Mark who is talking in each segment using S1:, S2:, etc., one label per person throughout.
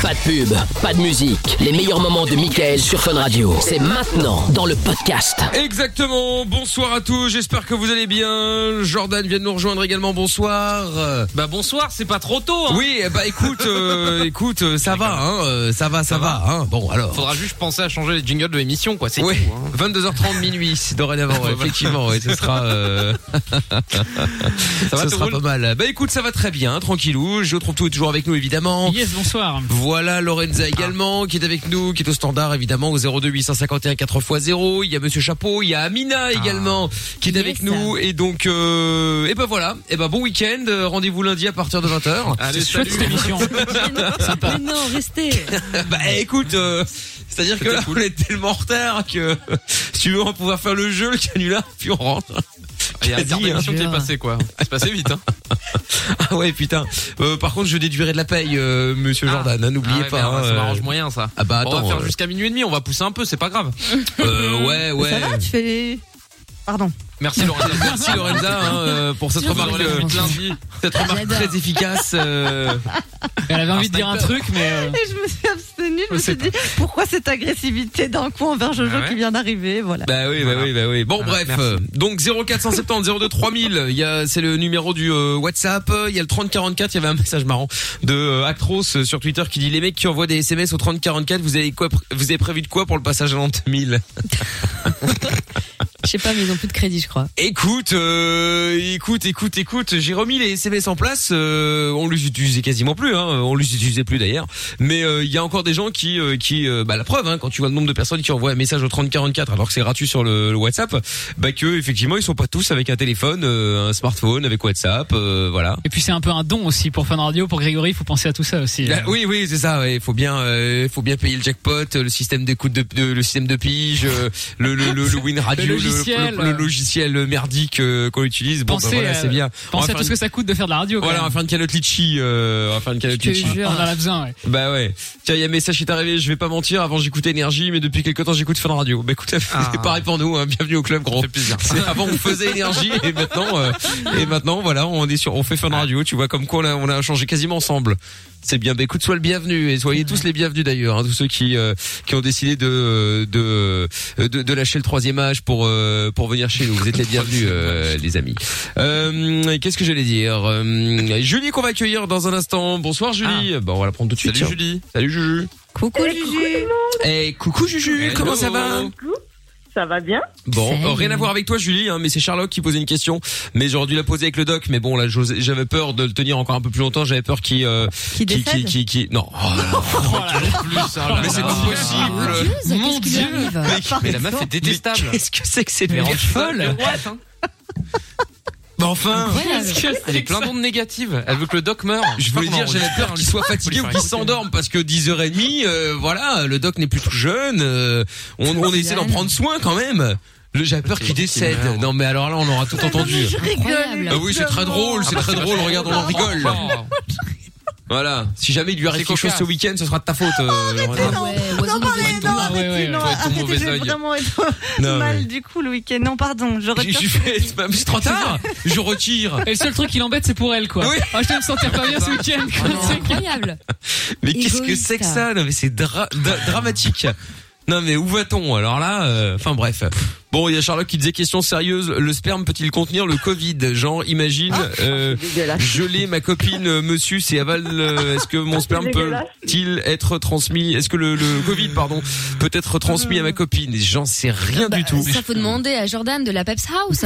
S1: Pas de pub, pas de musique. Les meilleurs moments de Michael sur Fun Radio. C'est maintenant dans le podcast.
S2: Exactement. Bonsoir à tous. J'espère que vous allez bien. Jordan vient de nous rejoindre également. Bonsoir. Euh,
S3: Bah bonsoir, c'est pas trop tôt. Hein.
S2: Oui, eh bah écoute, euh, écoute, euh, ça va, hein, euh, ça va, ça, va. hein. Bon alors.
S3: Faudra juste penser à changer les jingles de l'émission, quoi. C'est
S2: Oui,
S3: tout. hein.
S2: 22h30 minuit c'est dorénavant, ouais, effectivement, ouais, ce sera, euh,
S3: Ça va,
S2: ce
S3: tout
S2: sera
S3: roule
S2: pas mal. Bah écoute, ça va très bien, tranquillou. Je retrouve tout est toujours avec nous évidemment.
S4: Yes, bonsoir.
S2: Voilà Lorenza également qui est avec nous, qui est au standard évidemment au 02 851 4x0. Il y a Monsieur Chapeau, il y a Amina
S3: Ah.
S2: également qui est avec nous. Et donc, euh, et ben voilà, et ben bon week-end. Euh, Rendez-vous lundi à partir de 20h.
S3: Allez,
S4: Chouette cette
S3: salut.
S4: émission.
S5: Mais non, restez.
S2: bah écoute, euh, c'est-à-dire que là on est tellement en retard que si tu veux on va pouvoir faire le jeu, le canular, puis on rentre.
S3: Il y a un quart
S2: Quasi, hein.
S3: d'émission qui est passé, quoi. C'est passé vite, hein.
S2: Ah ouais putain. Euh, par contre je déduirai de la paye, euh, Monsieur Jordan, hein,
S3: Ah
S2: n'oubliez
S3: ouais,
S2: pas.
S3: merde,
S2: hein,
S3: ça
S2: euh,
S3: m'arrange moyen, ça.
S2: Ah bah
S3: on va
S2: attends,
S3: faire
S2: euh,
S3: jusqu'à minuit et demi, on va pousser un peu, c'est pas grave.
S2: euh, ouais ouais.
S5: Ça va, tu fais les. Pardon.
S3: Merci Lorenza.
S2: Merci Lorenza hein, euh, pour cette
S5: Sur
S2: remarque,
S5: le
S2: euh,
S5: plan.
S3: lundi.
S2: cette remarque
S5: J'adore.
S2: très efficace. euh,
S4: Elle avait envie de
S3: sniper.
S4: dire un truc, mais euh,
S5: Et je me suis abstenue, je me
S4: Je sais
S5: suis dit, pourquoi cette agressivité d'un coup envers Jojo
S3: Ah ouais
S5: qui vient d'arriver Voilà.
S2: Bah oui, bah oui, bah oui. Bon, bref.
S3: merci.
S2: euh, Donc 0470 02 3000. Il y a, c'est le numéro du euh, WhatsApp. Il y a le 3044. Il y avait un message marrant de euh, Actros euh, sur Twitter qui dit les mecs qui envoient des SMS au 3044. Vous avez quoi pr- Vous avez prévu de quoi pour le passage à l'an 2000
S6: Je sais pas, mais ils ont plus de crédit, je
S5: Hein.
S6: crois.
S2: Écoute, euh, écoute, écoute, écoute. J'ai remis les SMS en place. euh, on les utilisait quasiment plus. Hein, on les utilisait plus d'ailleurs. Mais euh, il y a encore des gens qui, euh, qui, euh, bah la preuve, hein, quand tu vois le nombre de personnes qui envoient un message au 3044 alors que c'est gratuit sur le, le WhatsApp, bah que effectivement ils sont pas tous avec un téléphone, euh, un smartphone, avec WhatsApp, euh, voilà.
S4: et puis c'est un peu un don aussi pour Fun Radio, pour Grégory, il faut penser à tout ça aussi.
S2: Bah, oui, oui, c'est ça. Il faut bien, euh, faut bien payer le jackpot, euh, le système d'écoute de, de- le système de pige, euh, le, le, le, le Win Radio, le
S4: logiciel,
S2: le- le
S4: euh.
S2: logiciel merdique euh, qu'on utilise. Bon, bah,
S4: Pensez,
S2: voilà,
S4: euh,
S2: c'est bien. On va
S4: Pensez à
S2: faire
S4: tout ce
S2: une-
S4: que ça coûte de faire de la radio. quand
S2: Voilà, on va
S4: même.
S2: faire une calotte litchi. Euh, on va faire une calotte
S6: Je te
S2: litchi.
S6: jure.
S4: on en a besoin. Ouais.
S2: Bah ouais. Tiens, il y a un message qui est arrivé. Je vais pas mentir. Avant, j'écoutais énergie, mais depuis quelque temps, j'écoute Fun Radio. Bah écoute,
S4: Ah.
S2: c'est pareil pour nous. Hein. Bienvenue au club, gros.
S3: fait plaisir.
S2: C'est- Avant, on faisait énergie et maintenant, euh, et maintenant, voilà, on est sur, on fait Fun Radio. Tu vois, comme quoi, on a, on a changé quasiment ensemble. C'est bien. Bah écoute, sois le bienvenu et soyez tous les bienvenus d'ailleurs. hein, tous ceux qui euh, qui ont décidé de de de, de lâcher le troisième âge pour euh, pour venir chez nous. Vous êtes les bienvenus, euh, les amis. Euh, Qu'est-ce que j'allais dire Euh, Julie qu'on va accueillir dans un instant. Bonsoir Julie. Bon, on va la prendre tout de suite.
S3: Salut
S2: tiens.
S3: Julie.
S2: Salut Juju.
S5: Eh,
S6: Coucou,
S5: coucou les
S6: Juju.
S5: gens.
S2: Eh, coucou Juju,
S3: Hello.
S2: comment ça va
S7: Ça va bien
S2: Bon,
S6: Salut.
S2: euh, rien à voir avec toi Julie, hein, mais c'est Charlotte qui posait une question. Mais j'aurais dû la poser avec le doc, mais bon là j'osais- j'avais peur de le tenir encore un peu plus longtemps, j'avais peur qu'il... euh,
S5: Qui
S2: qu'il-
S5: décède
S2: qu'il- qu'il- qu'il- Non. Oh là là.
S4: Oh là là.
S3: Plus, hein, là,
S2: Mais c'est
S3: là.
S2: pas
S6: Odieuse,
S2: possible.
S6: Ah, qu'est-ce qui lui arrive
S3: Mais la meuf est détestable.
S2: Qu'est-ce que c'est que cette
S4: Mais
S2: merde
S4: elle est folle.
S2: Bah enfin
S6: Incroyable.
S3: Elle est plein d'ondes négatives. Elle veut que le doc meure.
S2: je voulais
S3: Pas
S2: dire,
S3: comment on
S2: j'avais
S3: dit.
S2: peur qu'il soit fatigué ou qu'il s'endorme parce que 10h30, euh, voilà, le doc n'est plus tout jeune, euh, on, on essaie d'en prendre soin quand même. Le- J'avais peur qu'il
S3: Qu'il
S2: décède.
S3: meure.
S2: Non mais alors là, on aura tout entendu.
S5: Je rigole.
S6: Incroyable.
S2: Ah bah, oui, c'est très drôle,
S4: bah,
S2: c'est très drôle, regarde, on en rigole. Voilà, si jamais il lui arrive
S3: C'est
S2: quelque chose
S3: cocasse.
S2: ce week-end, ce sera de ta faute. euh, Lorenza.
S6: Ah ouais, oiseau
S5: Non, parlez,
S6: de
S5: non,
S4: Ah ouais,
S5: arrêtez,
S4: ouais,
S5: non,
S2: toi et ton mauvais
S5: arrêtez, je vais
S2: œil.
S5: vraiment être
S2: Non,
S5: mal
S2: mais-
S5: du coup le week-end. Non, pardon, je
S2: J'ai
S5: retire.
S2: j'ai fait, c'est pas- c'est trop tard, je retire.
S4: Et le seul truc qui l'embête, c'est pour elle, quoi.
S2: Oui.
S4: Oh, je vais me sentir pas
S3: Ah,
S4: bien ce
S3: bah.
S4: week-end. quoi.
S6: C'est Ah, incroyable.
S2: Mais qu'est-ce que
S6: Égoïste.
S2: c'est que ça Non mais c'est dra- dra- dramatique. Non mais où va-t-on Alors là, euh, enfin bref. Bon, il y a Charlotte qui disait question sérieuse, le sperme peut-il contenir le Covid Genre imagine euh,
S7: Dégueulasse.
S2: geler ma copine euh, monsieur c'est aval euh, est-ce que mon sperme
S7: dégueulasse.
S2: peut-il être transmis Est-ce que le, le Covid pardon peut être transmis à ma copine J'en sais rien du
S6: Bah,
S8: Ah,
S2: tout.
S6: Ça faut demander à Jordan de la Peps House.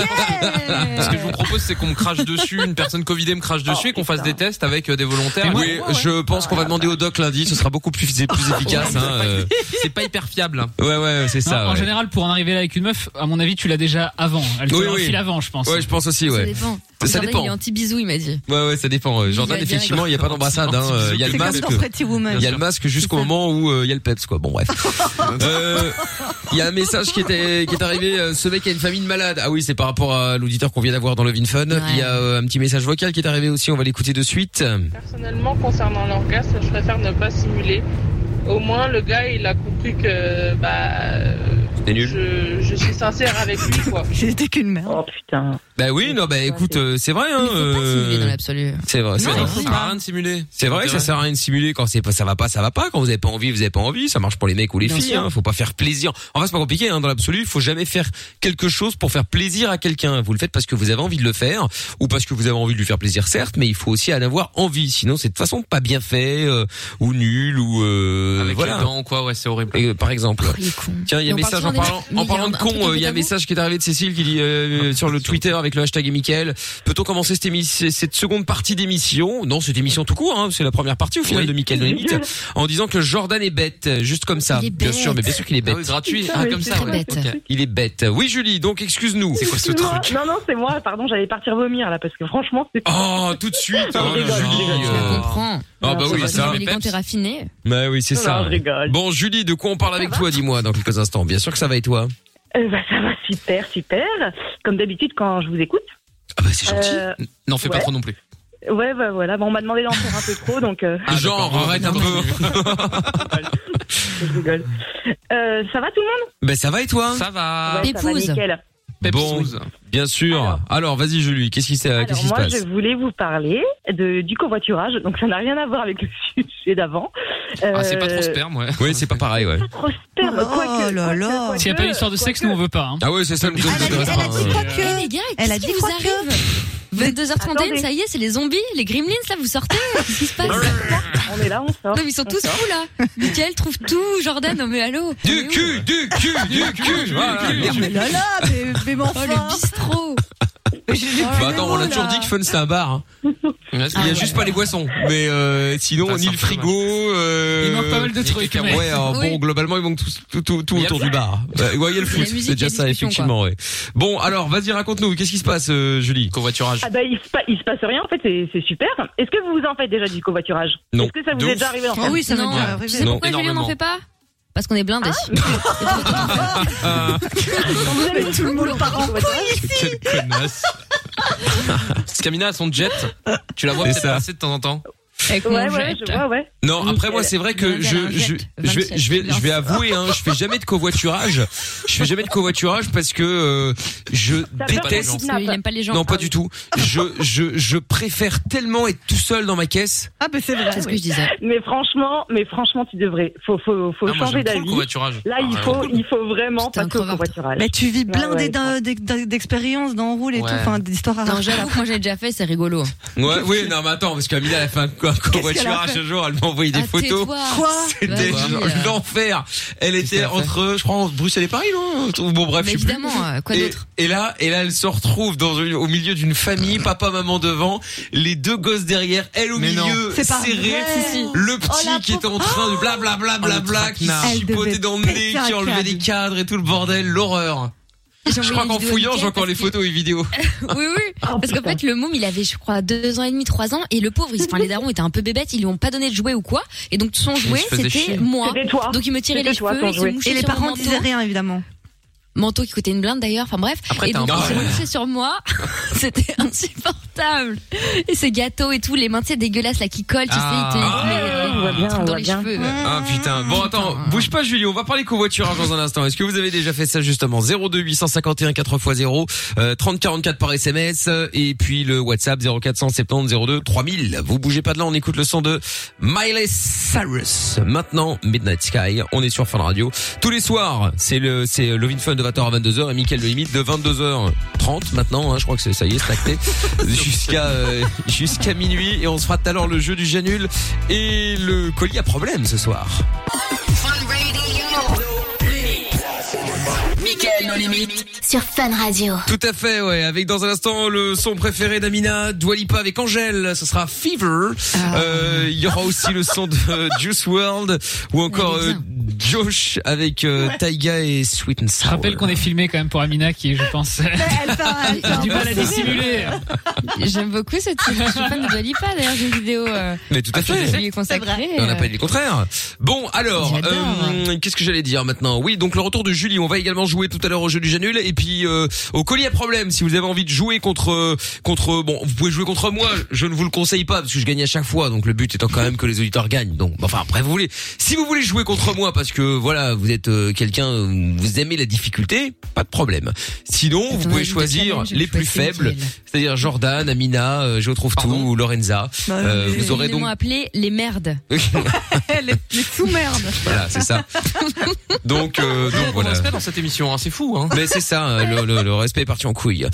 S3: Ce que je vous propose, c'est qu'on me crache dessus, une personne covidée me crache
S6: Oh,
S3: dessus et qu'on fasse des tests avec euh, des volontaires.
S2: Oui, je pense qu'on va demander au doc lundi, ce sera beaucoup plus, plus efficace. hein, euh.
S3: C'est pas hyper fiable. hein.
S2: Ouais, ouais, c'est
S4: Non,
S2: ça.
S4: en
S2: ouais.
S4: général, pour en arriver là avec une meuf, à mon avis, tu l'as déjà avant. Elle te
S2: Oui,
S4: le
S2: oui.
S4: refile avant, je pense.
S2: Ouais, je pense aussi,
S6: Ça
S2: ouais.
S6: dépend.
S2: Ça
S6: Jordan,
S2: dépend.
S6: Il est anti-bisou, il m'a dit.
S2: Ouais, ouais, ça dépend. Euh, Jordan,
S6: va direct.
S2: effectivement, il n'y a pas d'embrassade. hein. Euh, Il y a le
S5: C'est comme
S2: masque.
S5: dans Pretty Woman.
S2: Il y a le masque jusqu'au moment où euh, il y a le peps quoi. Bon bref. Euh, Il y a un message qui était qui est arrivé. euh, ce mec a une famille de malades. Ah oui, c'est par rapport à l'auditeur qu'on vient d'avoir dans le Vinfun. Il y a euh, un petit message vocal qui est arrivé aussi. On va l'écouter de suite.
S9: Personnellement, concernant l'orgasme, je préfère ne pas simuler. Au moins, le gars, il a compris que bah, euh,
S2: T'es nul.
S10: Je, je suis sincère avec lui, quoi.
S5: J'ai été qu'une merde.
S9: Oh putain.
S2: Bah oui, non, bah écoute, euh, c'est vrai. Hein,
S8: Il faut pas
S2: euh,
S8: simuler dans l'absolu.
S2: c'est vrai, c'est
S11: Non,
S2: vrai.
S11: ça sert à rien de simuler.
S2: C'est vrai que ça sert à rien de simuler quand c'est pas, ça va pas, ça va pas. Quand vous avez pas envie, vous avez pas envie. Ça marche pour les mecs ou les
S8: Bien
S2: filles.
S8: sûr.
S2: Hein. Faut pas faire plaisir. En fait, c'est pas compliqué. Hein. Dans l'absolu, il faut jamais faire quelque chose pour faire plaisir à quelqu'un. Vous le faites parce que vous avez envie de le faire ou parce que vous avez envie de lui faire plaisir, certes, mais il faut aussi en avoir envie. Sinon, c'est de toute façon pas bien fait euh, ou nul ou euh,
S11: Avec les
S2: voilà.
S11: dents, quoi, ouais, c'est horrible.
S2: Et, euh, par exemple.
S4: Oh,
S8: Il est con.
S2: Tiens, il y a un
S8: Mais on
S2: message en
S8: parle toujours
S2: parlant,
S8: des- mais
S2: en
S8: il y a
S2: parlant
S8: un-
S2: de
S8: un
S2: con,
S8: truc
S2: euh, il y a un
S8: notamment.
S2: message qui est arrivé de Cécile qui dit euh, sur le Twitter avec le hashtag et Mickaël, peut-on commencer cette, émission, cette seconde partie d'émission Non, cette émission tout court, hein, c'est la première partie au final de Mickaël No Limite, en disant que Jordan est bête, euh, juste comme ça.
S8: Il est
S2: Bien
S8: bête.
S2: sûr, mais bien sûr qu'il est
S11: Ah
S2: bête.
S11: oui, gratuit,
S9: Putain,
S11: ah,
S9: mais
S11: comme
S9: c'est
S11: ça,
S9: très
S11: ouais.
S8: bête.
S2: Il est bête. Oui, Julie, donc excuse-nous.
S11: C'est quoi ce
S9: Excuse-moi.
S11: truc
S9: Non, non, c'est moi, pardon, j'allais partir vomir là, parce que franchement, c'est.
S2: Oh, tout de suite.
S9: Non,
S2: Oh,
S9: je rigole, je
S2: Julie,
S9: rigole.
S8: Je
S2: euh,
S8: la comprends.
S2: Ah bah
S9: Non,
S2: oui,
S9: ça va,
S2: ça.
S8: Mais quand t'es raffiné,
S2: Bah oui, c'est
S9: Non,
S2: ça.
S9: non, je rigole.
S2: Bon, Julie, de quoi on parle avec toi, dis-moi, dans quelques instants. Bien sûr que ça va et toi
S9: Euh, bah, ça va super, super. Comme d'habitude, quand je vous écoute.
S2: Ah bah c'est gentil.
S9: Euh,
S11: N'en fais pas
S9: Ouais.
S11: trop non plus.
S9: ouais, bah voilà. Bon, on m'a demandé d'en faire un peu trop, donc euh,
S2: Ah, Genre,
S11: d'accord.
S2: arrête un peu.
S9: je rigole. Euh, ça va tout le monde
S2: Bah ça va et toi
S11: Ça va.
S9: Ouais, ça va
S8: épouse.
S9: nickel.
S2: Bon,
S11: Pepsi.
S2: bien sûr. Alors,
S9: Alors.
S2: vas-y Julie, qu'est-ce qui, s'est- qu'est-ce
S9: Alors
S2: qui se
S9: moi,
S2: passe
S9: je voulais vous parler de, du covoiturage, donc ça n'a rien à voir avec le sujet d'avant. Euh,
S11: Ah, c'est pas trop sperme, ouais.
S2: Oui, c'est pas pareil, ouais.
S9: pas trop sperme,
S5: Oh
S9: quoique,
S5: là
S9: quoique,
S5: là.
S9: quoique,
S4: S'il n'y a pas d'histoire de sexe, nous on veut pas. Hein.
S2: Ah ouais, c'est ça le
S11: Elle a dit-
S5: elle a dit quoi que
S8: Eh, les gars,
S5: Elle a
S8: qu'est-ce qui
S5: dit
S8: vous
S5: quoi que-
S8: arrive 22h31,
S9: Attendez.
S8: ça y est, c'est les zombies, les gremlins, là, vous sortez Qu'est-ce qui se passe Non,
S9: On est là, on sort.
S8: mais ils sont
S9: on
S8: tous
S9: sort.
S8: fous, là Mickaël trouve tout, Jordan, non mais allô On est
S2: Du
S8: où
S2: cul, du cul, du cul. Voilà, merde.
S5: Mais Oh là là, mais, mais
S8: Oh,
S5: enfin.
S8: le bistrot
S2: Bah attends, on a toujours
S5: là.
S2: dit que Fun c'est un bar. hein.
S11: Parce
S2: Il
S11: qu'il
S2: y
S11: y
S2: a
S11: a
S2: juste pas les boissons, mais euh, sinon
S11: Ça,
S2: on
S11: c'est
S2: y
S11: un
S2: le
S11: peu
S2: frigo. euh,
S4: Il manque pas mal de
S2: les
S4: trucs,
S2: cacahuètes.
S4: mais-
S2: Ouais, alors,
S8: Oui.
S2: bon globalement ils manquent tout, tout, tout, tout
S11: Il y a
S2: autour
S11: pas-
S2: du bar. Bah, ouais, il y a le foot,
S8: musique,
S2: c'est déjà
S8: il y a
S2: ça
S8: la discussion,
S2: effectivement. Ouais. Bon alors, vas-y raconte-nous, qu'est-ce qui se passe, euh, Julie
S11: Covoiturage.
S9: Ah bah il se, pa- il se passe rien en fait c'est c'est super. Est-ce que vous vous en faites déjà du covoiturage
S2: Non.
S9: Est-ce que ça vous
S2: De ouf.
S9: est déjà arrivé d'en
S5: Ah
S9: faire
S5: oui, ça va
S8: Non.
S5: bien
S8: Tu
S5: arriver.
S8: sais pourquoi, Julien, on
S11: énormément.
S8: n'en fait pas Parce qu'on est blindés.
S5: Ah.
S2: Euh,
S9: Vous avez
S5: Tout le monde part en
S2: Quelle connasse.
S11: Scamina a son jet. Tu la vois
S2: C'est
S11: peut-être
S2: ça.
S11: passer de temps en temps.
S8: Avec
S9: Ouais
S8: mon
S9: ouais
S8: jet.
S9: je vois ouais.
S2: Non, après
S9: Nickel.
S2: moi c'est vrai que
S8: Nickel,
S2: je
S8: un
S2: je
S8: jet.
S2: je vais je vais je vais
S8: 27.
S2: avouer hein, je fais jamais de covoiturage. Je fais jamais de covoiturage parce que euh, je
S9: T'as peur
S2: déteste
S9: qu'on te
S8: Parce qu'il
S9: kidnappe.
S8: aime pas les gens. hein.
S2: non, pas du tout. Je, je, je préfère tellement être tout seul dans ma caisse.
S5: Ah, mais c'est vrai.
S8: C'est ce que
S5: oui.
S8: je disais.
S9: Mais franchement mais franchement tu devrais faut faut faut
S11: Ah, moi,
S9: changer
S11: j'aime trop le
S9: d'avis.
S11: covoiturage.
S9: Là
S11: Ah,
S9: il
S11: ouais.
S9: faut il faut vraiment
S8: Putain,
S9: passer au
S8: crevard, toi.
S9: covoiturage.
S5: Mais tu vis
S9: Ouais,
S5: blindé
S9: ouais,
S5: d'un- d'ex- d'expériences, d'enroules et
S11: Ouais.
S5: tout, enfin d'histoires à
S8: Non, j'avoue que moi j'ai déjà fait, c'est rigolo.
S2: Ouais, oui, non, mais attends, parce qu'Amina, elle a fait un co- un covoiturage ce jour, elle m'a envoyé des
S8: Ah,
S2: photos.
S8: tais-toi.
S5: Quoi
S2: C'était
S8: Vas-y,
S2: genre
S8: euh.
S2: l'enfer. Elle était
S11: qu'elle a fait
S2: entre, je crois, entre Bruxelles et Paris, non? Bon, bref,
S8: Mais
S2: je sais plus.
S8: évidemment, euh, quoi
S2: Et,
S8: d'autre
S2: et là, et là, elle se retrouve dans une- au milieu d'une famille, papa, maman devant, les deux gosses derrière, elle au
S11: Mais non.
S2: milieu,
S5: C'est pas
S2: serrée,
S5: vrai. Si, si.
S2: le petit
S5: Oh, la
S2: qui était en train de blablabla, bla, bla, bla, qui
S11: Oh, traquenard.
S2: se
S5: Elle
S2: chipotait
S5: devait
S2: dans le nez,
S5: péter un
S2: qui enlevait
S5: câble.
S2: des cadres et tout le bordel, l'horreur. Je crois qu'en fouillant, j'ai encore les photos et vidéos.
S8: Oui, oui.
S2: Ah,
S9: Oh,
S8: Parce qu'en
S9: putain.
S8: fait, le môme, il avait, je crois, deux ans et demi, trois ans, et le pauvre, il- enfin, les darons étaient un peu bébêtes, ils lui ont pas donné de jouet ou quoi, et donc son jouet,
S11: se faisait chier.
S8: c'était moi.
S9: C'était toi.
S8: Donc il me tirait
S9: C'était
S8: les
S9: toi,
S8: cheveux,
S9: ton
S8: il se
S9: jouet.
S8: mouchait
S5: Et les
S8: sur
S5: parents
S8: mon
S5: disaient
S8: manteau,
S5: rien, évidemment.
S8: manteau qui coûtait une blinde d'ailleurs, enfin bref,
S11: Après,
S8: et
S11: t'as
S8: donc
S11: un
S8: il s'est
S11: bordel.
S8: mouché sur moi, c'était insupportable. Et ces gâteaux et tout, les mains, tu sais, dégueulasses là, qui collent, tu
S11: Ah.
S8: sais,
S2: Ah.
S9: On voit bien,
S8: il te met, euh,
S9: on
S8: dans
S9: voit
S8: les
S9: bien.
S8: cheveux.
S2: Ah putain. Bon attends, bouge pas Julie, on va parler covoiturage dans un instant. Est-ce que vous avez déjà fait ça justement 02 851 4x0 euh, 30 44 par SMS euh, et puis le WhatsApp 0470 02 3000. Vous bougez pas de là, on écoute le son de Miley Cyrus. Maintenant Midnight Sky, on est sur Fun Radio. Tous les soirs, c'est le c'est Lovin Fun de 20h à 22h et Mickaël le limite de 22h30 maintenant, hein, je crois que c'est ça y est, c'est acté jusqu'à euh, jusqu'à minuit et on se fera tout à l'heure le jeu du Janul et le colis à problème ce soir.
S12: Mickaël nos limites.
S1: Sur Fun Radio.
S2: Tout à fait, ouais. Avec dans un instant le son préféré d'Amina, Dwalipa avec Angèle, ce sera Fever. Euh, Il y aura aussi le son de euh, Juice World ou encore
S8: Ouais,
S2: euh, Josh avec euh, Taiga et Sweet and
S4: Je
S2: Sour.
S4: rappelle qu'on est filmé quand même pour Amina qui, je pense, a
S5: Elle part,
S6: Ah,
S5: elle part.
S4: du mal à dissimuler.
S8: J'aime beaucoup cette, je suis fan de Dua Lipa, d'ailleurs, j'ai une vidéo, euh,
S2: Mais tout à
S8: que
S2: fait.
S8: je lui ai consacrée.
S2: Et Ben, On n'a
S8: euh,
S2: pas dit le contraire. Bon, alors,
S8: J'adore.
S2: euh, qu'est-ce que j'allais dire maintenant Oui, donc le retour de Julie. On va également jouer tout à l'heure. l'heure au jeu du Janul et puis euh, au collier à problème si vous avez envie de jouer contre euh, contre bon vous pouvez jouer contre moi je ne vous le conseille pas parce que je gagne à chaque fois donc le but étant quand même que les auditeurs gagnent donc enfin après vous voulez si vous voulez jouer contre moi parce que voilà vous êtes euh, quelqu'un euh, vous aimez la difficulté pas de problème sinon vous
S6: Attends,
S2: pouvez
S6: j'ai
S2: choisir
S6: challenge,
S2: les
S6: je
S2: plus
S6: choisis
S2: faibles
S6: Mickaël.
S2: c'est-à-dire Jordan Amina euh, je trouve tout ou Lorenza
S5: Bah,
S2: Euh,
S5: oui.
S2: vous aurez
S6: Ils
S2: donc
S6: m'ont appelé les merdes.
S5: Elle est elle est sous merde.
S2: voilà c'est ça donc euh, donc
S3: Voilà.
S2: voilà
S3: respect dans cette émission, hein, c'est fou. Hein.
S2: Mais c'est ça, hein, le, le- le respect est parti en couille.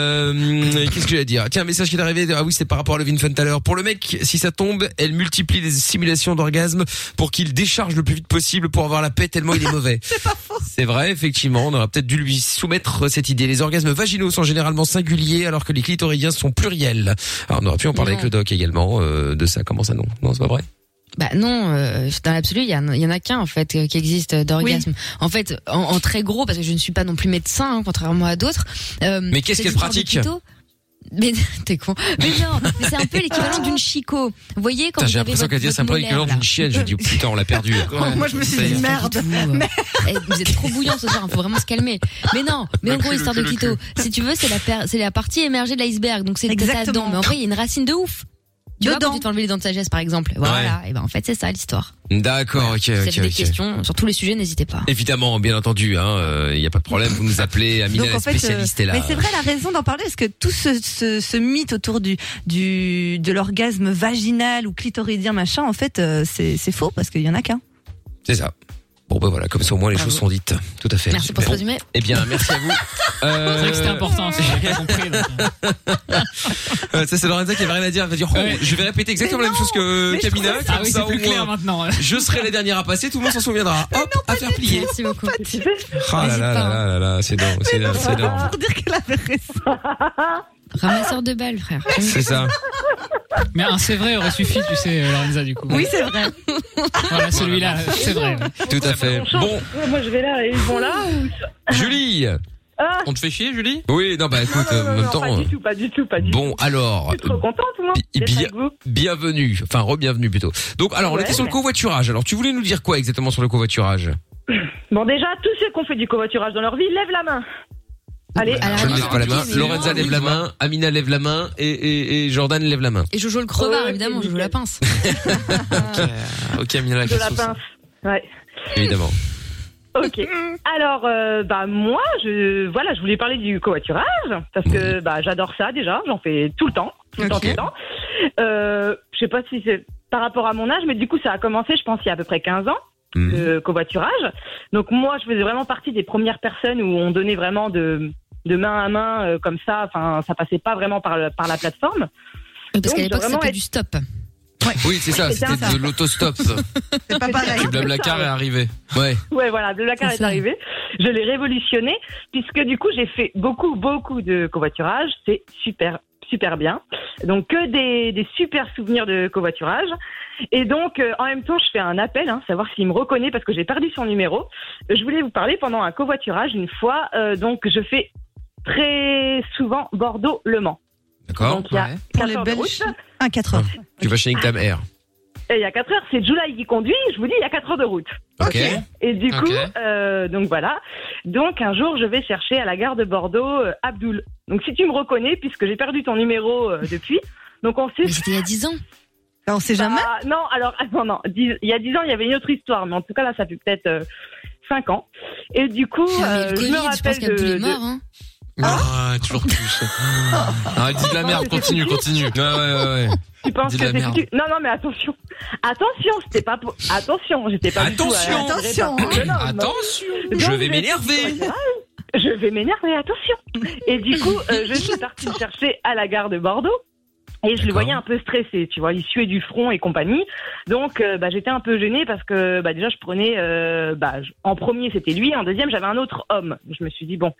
S2: Euh, Qu'est-ce que j'allais dire Tiens, un message qui est arrivé. Ah oui, c'est par rapport à Levin Fun tout à l'heure. Pour le mec, si ça tombe, elle multiplie les simulations d'orgasme pour qu'il décharge le plus vite possible pour avoir la paix tellement il est mauvais. c'est pas faux. C'est vrai, effectivement. On aurait peut-être dû lui soumettre cette idée. Les orgasmes vaginaux sont généralement singuliers alors que les clitoridiens sont pluriels. Alors on aurait pu en parler
S6: Non.
S2: avec le doc également euh, de ça. Comment ça non Non, c'est pas vrai.
S6: Bah non, euh, dans l'absolu, il y, en- il y en a qu'un en fait euh, qui existe euh, d'orgasme. En fait, en, en très gros, parce que je ne suis pas non plus médecin, hein, contrairement à d'autres. euh,
S2: Mais qu'est-ce
S6: c'est
S2: qu'elle
S6: une sorte
S2: pratique
S6: d'hôpitaux. Mais t'es con. Mais non, mais c'est un peu l'équivalent d'une chico. Vous voyez quand
S2: Putain,
S6: vous
S2: J'ai
S6: avez
S2: l'impression
S6: votre-
S2: qu'elle dit c'est un
S6: votre
S2: peu l'équivalent
S6: molaire,
S2: d'une chienne. Je dis putain, on l'a perdu.
S5: Moi, je me suis
S2: Ça y
S5: dit
S2: est.
S5: merde.
S6: là. Vous, euh, eh, vous êtes trop bouillant ce soir, il faut vraiment se calmer. Mais non, mais en
S3: Le
S6: gros,
S3: cul,
S6: histoire
S3: le
S6: de
S3: cul, le
S6: Tito, si tu veux, c'est la, per- c'est la partie émergée de l'iceberg, donc c'est le tas
S5: Exactement.
S6: dedans. Mais en vrai, il y a une racine de ouf. Tu vois,
S5: Dedans.
S6: quand tu t'enleves les dents de sagesse, par exemple. Voilà, et ben en fait, c'est ça l'histoire.
S2: D'accord, ok,
S6: Si
S2: ok,
S6: vous avez des
S2: ok.
S6: questions sur tous les sujets, n'hésitez pas.
S2: Évidemment, bien entendu, il hein, euh, y a pas de problème, vous nous appelez, Amina
S5: Donc,
S2: la
S5: en fait, euh,
S2: spécialiste est là.
S5: Mais c'est vrai la raison d'en parler parce que tout ce, ce, ce mythe autour du, du de l'orgasme vaginal ou clitoridien machin, en fait, euh, c'est c'est faux parce qu'il y en a qu'un.
S2: C'est ça. Bon ben voilà, comme ça au moins les
S6: Bravo.
S2: choses sont dites. Tout à fait.
S6: Merci pour ce
S2: Bon,
S6: résumé.
S2: Eh bien, merci à vous. Euh,
S4: C'est vrai que c'était important, c'est j'ai compris. donc, euh.
S2: euh, ça c'est Lorenza qui avait rien à dire, elle va dire, oh,
S4: Ouais.
S2: je vais répéter exactement la même chose que
S5: mais je
S2: Camina, comme
S5: trouvais
S4: Ah oui,
S2: ça
S4: c'est
S2: au
S4: plus clair
S2: moins,
S4: maintenant.
S2: Je serai la dernière à passer, tout le monde s'en souviendra. Hop, à faire plier.
S6: Merci beaucoup.
S2: Ah là
S6: N'hésite
S2: là
S6: pas. hein.
S2: là là là, c'est énorme, Oh, c'est énorme, c'est énorme.
S5: Pour dire qu'elle avait raison.
S6: Ramasseur de balles, frère.
S2: C'est ça.
S4: Mais un c'est vrai aurait suffi, tu sais, euh, Lorenza, du coup.
S5: Oui, c'est vrai.
S4: Voilà,
S9: Ah,
S4: celui-là, c'est vrai. ouais.
S2: Tout à fait. Bon,
S9: Ouais, moi, je vais là et ils vont là.
S2: Julie.
S3: On te fait chier, Julie
S2: Ah. Oui, non bah écoute, euh, en même
S9: Pas
S2: temps.
S9: du tout, pas du tout, pas du tout.
S2: Bon, alors,
S9: Je suis trop contente, moi.
S2: bi-
S9: d'être
S2: bi-
S9: avec vous.
S2: Bienvenue, enfin re-bienvenue plutôt. Donc alors on
S9: Ouais,
S2: était sur le
S9: ouais.
S2: covoiturage. Alors tu voulais nous dire quoi exactement sur le covoiturage
S9: Bah, Bon, déjà, tous ceux qui ont fait du covoiturage dans leur vie, lève la main.
S8: Ah,
S9: Allez,
S8: bah,
S6: Alors,
S2: Je ne lève
S6: alors,
S2: pas la main.
S6: ok, mais
S2: Lorenza
S6: non,
S2: lève
S6: oui.
S2: la main, Amina lève la main et, et, et Jordan lève la main.
S6: Et Jojo le crevard,
S5: Oh,
S9: Ouais,
S6: évidemment,
S9: c'est
S6: Jojo
S9: nickel.
S6: la pince.
S3: Ok, Amina, la
S9: de Ah, la
S3: question.
S9: pince. Ouais.
S2: Évidemment.
S9: Ok. Alors, euh, bah moi, je voilà, je voulais parler du covoiturage parce que bah j'adore ça déjà. J'en fais tout le temps, tout le temps,
S5: Ok.
S9: tout le temps. Euh, je sais pas si c'est par rapport à mon âge, mais du coup, ça a commencé, je pense, il y a à peu près 15 ans.
S2: Mhm.
S9: Le covoiturage. Donc moi, je faisais vraiment partie des premières personnes où on donnait vraiment de de main à main euh, comme ça. Enfin, ça passait pas vraiment par le- par la plateforme.
S6: Parce qu'à
S9: Donc,
S6: l'époque,
S9: vraiment
S6: c'était
S9: être-
S6: du stop.
S2: Oui, c'est ça,
S9: c'est
S2: c'était
S9: ça.
S2: de l'autostop.
S5: C'est pas pareil.
S3: Tu Blablacar est arrivé.
S2: Ouais.
S9: Ouais, voilà, le Blacar
S6: C'est
S9: est
S6: ça.
S9: arrivé. Je l'ai révolutionné puisque du coup j'ai fait beaucoup, beaucoup de covoiturage. C'est super, super bien. Donc que des, des super souvenirs de covoiturage. Et donc euh, en même temps, je fais un appel, hein, savoir s'il me reconnaît parce que j'ai perdu son numéro. Euh, Je voulais vous parler pendant un covoiturage une fois. euh, donc je fais très souvent Bordeaux-Le Mans.
S2: D'accord.
S9: donc il y a
S3: ouais.
S5: Pour les
S9: 4 heures de route.
S5: Belges. 1 4 heures.
S2: Tu vas chez Nick Tam Air.
S9: Et il y a 4 heures, c'est July qui conduit. Je vous dis, il y a 4 heures de route.
S2: Ok.
S9: Et du
S3: Ok.
S9: coup, euh, donc voilà. Donc un jour, je vais chercher à la gare de Bordeaux euh, Abdoul. Donc si tu me reconnais, puisque j'ai perdu ton numéro euh, depuis, donc on sait.
S6: Mais c'était il y a 10 ans.
S5: Ben, on sait jamais.
S9: Ah, non, alors attends, non. Dix- il y a dix ans, il y avait une autre histoire, mais en tout cas là, ça fait peut-être euh, cinq ans. Et du coup,
S6: Ah,
S9: euh,
S6: mais le
S9: je me
S6: Covid, je pense
S9: rappelle
S6: qu'Abdul
S9: de,
S6: est
S9: de-
S6: mort. Hein.
S3: Ah, toujours plus. Arrête, dis de la merde, continue, continue. Ouais,
S9: Ah.
S2: Euh,
S3: ouais, ouais.
S9: Tu penses
S3: Dis
S9: que
S3: la
S9: c'est
S3: merde.
S9: foutu Non, non, mais attention, attention, c'était pas pour. Attention, j'étais pas. du tout euh, à la-
S2: Attention.
S5: Attention. hein.
S9: Non, non,
S3: Attention.
S9: Donc,
S2: Je vais
S9: je-
S2: m'énerver.
S9: Je vais m'énerver, attention. Et du coup, euh, je suis partie le chercher à la gare de Bordeaux. Et je le
S2: D'accord.
S9: voyais un peu stressé, tu vois, il suait du front et compagnie. Donc, euh, bah, j'étais un peu gênée parce que, bah, déjà, je prenais, euh, bah, je- en premier c'était lui, en deuxième j'avais un autre homme. Je me suis dit bon,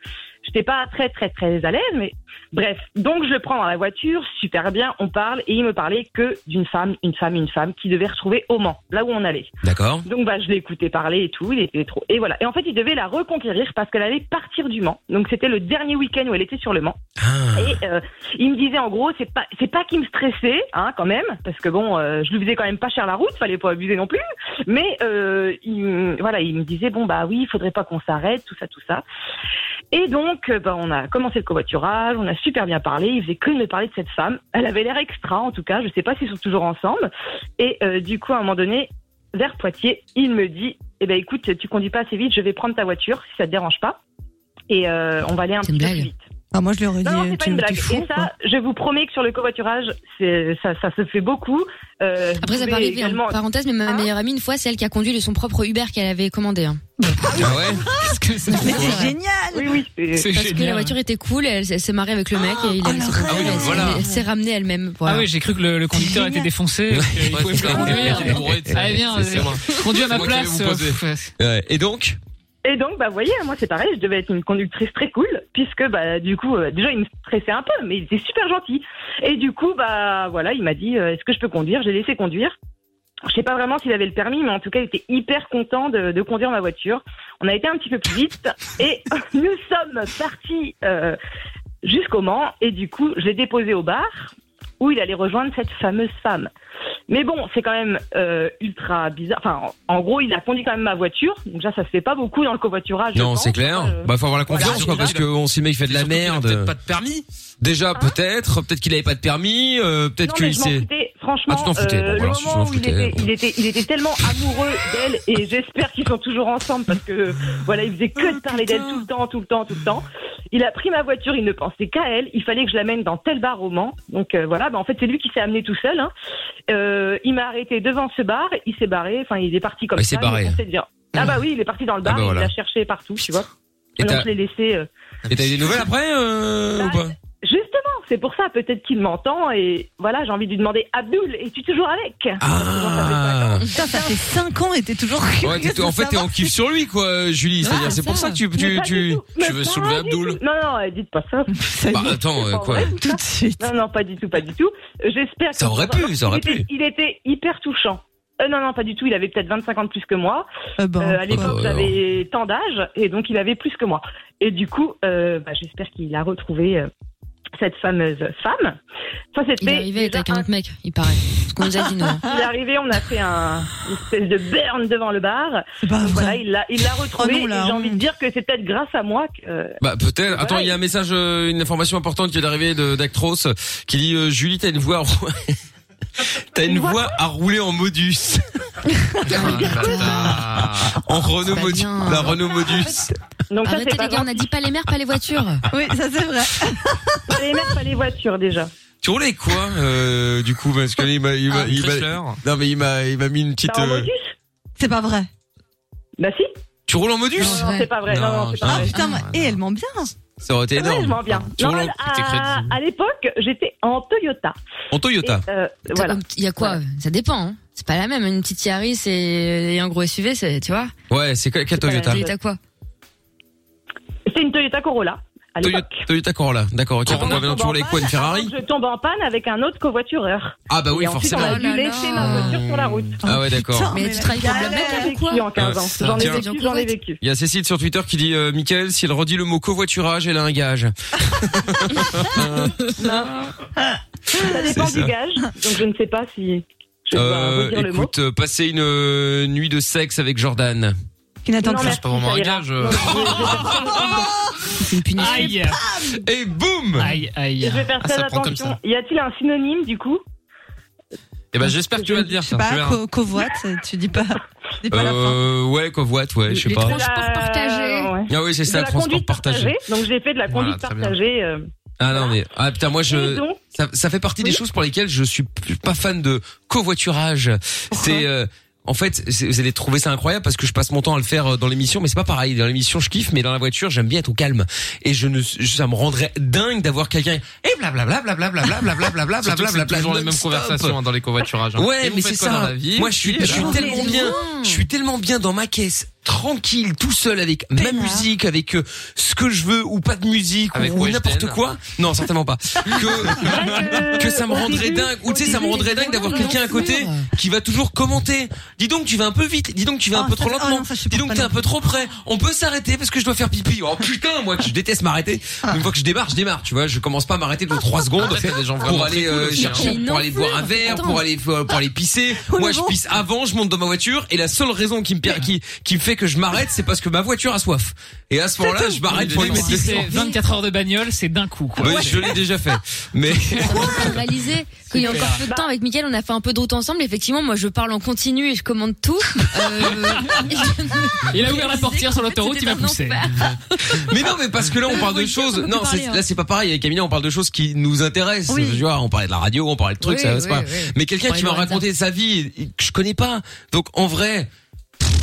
S9: J'étais pas très très très à l'aise, mais bref. Donc je le prends dans la voiture, super bien, on parle et il me parlait que d'une femme, une femme, une femme qui devait retrouver au Mans, là où on allait.
S2: D'accord.
S9: Donc bah je l'écoutais parler et tout, il était trop et voilà. Et en fait, il devait la reconquérir parce qu'elle allait partir du Mans. Donc c'était le dernier week-end où elle était sur le Mans.
S2: Ah.
S9: Et euh, il me disait en gros, c'est pas c'est pas qu'il me stressait, hein, quand même, parce que bon, euh, je lui faisais quand même pas cher la route, fallait pas abuser non plus. Mais euh, il, me- voilà, il me disait bon bah oui, il faudrait pas qu'on s'arrête, tout ça, tout ça. Et donc, euh, bah, on a commencé le covoiturage, on a super bien parlé. Il faisait que de me parler de cette femme. Elle avait l'air extra, en tout cas. Je sais pas s'ils sont toujours ensemble. Et euh, du coup, à un moment donné, vers Poitiers, il me dit eh ben écoute, tu conduis pas assez vite, je vais prendre ta voiture si ça te dérange pas. Et euh, on va aller un
S6: C'est
S9: petit
S6: une
S9: peu
S6: blague.
S9: plus vite.
S5: Ah, moi, je lui aurais dit,
S9: Non, non, c'est pas
S5: tu
S9: une
S5: t'es
S9: blague.
S5: fou.
S9: Et ça, je vous promets que sur le covoiturage, c'est- ça, ça se fait beaucoup. Euh,
S6: Après,
S9: vous
S6: ça
S9: pouvez
S6: peut arriver. hein.
S9: également-
S6: Parenthèse, mais ma
S5: Ah.
S9: Hein
S6: meilleure amie, une fois, c'est elle qui a conduit de son propre Uber qu'elle avait commandé. hein.
S2: Ah ouais.
S4: Parce que c'est
S5: Mais
S4: Ouais.
S5: c'est génial!
S9: Oui, oui, c'est-
S4: C'est
S6: Parce que
S4: génial.
S6: la voiture était cool, elle, s- elle s'est mariée avec le mec et il
S5: oh,
S6: a mis
S5: le
S6: son
S5: rêve.
S6: Uber,
S3: Ah oui, donc
S6: elle s'est-
S3: voilà.
S6: elle s'est ramenée elle-même.
S4: Ah
S6: voilà.
S4: oui, j'ai cru que le, le conducteur
S5: Génial.
S4: était défoncé. donc, euh, il
S3: Ouais,
S4: pouvait
S3: c'est
S4: plus
S3: ça.
S4: conduire.
S3: Il était bourré, tu sais.
S4: Allez, viens,
S3: C'est
S4: euh,
S3: moi.
S4: Conduis à ma
S3: C'est moi qui allais vous
S4: place. euh,
S3: poser.
S4: pff,
S2: Ouais. Et donc
S9: Et donc, bah, vous voyez, moi, c'est pareil, je devais être une conductrice très cool, puisque, bah, du coup, euh, déjà, il me stressait un peu, mais il était super gentil. Et du coup, bah, voilà, il m'a dit, euh, est-ce que je peux conduire? J'ai laissé conduire. Je sais pas vraiment s'il avait le permis, mais en tout cas, il était hyper content de, de conduire ma voiture. On a été un petit peu plus vite, et nous sommes partis, euh, jusqu'au Mans, et du coup, je l'ai déposé au bar, où il allait rejoindre cette fameuse femme. Mais bon, c'est quand même euh, ultra bizarre. Enfin, en en gros, il a conduit quand même ma voiture. Donc ça, ça se fait pas beaucoup dans le covoiturage. je
S2: Non,
S9: pense.
S2: c'est clair.
S9: Euh,
S2: Bah faut avoir la
S9: voilà.
S2: confiance quoi, parce que bon, si le mec fait de la
S3: Surtout qu'il a
S2: merde.
S3: peut-être pas de permis.
S2: Déjà peut-être, peut-être qu'il avait pas de permis, euh, peut-être
S9: Ah. non, mais
S2: qu'il
S9: je m'en
S2: s'est.
S9: foutais. Franchement,
S2: Ah, tu t'en foutais. Bon,
S9: euh,
S2: voilà,
S9: le
S2: si tu
S9: moment
S2: t'en
S9: où il
S2: foutais,
S9: était,
S2: bon.
S9: il, était, il était tellement amoureux d'elle, et j'espère qu'ils sont toujours ensemble parce que voilà, il faisait que de
S2: Oh,
S9: parler d'elle tout le temps, tout le temps, tout le temps. Il a pris ma voiture, il ne pensait qu'à elle. Il fallait que je l'amène dans tel bar au Mans. Donc euh, voilà, bah, en fait, c'est lui qui s'est amené tout seul. hein. Euh, il m'a arrêté devant ce bar, il s'est barré, enfin, il est parti comme
S2: Ah, il s'est
S9: ça.
S2: barré.
S9: pensait dire- Ah bah oui, il est parti dans le bar,
S2: bah voilà.
S9: il l'a cherché partout, tu vois.
S2: Et
S9: Alors
S2: t'as
S9: je l'ai laissé. euh,
S2: et t'as eu des nouvelles après euh, ou
S9: Bah,
S2: pas
S9: Justement, c'est pour ça, peut-être qu'il m'entend et voilà, j'ai envie de lui demander Abdul, es-tu toujours avec
S2: Ah.
S5: Putain, ça fait 5 ans et t'es toujours
S2: Ouais,
S5: curieuse
S2: t'es- en
S5: de
S2: fait, t'es en
S5: savoir.
S2: kiff sur lui, quoi, Julie. C'est-à-dire,
S6: Ouais,
S2: c'est pour
S6: ça.
S2: ça que tu,
S9: Ah, Mais
S2: tu,
S9: pas
S2: tu,
S9: du tout. Mais
S3: tu veux
S9: pas
S3: soulever
S9: du
S3: Abdul
S9: tout. Non, non, euh, dites pas ça.
S5: Ça y
S2: Bah,
S5: est,
S2: attends,
S9: C'est
S2: euh,
S9: pas
S2: quoi.
S9: vrai.
S5: tout de suite.
S9: Non, non, pas du tout, pas du tout. J'espère que.
S2: Ça aurait pu, ça aurait
S9: il était,
S2: pu.
S9: il était hyper touchant. Euh, non, non, pas du tout. Il avait peut-être 25 ans de plus que moi.
S5: Ah bon.
S9: Euh, à l'époque,
S2: bah,
S9: j'avais tant d'âge et donc il avait plus que moi. Et du coup, euh, bah, j'espère qu'il a retrouvé euh, cette fameuse femme. Ça, c'était.
S6: Il est arrivé
S9: déjà
S6: avec un autre mec, il paraît. Ce qu'on nous a dit, nous. hein.
S9: Il est arrivé, on a fait un, une espèce de burn devant le bar.
S5: C'est pas vrai.
S9: Voilà, il l'a, il l'a retrouvé.
S5: Oh non, la
S9: et j'ai envie de
S5: honte.
S9: dire que c'est peut-être grâce à moi que. euh,
S2: Bah peut-être. Attends,
S9: Voilà.
S2: il y a un message, euh, une information importante qui est arrivée de- d'Actros euh, qui dit euh, Julie, t'as une voix, à rou- t'as une voix à rouler en modus,
S9: Ah,
S2: en Renault
S6: pas
S2: modus,
S6: bien.
S2: la
S9: Ah,
S2: Renault modus.
S9: Donc ça, c'est
S6: Arrêtez, les
S9: pas
S6: gars, on a dit pas les mères, pas les voitures.
S5: Oui, ça c'est vrai.
S9: pas les mecs, pas les voitures déjà.
S2: Tu roulais quoi, euh, du coup, parce que il m'a, il m'a, il m'a-
S3: Chrysler.
S2: non mais il m'a, il m'a mis une petite.
S9: Ah, T'as en
S2: euh,
S9: modus
S5: C'est pas vrai.
S9: Bah si.
S2: Tu roules en modus
S6: Non.
S9: Non,
S6: Ouais.
S9: c'est pas vrai. Non,
S3: Non,
S9: non, c'est
S5: Ah
S9: pas vrai.
S5: putain, mais- et elle ment bien.
S2: Ça aurait été
S9: Ouais, je
S2: énorme.
S9: m'en viens.
S2: Tu roules
S9: Non,
S2: en- t'es
S9: à,
S2: crédible.
S9: à l'époque, j'étais en Toyota.
S2: En Toyota.
S9: Et, euh, voilà.
S6: Il y a quoi Ça dépend. hein. C'est pas la même. Une petite Yaris et, et un gros SUV, c'est, tu vois.
S9: euh,
S2: Ouais, c'est quoi, quelle Toyota
S6: T'as quoi
S9: C'était une Toyota Corolla à
S2: Toyota,
S9: l'époque.
S2: Toyota Corolla, d'accord. Ok,
S3: Quand
S2: pourquoi
S3: on
S2: maintenant tu roulais
S9: en
S2: quoi, une
S9: panne,
S2: Ferrari
S9: avant que Je tombe en panne avec un autre covoitureur.
S2: Ah bah oui,
S9: Et ensuite,
S2: forcément.
S9: on a
S6: Oh
S9: dû
S6: là
S9: laisser
S6: là.
S9: ma voiture sur la route.
S2: Ah ouais, d'accord.
S5: Putain,
S6: Mais tu travailles pour le
S5: la
S6: mec,
S5: galère.
S9: J'en ai
S6: avec quoi
S9: vécu en 15
S2: Ah,
S9: ans.
S2: ça.
S9: J'en ai
S2: Tiens.
S9: vécu, j'en ai vécu.
S2: Il y a Cécile sur Twitter qui dit euh, Michael, s'il redit le mot covoiturage, elle a un gage.
S9: Ça dépend
S2: C'est
S9: du
S2: ça.
S9: gage, donc je ne sais pas si je dois
S2: Euh,
S9: redire le mot.
S2: écoute, euh, passez une euh, nuit de sexe avec Jordan.
S5: Qui n'attend
S9: Non,
S5: plus.
S9: merci,
S3: pas vraiment
S9: ça
S3: un
S9: ira.
S3: gage,
S9: Non,
S3: euh.
S9: je- je-
S6: C'est une punition.
S4: Aïe,
S2: Et boum
S4: aïe,
S9: Je
S4: aïe.
S9: vais faire
S3: Ah,
S9: très
S3: ça prend comme
S9: attention.
S3: ça.
S9: Y a-t-il un synonyme du coup
S3: Eh
S9: Ah,
S3: ben, j'espère que tu vas le dire,
S5: Je sais
S3: ça. Tu
S5: pas,
S3: verras.
S5: co- covoite, tu dis pas, tu dis pas la fin.
S2: Euh, ouais, covoite, ouais, je sais
S6: Les
S2: pas.
S6: trois- Transport
S9: La-
S6: partagé.
S9: ouais.
S2: Ah oui, c'est
S9: De
S2: ça,
S9: la
S2: transport
S9: conduite
S2: partagé.
S9: partagée. Donc j'ai fait de la
S3: Voilà,
S9: conduite
S3: très bien.
S9: partagée. euh,
S2: Ah non mais ah putain moi
S9: Et
S2: je
S9: donc,
S2: ça, ça fait partie des
S9: Oui.
S2: choses pour lesquelles je suis p- pas fan de covoiturage. C'est euh, en fait, c'est- vous allez trouver ça incroyable parce que je passe mon temps à le faire euh, dans l'émission, mais c'est pas pareil. Dans l'émission, je kiffe, mais dans la voiture, j'aime bien être au calme. Et je ne, je- ça me rendrait dingue d'avoir quelqu'un. Et blablabla, blablabla, blablabla, blablabla,
S3: Surtout que c'est
S2: blablabla,
S3: toujours les mêmes
S2: non-stop.
S3: conversations hein, dans les covoiturages. hein. Et
S2: Ouais,
S3: vous
S2: mais
S3: faites
S2: c'est
S3: quoi dans
S2: ça.
S3: la vie
S2: Moi, je suis, je suis
S6: alors
S2: tellement bien. Je suis tellement bien dans ma caisse tranquille, tout seul, avec ma musique, avec euh, ce que je veux ou pas de musique
S11: Avec
S2: ou
S11: Weshden.
S2: n'importe quoi. Non, certainement pas. Que, que ça me
S9: au
S2: rendrait
S9: début,
S2: dingue. Ou
S9: au
S2: tu sais, ça me
S9: début, les
S2: rendrait dingue d'avoir
S8: gens
S2: quelqu'un à
S8: vont
S2: côté
S8: fuir.
S2: qui va toujours commenter. Dis donc, tu vas un peu vite. Dis donc, tu vas un
S5: Oh,
S2: peu trop
S5: ça, c'est- oh
S2: lentement.
S5: non, ça, je
S2: Dis donc,
S5: supporte
S2: t'es
S5: pas
S2: un peu trop près. On peut s'arrêter parce que je dois faire pipi. Oh putain, moi, que je déteste m'arrêter. Une fois que je démarre, je démarre. Tu vois, je commence pas à m'arrêter de 3 secondes
S11: Après, t'as des gens
S2: pour
S11: vraiment
S2: aller
S11: très cool
S2: euh,
S11: aussi, hein.
S2: chercher,
S8: Mais
S2: pour
S8: non,
S2: aller boire un
S8: Fleur,
S2: verre,
S8: attends.
S2: pour aller euh, pour aller pisser.
S5: Oh,
S2: Moi,
S5: mais
S2: je
S5: bon.
S2: pisse avant, je monte dans ma voiture et la seule raison qui me per- qui qui me fait que je m'arrête, c'est parce que ma voiture a soif. Et à ce moment-là, je m'arrête pour lui mettre
S4: Si
S2: des
S4: c'est 24 heures de bagnole, c'est d'un coup, quoi.
S2: Oui, je l'ai déjà fait. Mais
S8: Ça m'a fait réaliser qu'il y a encore peu de temps avec Mickaël, on a fait un peu de route ensemble. Effectivement, moi je parle en continu et je commande tout. Euh, et je me-
S4: Il a ouvert la portière sur l'autoroute, il m'a
S8: C'était un
S4: poussé.
S8: enfer.
S2: mais non, mais parce que là on parle de
S8: voiture,
S2: choses.
S8: on peut
S2: Non,
S8: plus
S2: c'est-
S8: parler, hein.
S2: là c'est pas pareil. Avec Camilla, on parle de choses qui nous intéressent.
S5: Oui.
S2: Tu vois, on parlait de la radio, on parlait de trucs.
S8: Oui,
S2: ça, c'est
S8: oui,
S2: pas.
S8: oui.
S2: Mais quelqu'un
S8: On
S2: qui
S8: parlait
S2: m'a
S8: de Lorenza.
S2: raconté sa vie et que je connais pas. Donc en vrai,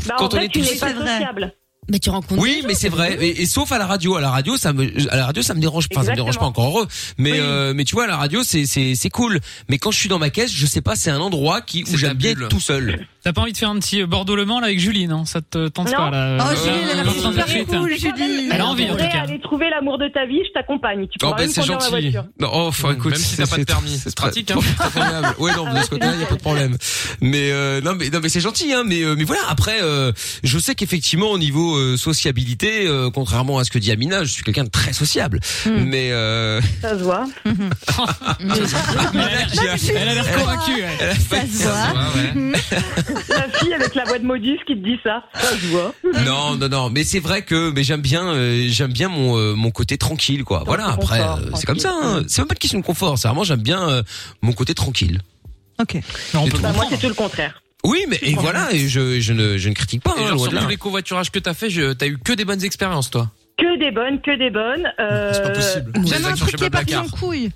S9: Bah,
S2: Quand
S9: en
S2: on
S9: fait,
S2: est
S9: tu
S2: tous-
S9: n'es pas
S5: C'est vrai.
S9: sociable.
S8: Mais tu rencontres.
S2: Oui, mais c'est vrai. Et, et sauf à la radio, à la radio, ça me, à la radio, ça me dérange. Enfin, ça me dérange pas encore heureux. Mais, euh, mais tu vois, à la radio, c'est, c'est, c'est cool. Mais quand je suis dans ma caisse, je sais pas, c'est un endroit qui où
S11: C'est
S2: j'aime
S11: ta
S2: bien
S11: bulle.
S2: être tout seul.
S4: T'as pas envie de faire un petit Bordeaux-Le Mans là avec Julie, non Ça te tente
S9: Non.
S4: pas là
S5: Oh,
S4: euh,
S5: Julie, elle a
S4: le
S5: l'air
S4: temps de
S5: super
S4: suite, hein.
S5: cool, Julie.
S4: Elle a envie,
S9: Tu
S4: en tout
S9: pourrais
S4: cas.
S9: aller trouver l'amour de ta vie, je t'accompagne. Tu pourras même conduire ma voiture.
S2: Non, oh, enfin, écoute,
S11: Même si
S2: c'est-
S11: t'as pas de permis, c'est
S2: très-
S11: pratique, hein.
S2: c'est incroyable. Ouais, non, mais de ce côté-là, y a pas de problème. Mais euh, non, mais non, mais c'est gentil, hein. Mais euh, mais voilà. Après, euh, je sais qu'effectivement, au niveau euh, sociabilité, euh, contrairement à ce que dit Amina, je suis quelqu'un de très sociable.
S9: Hmm.
S2: Mais euh,
S9: Ça se voit.
S4: Elle a l'air-
S2: qui a-
S4: Elle a l'air convaincue. elle.
S2: elle a
S5: Ça
S2: failli-
S5: se voit.
S9: La fille avec la voix de Maudis qui te dit ça. Ça se voit.
S2: Non, non, non, mais c'est vrai que mais j'aime bien, euh, j'aime bien mon euh, mon côté tranquille quoi. Voilà,
S9: confort,
S2: après euh,
S9: tranquille. Hmm.
S2: c'est comme ça. hein. C'est même pas une question de confort. C'est vraiment j'aime bien euh, mon côté tranquille.
S5: Ok.
S4: Mais on
S9: Bah,
S4: peut
S9: moi, c'est
S4: comprendre.
S9: tout le contraire.
S2: Oui, mais et voilà, et je je ne je ne critique pas.
S11: Et
S2: hein,
S11: genre,
S2: loin
S11: sur
S2: de là.
S11: tous les covoiturages que t'as fait, je- t'as eu que des bonnes expériences, toi.
S9: Que des bonnes, que des bonnes. Euh,
S11: C'est pas possible.
S5: Même un truc qui est parti en couille.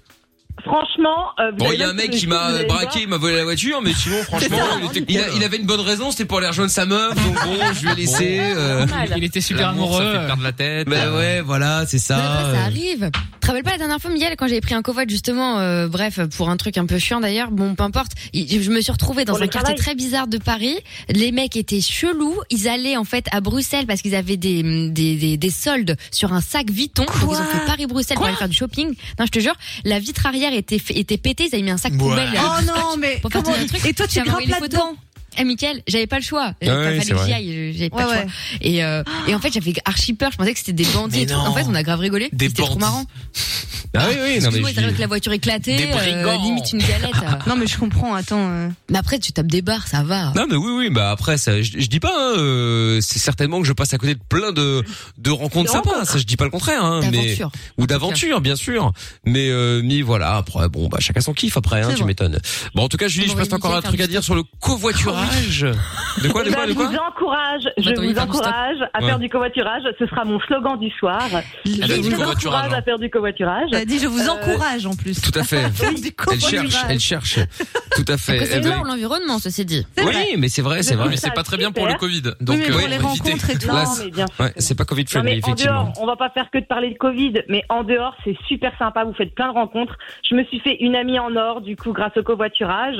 S9: Franchement, euh, vous
S2: Bon,
S9: avez
S2: il y a un
S9: même-
S2: mec qui
S9: vous
S2: m'a
S9: allez
S2: braqué, il m'a volé la voiture, mais sinon franchement, il, était cool. il, a- il avait une bonne raison, c'était pour aller rejoindre sa meuf. Donc bon, je lui ai laissé. euh,
S4: Il était super
S11: L'amour,
S4: amoureux.
S11: Ça fait perdre la tête.
S2: ben
S11: Euh,
S2: ouais, voilà, c'est
S8: Mais
S2: ça.
S8: après, ça
S2: euh.
S8: arrive. Tu te rappelles pas la dernière fois, Miguel, quand j'avais pris un covoit, justement, euh, bref, pour un truc un peu chiant d'ailleurs, bon, peu importe, il- je me suis retrouvée dans
S9: Pour
S8: un
S9: le
S8: quartier
S9: travail.
S8: très bizarre de Paris. Les mecs étaient chelous. Ils allaient, en fait, à Bruxelles parce qu'ils avaient des, des, des, des soldes sur un sac Vuitton. Donc,
S5: Quoi
S8: ils ont fait Paris-Bruxelles pour aller faire du shopping. Non, je te jure, la vitre arrière était, fait- était pétée. Ils avaient mis un sac poubelle.
S5: Oh non, mais
S8: Pour faire
S5: comment-
S8: tourner le truc,
S5: Et toi,
S8: j'ai
S5: tu
S8: envoyé
S5: grimpes
S8: les
S5: là-dedans.
S8: Eh, Mickaël, j'avais pas le choix. Il
S2: ouais,
S8: fallait
S2: c'est
S8: que
S2: vrai.
S8: j'y aille. J'avais pas
S5: Ouais,
S8: le choix.
S5: ouais.
S8: Et, euh, et en fait, j'avais archi peur. Je pensais que c'était des bandits.
S2: Mais
S8: et tout.
S2: non.
S8: En fait, on a grave rigolé.
S2: Des
S8: C'était trop
S2: bandits.
S8: marrant.
S2: Ah oui, oui, non mais.
S8: Excuse-moi,
S2: je
S8: ils arrivent avec
S2: dis-
S8: la voiture éclatée,
S2: Des
S8: euh,
S2: brigands.
S8: limite une galette. euh.
S5: Non, mais je comprends, attends. euh.
S8: Mais après, tu tapes des barres, ça va.
S2: Non mais oui oui bah après ça je, je dis pas hein, euh, c'est certainement que je passe à côté de plein de de rencontres
S9: De
S2: sympas ça je dis pas le contraire hein, mais
S8: D'aventure.
S2: ou d'aventures bien sûr mais euh, mais voilà après bon bah chacun son kiff après hein,
S8: C'est
S2: tu
S8: vrai.
S2: m'étonnes bon en tout cas Julie je
S8: Bon,
S2: passe
S8: bah,
S2: encore un
S8: nickel,
S2: truc à
S8: faire
S2: dire sur le covoiturage
S4: Ah, bah,
S2: de quoi
S9: Eh
S2: de quoi
S9: ben,
S2: de
S9: je
S2: quoi
S9: vous encourage,
S8: On
S9: je
S8: va t'envoyer
S9: vous
S8: faire du stop.
S9: encourage à
S2: Ouais.
S9: faire du covoiturage. Ce sera mon slogan du soir.
S11: Elle
S9: je
S11: a dit
S9: vous
S11: covoiturage,
S9: encourage
S11: hein.
S9: à faire du covoiturage. Euh,
S5: Elle a dit, je vous encourage en plus.
S2: tout à fait
S5: Faire du
S2: elle cherche
S5: covoiturage.
S2: elle cherche tout à fait
S8: Après,
S2: Eh
S8: c'est
S2: ben,
S8: l'heure, l'environnement, ceci dit.
S5: C'est
S2: oui
S5: vrai.
S2: mais c'est vrai c'est
S9: Je
S2: vrai
S11: Mais c'est pas très bien pour le
S9: Super.
S11: Covid.
S5: Oui,
S11: Donc,
S5: mais
S11: euh,
S5: pour les
S11: faut éviter.
S5: rencontres et tout.
S2: Là,
S9: Non,
S2: c'est-
S9: mais bien sûr.
S2: ouais
S9: que non.
S2: c'est pas covid
S9: Non,
S2: friendly
S9: mais en dehors,
S2: effectivement
S9: on va pas faire que de parler de Covid, mais en dehors, c'est super sympa. Vous faites plein de rencontres. Je me suis fait une amie en or, du coup, grâce au covoiturage.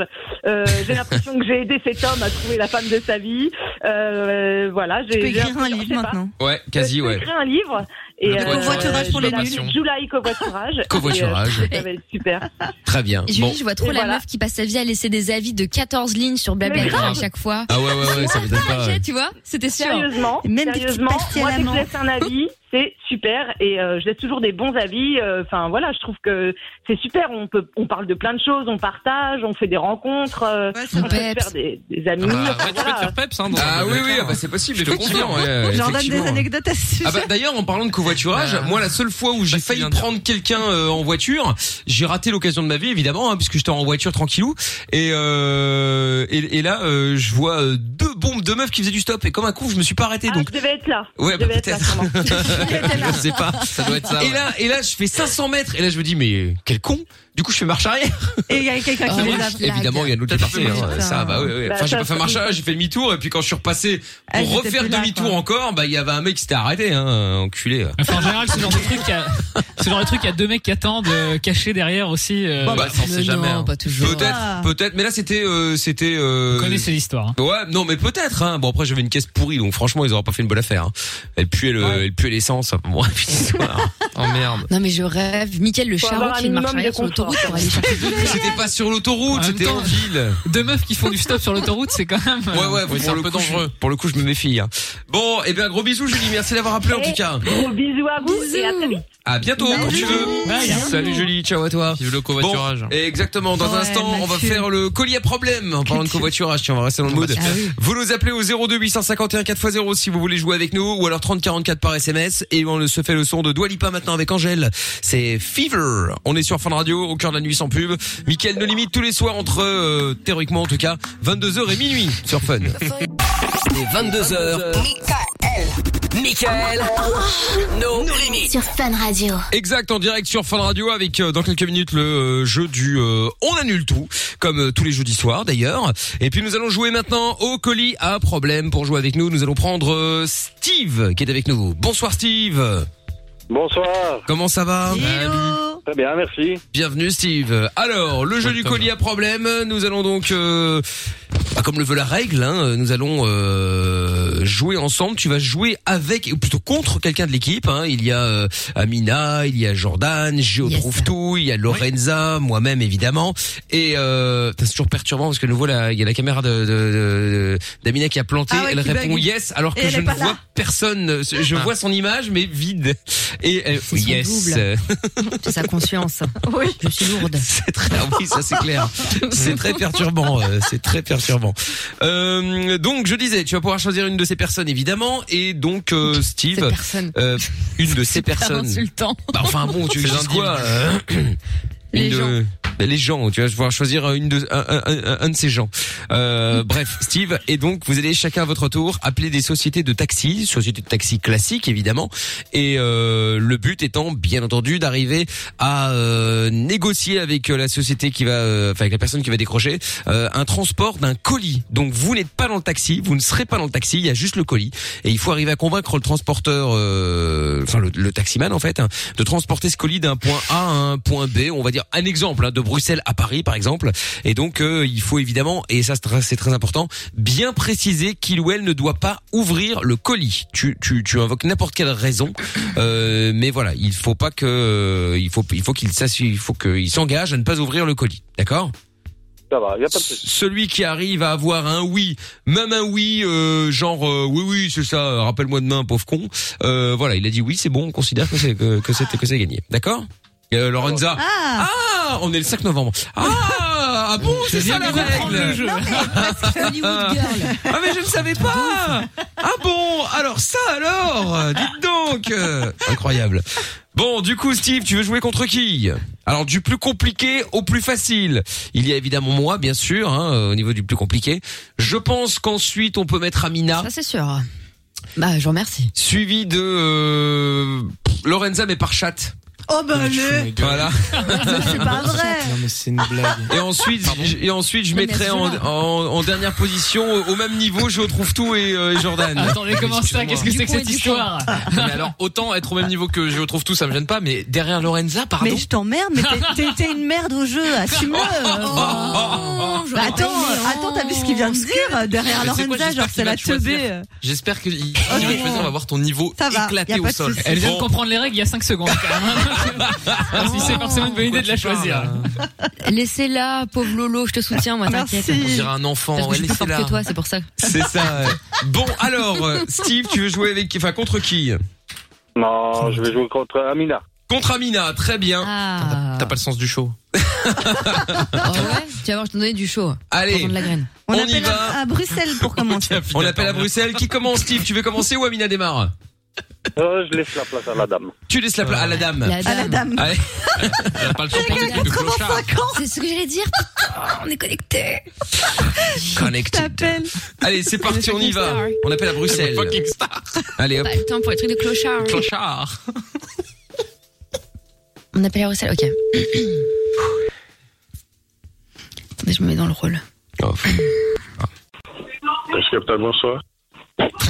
S9: Euh, j'ai l'impression que j'ai aidé cet homme à trouver la femme de sa vie. Euh, voilà, j'ai.
S5: Tu peux
S9: j'ai
S5: écrire un
S9: je sais
S5: livre
S9: pas.
S5: maintenant.
S2: ouais quasi
S9: Je peux
S2: ouais
S9: écrire un livre. Et euh,
S11: Le
S5: covoiturage pour
S9: je
S5: les
S9: vais
S11: nuls.
S9: l'appeler July covoiturage. Et, euh,
S2: Covoiturage.
S9: ça va être super.
S2: très bien
S8: Et Julie,
S2: bon
S8: je vois trop
S9: Et
S8: la
S9: voilà.
S8: meuf qui passe sa vie à laisser des avis de 14 lignes sur
S9: Mais
S8: Blablacar à
S9: grave.
S8: chaque fois.
S2: ah ouais ouais ouais ça m'étonne pas
S8: Ok, tu vois, c'était sûr.
S9: Sérieusement,
S5: Même des petits
S9: sérieusement,
S5: pastilles
S9: moi
S5: à la
S9: dès que je
S5: menthe.
S9: laisse un avis, c'est super et euh, je laisse toujours des bons avis. euh, Enfin voilà, je trouve que c'est super. On peut, on parle de plein de choses, on partage, on fait des rencontres, euh,
S5: Ouais, c'est
S9: on
S5: vrai.
S9: peut se
S8: Peps.
S9: faire des, des amis. enfin,
S11: Ah, Arrête, tu peux te
S9: voilà.
S11: faire peps, hein, dans
S2: Ah
S11: un
S2: oui, oui,
S11: blablacar.
S2: ah bah, c'est possible, je
S11: Je
S2: te
S11: te
S2: confirme.
S11: confirme.
S2: ouais,
S5: J'en donne des
S2: Euh, effectivement.
S5: anecdotes à ce sujet.
S2: Ah bah, d'ailleurs en parlant de covoiturage,
S11: Bah.
S2: moi la seule fois où j'ai
S11: Bah, c'est
S2: failli
S11: bien
S2: prendre quelqu'un euh, en voiture, j'ai raté l'occasion de ma vie évidemment hein, puisque j'étais en voiture tranquillou et euh, et, et là euh, je vois euh, deux bombes de meufs qui faisaient du stop et comme un con je me suis pas arrêté
S9: Ah,
S2: donc
S9: je devais être là.
S2: Ouais,
S9: je
S2: bah,
S9: devais être là.
S2: peut-être.
S9: sûrement.
S2: je sais pas.
S11: Ça doit être ça.
S2: Et
S11: ouais.
S2: là et là je fais 500 mètres et là je me dis mais quel con. Du coup je fais marche arrière.
S5: Et il y a quelqu'un
S8: Ah,
S5: qui
S8: moi,
S5: les a.
S8: je- Blague.
S2: Évidemment il y a de l'autre partie. hein,
S5: Putain.
S2: Ça bah ouais, ouais.
S9: Bah,
S2: Enfin j'ai
S9: ça,
S2: pas fait
S9: c'est-
S2: marche arrière j'ai fait demi-tour et puis quand je suis repassé
S5: Ah,
S2: pour
S5: j'étais
S2: refaire
S5: plus là,
S2: demi-tour
S5: quoi.
S2: encore bah il y avait un mec qui s'était arrêté hein enculé.
S4: Enfin, en général, ce genre de truc, il y a- ce genre de truc, il y a deux mecs qui attendent, euh, cachés derrière aussi. euh,
S2: Bah,
S8: Mais
S2: on sait jamais,
S8: Non,
S2: hein.
S8: pas toujours.
S2: Peut-être,
S5: Ah.
S2: peut-être, mais là c'était, euh, c'était. Euh...
S4: Vous connaissez l'histoire. hein.
S2: Ouais, non, mais peut-être. Hein. Bon après j'avais une caisse pourrie donc franchement ils auraient pas fait une bonne affaire. Hein. Elle puait le, elle puait l'essence. Bon, putain, histoire. oh merde.
S6: Non mais je rêve, Mickaël le
S9: Faut
S6: charron
S9: avoir un
S6: qui marche
S9: minimum
S6: arrière
S9: de
S6: sur l'autoroute
S9: confort.
S6: pour aller chercher.
S2: C'était pas sur l'autoroute,
S4: En même
S2: c'était
S4: temps,
S2: en ville.
S4: Deux meufs qui font du stop sur l'autoroute, c'est quand même. euh,
S2: Ouais ouais,
S3: Oui, c'est
S2: pour
S3: un
S2: le
S3: peu
S2: coup, je-
S3: dangereux.
S2: pour le coup je me méfie. hein. Bon et bien gros bisous Julie, merci d'avoir appelé en
S9: Et
S2: tout cas.
S9: Gros bisous à vous et à très vite.
S2: À bientôt quand tu veux.
S4: Bye.
S2: Bah, Salut Julie, ciao à toi.
S3: Vive le covoiturage.
S2: Et exactement, dans
S5: Ouais,
S2: un instant, on va
S5: Mathieu.
S2: faire le colis à problème en parlant de covoiturage, tiens, on va rester dans le mood.
S6: Ah oui.
S2: Vous nous appelez au 02 851 4x0 si vous voulez jouer avec nous ou alors 3044 par SMS et on se fait le son de Dwalipa maintenant avec Angèle. C'est Fever. On est sur Fun Radio au cœur de la nuit sans pub. Mickaël ne limite tous les soirs entre euh, théoriquement en tout cas 22h et minuit sur Fun.
S1: Dès 22h, Michael, nos limites.
S13: Sur Fun Radio.
S2: Exact, en direct sur Fun Radio avec euh, dans quelques minutes le euh, jeu du euh, on annule tout, comme euh, tous les jeudis soirs d'ailleurs. Et puis nous allons jouer maintenant au colis à problème. Pour jouer avec nous, nous allons prendre euh, Steve qui est avec nous. Bonsoir Steve.
S14: Bonsoir.
S2: Comment ça va Bah,
S5: Hello
S14: Très bien, merci.
S2: Bienvenue Steve. Euh, Alors, le jeu du colis à problème, nous allons donc, euh, bah, comme le veut la règle, hein, nous allons euh, jouer ensemble. Tu vas jouer avec, ou plutôt contre quelqu'un de l'équipe. hein. Il y a euh, Amina, il y a Jordan, Gio
S6: Yes.
S2: trouve tout, il y a Lorenza, moi-même évidemment. Et euh, c'est toujours perturbant parce que de nouveau, là, il y a la caméra de, de- de- d'Amina qui a planté.
S5: Ah ouais,
S2: elle
S5: qui
S2: répond
S5: bug.
S2: yes alors
S5: Et
S2: que
S5: elle
S2: je
S5: est
S2: ne
S5: pas
S2: vois
S5: là. Ah.
S2: personne. Je vois son image mais vide. Et euh,
S6: C'est son
S2: yes.
S6: double. C'est sa conscience.
S5: Oui.
S6: Je suis lourde.
S2: C'est très, ah oui, ça c'est clair. C'est très perturbant, euh, c'est très perturbant. Euh, donc je disais, tu vas pouvoir choisir une de ces personnes évidemment, et donc euh,
S6: Cette
S2: Steve,
S6: personne.
S2: euh, une de ces
S6: C'est
S2: personnes.
S6: insultant.
S2: Bah, enfin bon, tu
S3: C'est
S2: choisis
S3: l'intime.
S2: quoi euh, une
S6: Les
S2: de-
S6: gens.
S2: Bah, les gens, tu vas pouvoir choisir euh, une de, un, un- un- un de ces gens. Euh, bref, Steve, et donc vous allez chacun à votre tour appeler des sociétés de taxi, sociétés de taxi classiques évidemment, et euh, le but étant bien entendu d'arriver à euh, négocier avec euh, la société qui va, euh, enfin avec la personne qui va décrocher, euh, un transport d'un colis. Donc vous n'êtes pas dans le taxi, vous ne serez pas dans le taxi, il y a juste le colis, et il faut arriver à convaincre le transporteur, euh, enfin le, le taximan en fait, hein, de transporter ce colis d'un point A à un point B, on va dire un exemple, hein, de Bruxelles à Paris par exemple. Et donc euh, il faut évidemment, et ça c'est très- c'est très important, bien préciser qu'il ou elle ne doit pas ouvrir le colis. Tu, tu, tu invoques n'importe quelle raison, euh, mais voilà, il faut pas que, euh, il faut, il faut qu'il s'assure, il faut qu'il s'engage à ne pas ouvrir le colis, d'accord
S14: Ça va, il a pas de souci.
S2: Celui qui arrive à avoir un oui, même un oui, euh, genre euh, oui oui c'est ça, euh, rappelle-moi demain pauvre con, euh, voilà, il a dit oui c'est bon, on considère que c'est que, que c'est que c'est gagné, d'accord Euh, Lorenza,
S5: Ah
S2: ah, on est le 5 novembre. Ah, ah bon, c'est ça la
S4: le
S2: règle.
S4: jeu.
S6: Hollywood Girl.
S2: Ah mais je ne savais pas. Ah bon, alors ça alors, dites donc. Euh, Incroyable. Bon, du coup, Steve, tu veux jouer contre qui Alors, du plus compliqué au plus facile. Il y a évidemment moi, bien sûr, hein, euh, au niveau du plus compliqué. Je pense qu'ensuite, on peut mettre Amina,
S6: Ça, c'est sûr. Bah, je vous remercie.
S2: suivi de euh, Lorenza, mais par chat.
S5: Oh bah le
S2: Voilà.
S5: C'est pas vrai
S3: mais c'est une blague.
S2: Et ensuite, je- et ensuite, je
S6: Non, mais
S2: mettrai en, en,
S6: celui-là.
S2: en dernière position, au au même niveau, je retrouve tout et, euh, et Jordan.
S4: Attendez, comment ça Qu'est-ce que c'est que cette histoire
S3: Mais alors, autant être au même niveau que je retrouve tout, ça me gêne pas, mais derrière Lorenza, pardon.
S5: Mais je t'emmerde, mais t'es- t'es- t'es une merde au jeu, assume-le Bah, Attends, euh, attends, t'as vu ce qu'il vient de dire Derrière
S3: Oh. Mais c'est quoi,
S5: Lorenza,
S3: j'espère
S5: genre
S3: qu'il
S5: c'est
S3: va
S5: la
S3: te choisir.
S5: teubée euh.
S3: J'espère que il-
S5: Oh
S3: il va
S5: non.
S3: choisir, on va voir ton niveau
S5: Ça va, y
S3: éclaté
S5: a
S3: au
S5: pas de
S3: sol.
S5: souci.
S4: Elle vient
S3: Bon.
S4: de comprendre les règles il y a 5 secondes. Quand même. Parce que c'est forcément une bonne idée de la choisir.
S6: Laissez-la, pauvre Lolo, je te soutiens, moi, t'inquiète.
S5: Merci.
S3: On dirait un enfant,
S6: Parce que
S3: ouais,
S6: je suis plus forte
S3: laissez-la.
S6: que toi, c'est pour ça.
S2: C'est ça. ouais. Bon, alors, euh, Steve, tu veux jouer avec, qui- enfin, contre qui
S14: Non, je vais jouer contre Amina.
S2: Contre Amina, très bien.
S6: Ah.
S3: T'as pas le sens du show.
S6: Ah ouais Tu vas voir, je t'en donnais du chaud. hein, Pour
S2: Allez,
S6: prendre de la graine.
S5: On,
S2: On y
S5: appelle
S2: va.
S5: à, à Bruxelles pour commencer.
S2: on appelle à Bruxelles. Qui commence, Steve Tu veux commencer ou Amina démarre
S14: Euh, je laisse la place à la dame.
S2: Tu laisses la place à la dame.
S6: La
S5: À la dame.
S6: dame.
S2: Allez,
S3: Elle a pas le temps de
S6: Quelqu'un
S3: penser que le clochard.
S5: 85 ans,
S6: C'est ce que j'allais dire. Putain, on est connectés.
S2: connecté.
S5: t'appelles
S2: Allez, c'est parti, on y va. On appelle à Bruxelles.
S3: Fucking star.
S2: Allez, hop.
S6: Pas le temps pour les trucs de clochard.
S3: Clochard.
S6: On appelle à Bruxelles, ok. Attendez, je me mets dans le rôle.
S2: Oh,
S14: Ah. Est-ce que t'as bonsoir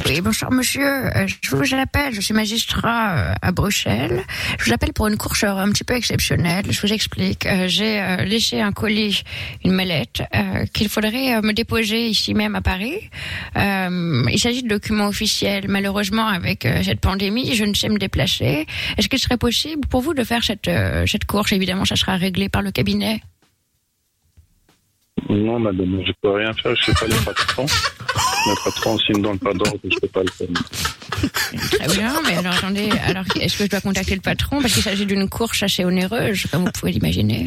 S6: Oui, bonjour monsieur. Euh, Je vous appelle, je suis magistrat euh, à Bruxelles. Je vous appelle pour une course euh, un petit peu exceptionnelle. Je vous explique. Euh, J'ai euh, léché un colis, une mallette, euh, qu'il faudrait euh, me déposer ici même à Paris. Euh, il s'agit de documents officiels. Malheureusement, avec euh, cette pandémie, je ne sais me déplacer. Est-ce qu'il serait possible pour vous de faire cette, euh, cette course Évidemment, ça sera réglé par le cabinet.
S14: Non, madame, je peux rien faire, je suis pas le patron. Le patron signe dans le pas d'ordre, je peux pas le faire.
S6: Très bien, mais alors attendez, alors est-ce que je dois contacter le patron Parce qu'il s'agit d'une course assez onéreuse, comme vous pouvez l'imaginer.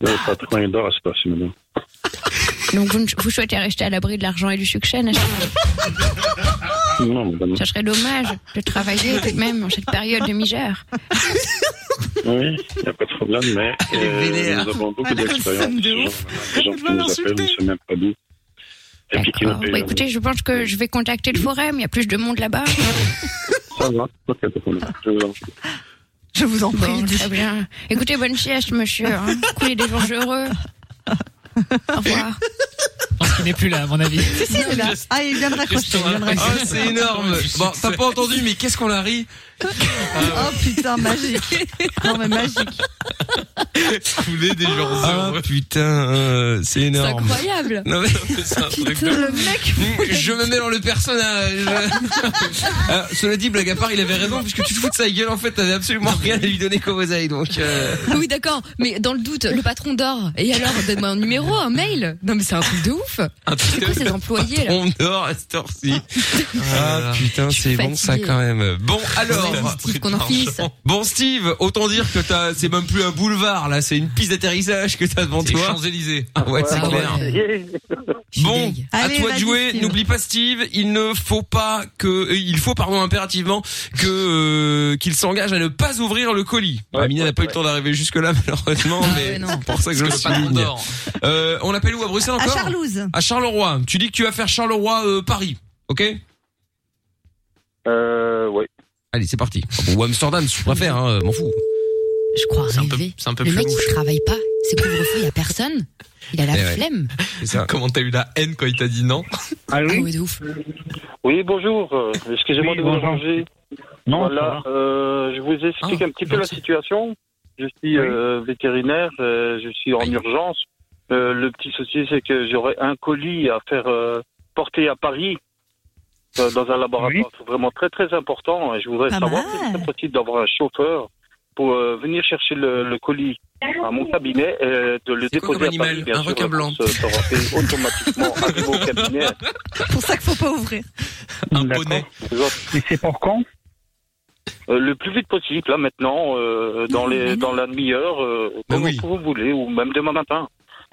S14: Le patron, il dort à ce passé, madame.
S6: Donc vous, ne- vous souhaitez rester à l'abri de l'argent et du succès, n'est-ce pas
S14: Non, madame.
S6: Ça serait dommage de travailler tout de même en cette période de misère.
S14: Oui, il n'y a pas de problème, mais euh, nous avons beaucoup d'expérience. sur Les gens qui nous appellent, on ne sait même pas d'où. Et puis qui nous
S6: D'accord. Bah,
S14: payent.
S6: écoutez, je pense que je vais contacter le forum, il y a plus de monde là-bas.
S14: Ça va, ok, pas de problème. Je vous en prie.
S5: Je vous en prie.
S6: Bon, très bien. Écoutez, bonne sieste, monsieur. hein. Coulez des jours heureux. Au revoir.
S4: Je pense qu'il n'est plus là, à mon avis.
S5: Si, si, il est là. Ah, il vient de raccrocher. il vient de raccrocher.
S2: Ah, c'est énorme. Bon, t'as pas entendu, mais qu'est-ce qu'on a ri
S5: Oh putain, magique. Non, mais magique.
S3: Couler des gens
S2: Ah
S3: heureux.
S2: putain, euh, c'est énorme.
S6: Incroyable.
S2: Non, mais-
S3: C'est un truc de-
S5: Putain, le mec.
S2: je me mets dans le personnage. Euh, cela dit, blague à part, il avait raison puisque tu te fous de sa gueule en fait, t'avais absolument rien à lui donner comme oseille donc. euh,
S6: Ah Oui, d'accord. Mais dans le doute, le patron dort. Et alors, donne-moi un numéro, un mail. Non, mais c'est un truc de ouf.
S2: Un
S6: C'est quoi ces employés, là
S2: On dort à cette heure-ci. Ah putain,
S6: Je
S2: c'est
S6: suis
S2: bon ça
S6: fatiguée.
S2: quand même. Bon alors,
S6: Steve, qu'on en finisse.
S2: bon Steve, autant dire que t'as, c'est même plus un boulevard là, c'est une piste d'atterrissage que t'as devant
S3: Les
S2: toi.
S3: Champs-Élysées.
S2: Ah ouais, c'est
S6: Ah ouais.
S2: clair.
S14: Yeah.
S6: Je suis
S2: Bon,
S6: deg.
S2: à
S5: Allez,
S2: toi de
S5: vas-y,
S2: jouer.
S5: Steve.
S2: N'oublie pas Steve, il ne faut pas que, euh, il faut pardon impérativement que euh, qu'il s'engage à ne pas ouvrir le colis.
S14: Ouais,
S2: Amina n'a
S14: ouais,
S2: pas eu
S14: ouais.
S2: le temps d'arriver jusque là malheureusement,
S6: Ah
S2: mais
S6: ouais, non.
S2: c'est pour ça que je le
S3: Le patron
S2: souligne.
S3: dort.
S2: Euh, on l'appelle où à Bruxelles
S5: À
S2: encore
S5: Charlouse.
S2: À Charleroi. Tu dis que tu vas faire Charleroi euh, Paris, ok
S14: Euh, ouais.
S2: Allez, c'est parti. Ou Amsterdam, si tu préfères, hein, m'en fous.
S6: Je crois
S3: C'est un peu,
S6: rêver.
S3: c'est un peu
S6: Le
S3: plus
S6: mec,
S3: louche.
S6: il travaille pas. C'est couvre-feu, il y a personne. Il a la
S2: Eh ouais.
S6: flemme.
S2: C'est ça.
S3: Comment t'as eu la haine quand il t'a dit non
S6: Ah
S14: Allô
S6: ouais, de ouf.
S14: Oui, bonjour. Euh, Excusez-moi
S13: Oui,
S14: de vous
S13: bonjour.
S14: déranger.
S13: Non,
S14: voilà, euh, je vous explique
S2: Ah,
S14: un petit peu la
S2: gentil.
S14: situation. Je suis euh, vétérinaire, euh, je suis en urgence. Euh, le petit souci, c'est que j'aurais un colis à faire euh, porter à Paris euh, dans un laboratoire vraiment très très important. Et je voudrais
S5: Pas
S14: savoir
S5: mal.
S14: si c'est possible d'avoir un chauffeur pour euh, venir chercher le, le colis à mon cabinet et de le
S2: C'est quoi
S14: déposer
S2: comme
S14: à
S2: animal
S14: Paris, bien
S2: Un
S14: sûr,
S2: requin
S14: pour
S2: blanc.
S14: se- se rentrer automatiquement arriver au cabinet.
S5: C'est pour ça qu'il faut pas ouvrir.
S13: Un
S3: D'accord. bonnet.
S13: Et c'est pour quand
S14: Euh, le plus vite possible, là maintenant, euh, dans, les, dans la demi-heure, euh,
S2: Ben
S14: comme
S2: oui.
S14: vous voulez, ou même demain matin.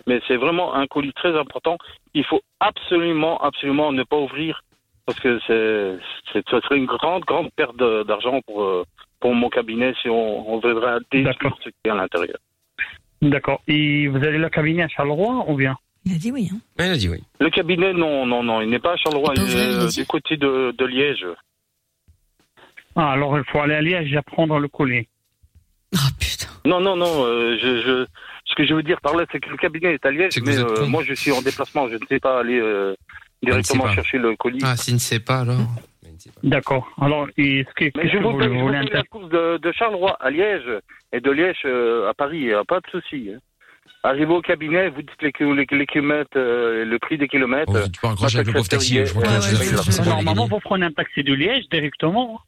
S14: Mais c'est vraiment un colis très important. Il faut absolument, absolument ne pas ouvrir, parce que c'est, c'est, ce serait une grande, grande perte de- d'argent pour, euh, pour mon cabinet si on, on voudrait détruire
S13: D'accord.
S14: ce qui est à l'intérieur.
S13: D'accord. Et vous allez le cabinet à Charleroi ou bien
S5: Il a dit oui. Hein.
S2: Ouais, il a dit oui.
S14: Le cabinet, non, non, non, il n'est pas à Charleroi,
S6: Il peut
S14: il
S6: ouvrir,
S14: est
S6: il
S14: euh,
S6: est
S14: du
S6: ici.
S14: côté de, de Liège.
S13: Ah, alors il faut aller à Liège et prendre le colis.
S6: Ah putain.
S14: Non, non, non. euh, je, je, ce que je veux dire par là, c'est que le cabinet est à Liège,
S3: C'est que
S14: mais
S3: vous êtes
S14: euh,
S3: con.
S14: moi, je suis en déplacement. Je ne sais pas aller euh, directement
S2: Ah, ne sais pas.
S14: chercher le colis.
S3: Ah, s'il ne sait pas alors.
S13: D'accord. Alors, et est-ce que,
S14: mais
S13: qu'est-ce
S14: je
S13: que
S14: vous
S13: vous
S14: fais,
S13: voulez
S14: je vous
S13: vous voulez
S14: fais
S13: inter-
S14: la course de, de Charleroi à Liège et de Liège euh, à Paris. euh, Pas de souci. hein. Arrivez au cabinet, vous dites les, ki- les, les kilomètres, euh, le prix des kilomètres.
S2: Oh, tu peux raccrocher avec le pauvre taxi. Je crois
S5: Ouais,
S2: que
S5: ouais,
S2: j'ai
S5: je-
S2: affaire, c'est
S5: je-
S2: bon, les
S13: Normalement,
S2: gars.
S13: vous prenez un taxi de Liège directement. hein.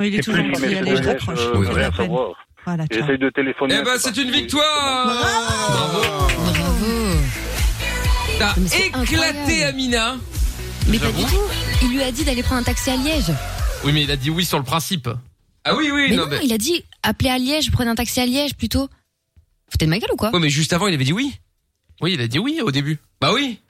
S5: Oui, il est
S13: C'est
S5: toujours
S13: plus
S5: gentil.
S13: limité
S5: Allez, je
S13: pour les
S5: raccroche.
S14: euh,
S5: Je
S2: Oui,
S5: vous
S14: rien
S5: appelle.
S14: savoir.
S5: Voilà, ciao.
S14: J'essaye de téléphoner.
S2: Eh ben, c'est une victoire. Bravo.
S6: Bravo.
S2: T'as
S6: Mais c'est
S2: éclaté
S6: incroyable.
S2: Amina.
S6: Mais pas du tout. Il lui a dit d'aller prendre un taxi à Liège.
S3: Oui, mais il a dit oui sur le principe.
S2: Ah oui, oui.
S6: Mais
S2: non,
S6: non,
S2: mais...
S6: il a dit appelez à Liège, prenez un taxi à Liège plutôt. Foutez de ma gueule ou quoi
S2: Ouais, mais juste avant, il avait dit oui.
S3: Oui, il a dit oui au début.
S2: Bah oui.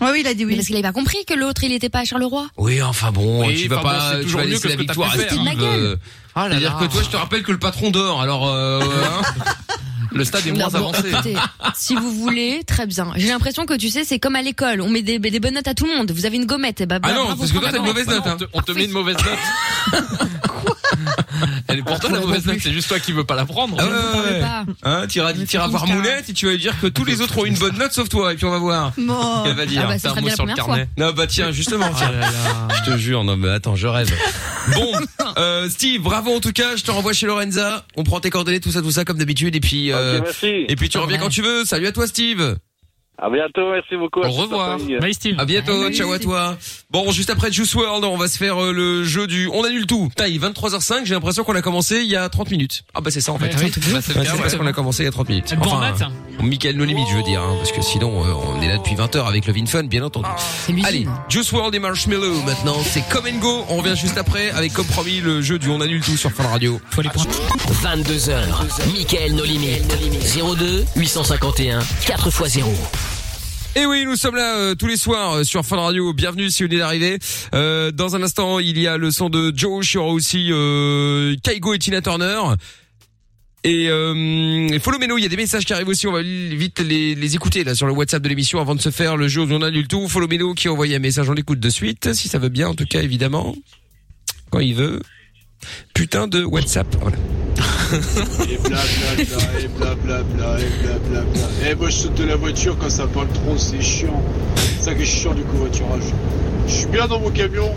S5: Ouais, oui, il a dit
S6: Mais
S5: oui.
S6: Parce qu'il avait pas compris que l'autre, il était pas à Charleroi.
S2: Oui, enfin bon,
S3: Oui,
S2: tu vas
S3: enfin bon,
S2: pas,
S3: c'est
S2: tu
S3: toujours
S2: vas
S3: mieux
S2: laisser
S3: que ce
S2: la
S3: que t'as
S2: victoire à
S3: pu faire.
S2: Steve.
S6: C'était de ma gueule.
S2: euh,
S3: Ah
S2: C'est-à-dire que toi, je te rappelle que le patron dort. Alors, euh, hein.
S3: le stade est
S6: Non,
S3: moins
S6: bon,
S3: avancé.
S6: écoutez, si vous voulez, très bien. J'ai l'impression que tu sais, c'est comme à l'école, on met des, des bonnes notes à tout le monde. Vous avez une gommette, et bah, bah,
S2: Ah non,
S6: bravo,
S3: hein.
S2: parce que toi,
S6: bravo.
S2: t'as une mauvaise note.
S3: On te- on te met une mauvaise note. Elle est pour toi la mauvaise note, c'est juste toi qui veux pas la prendre.
S2: Ah ouais, ouais, ouais. Hein, t'iras, t'iras voir Moulette et tu vas lui dire que tous les autres ont une bonne note sauf toi et puis on va voir.
S5: Bon.
S2: Elle va dire.
S5: Ah bah, ça sera
S2: T'as un
S5: bien
S2: mot
S5: la
S2: sur le
S5: première
S2: carnet. Non bah tiens justement.
S3: Oh
S2: tiens. Je te jure non mais attends je rêve. Bon euh, Steve bravo en tout cas je te renvoie chez Lorenza. On prend tes coordonnées tout ça tout ça comme d'habitude et puis euh,
S14: Ok, merci.
S2: et puis tu reviens quand tu veux. Salut à toi Steve.
S14: À bientôt, merci beaucoup.
S2: Au revoir.
S14: Bye,
S4: Steve.
S2: À bientôt.
S14: Bye,
S2: Ciao à
S14: Steve.
S2: toi. Bon, juste après Juice World, on va se faire euh, le jeu du. On annule tout. Taille, 23h05. J'ai l'impression qu'on a commencé il y a 30 minutes. Ah bah c'est ça en fait.
S4: Ouais, oui.
S2: Bah, c'est
S4: Ouais,
S2: bien,
S4: c'est
S2: parce
S4: ça.
S2: qu'on a commencé il y a 30 minutes.
S4: Bon matin.
S2: Michael No Limit, je veux dire, hein, parce que sinon euh, on est là depuis 20h avec le Fun, bien entendu. Allez, Juice World et Marshmallow maintenant. C'est Come and Go. On revient juste après avec comme promis le jeu du. On annule tout sur Fun Radio.
S1: 22h, Michael No Limit. 02 851 4x0.
S2: Et oui, nous sommes là euh, tous les soirs euh, sur Fun Radio. Bienvenue si vous venez d'arriver. Euh, dans un instant, il y a le son de Josh. Il y aura aussi euh, Kaigo et Tina Turner. Et euh, et Follow Meno, il y a des messages qui arrivent aussi. On va li- vite les, les écouter là sur le WhatsApp de l'émission avant de se faire le jeu où on annule tout. Follow Meno qui a envoyé un message. On l'écoute de suite si ça veut bien. En tout cas, évidemment, quand il veut. Putain de WhatsApp. Voilà.
S15: Et blablabla, et blablabla, et blablabla. Eh, moi je saute de la voiture quand ça parle trop, c'est chiant. C'est ça que je suis chiant du covoiturage. Je suis bien dans mon camion.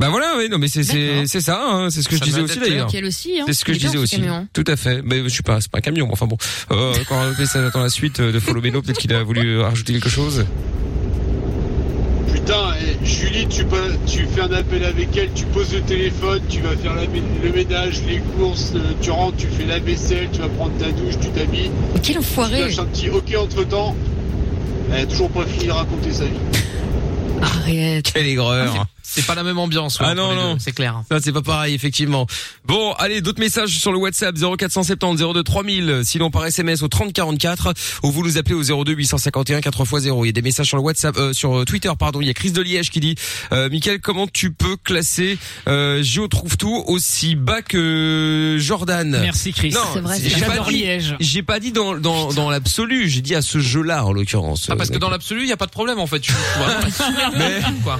S2: Bah voilà, oui, non, mais c'est c'est c'est ça, hein, c'est ce que
S3: Ça
S2: je disais
S3: m'a
S2: aussi
S3: adapté.
S2: d'ailleurs.
S3: Qu'elle aussi, hein.
S2: C'est ce que
S3: Il
S2: je
S3: est bien, ce
S2: disais aussi.
S3: camion.
S2: Tout à fait. Mais je suis pas, c'est pas un camion. mais Enfin bon, euh, quand on fait ça, j'attends la suite euh, de Follow Melo. Peut-être qu'il a voulu euh, rajouter quelque chose.
S15: Putain, eh, Julie, tu, pa- tu fais un appel avec elle, tu poses le téléphone, tu vas faire la mé- le ménage, les courses, euh, tu rentres, tu fais la vaisselle, tu vas prendre ta douche, tu t'habilles.
S5: Quel
S15: Tu
S5: enfoiré
S15: lâches un petit ok entre temps. Elle a toujours pas fini de raconter sa vie.
S5: Ah, Arrête.
S2: Quelle aigreur.
S3: Ah, C'est pas la même ambiance.
S2: Ah non, non.
S3: C'est clair.
S2: Non, c'est pas pareil, effectivement. Bon, allez, d'autres messages sur le WhatsApp 0470 02 3000, sinon par SMS au 3044, ou vous nous appelez au 02 851 4x0. Il y a des messages sur le WhatsApp, euh, sur Twitter, pardon. Il y a Chris de Liège qui dit, euh, Michael, comment tu peux classer euh, Gio trouve tout aussi bas que Jordan
S4: Merci, Chris.
S2: Non,
S4: C'est vrai,
S2: j'ai
S4: c'est
S2: pas
S4: j'adore
S2: dit-
S4: Liège.
S2: J'ai pas dit dans dans dans l'absolu, j'ai dit à ce jeu-là en l'occurrence. Euh,
S3: Ah, parce que dans l'absolu, il y a pas de problème en fait. Je suis vraiment Mais... quoi.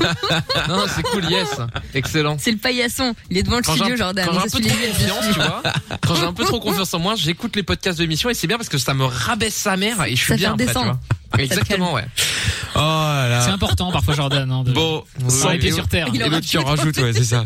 S3: Non, non, c'est cool, yes. Excellent.
S8: C'est le paillasson. Il est devant le
S3: Quand j'ai
S8: studio,
S3: un-
S8: Jordan.
S3: quand j'ai un
S8: Je
S3: peu
S8: suis
S3: trop
S8: les-
S3: confiance, tu vois. Quand j'ai un peu trop confiance en moi, j'écoute les podcasts de l'émission et c'est bien parce que ça me rabaisse sa mère et je suis
S8: Ça
S3: bien après,
S8: fait
S3: tu
S8: redescendre.
S3: vois. Exactement, ouais.
S2: Oh là là.
S4: C'est important parfois, Jordan. Hein, de...
S2: Bon,
S4: sans les pieds sur terre.
S2: Et l'autre qui en rajoute, ouais, c'est ça.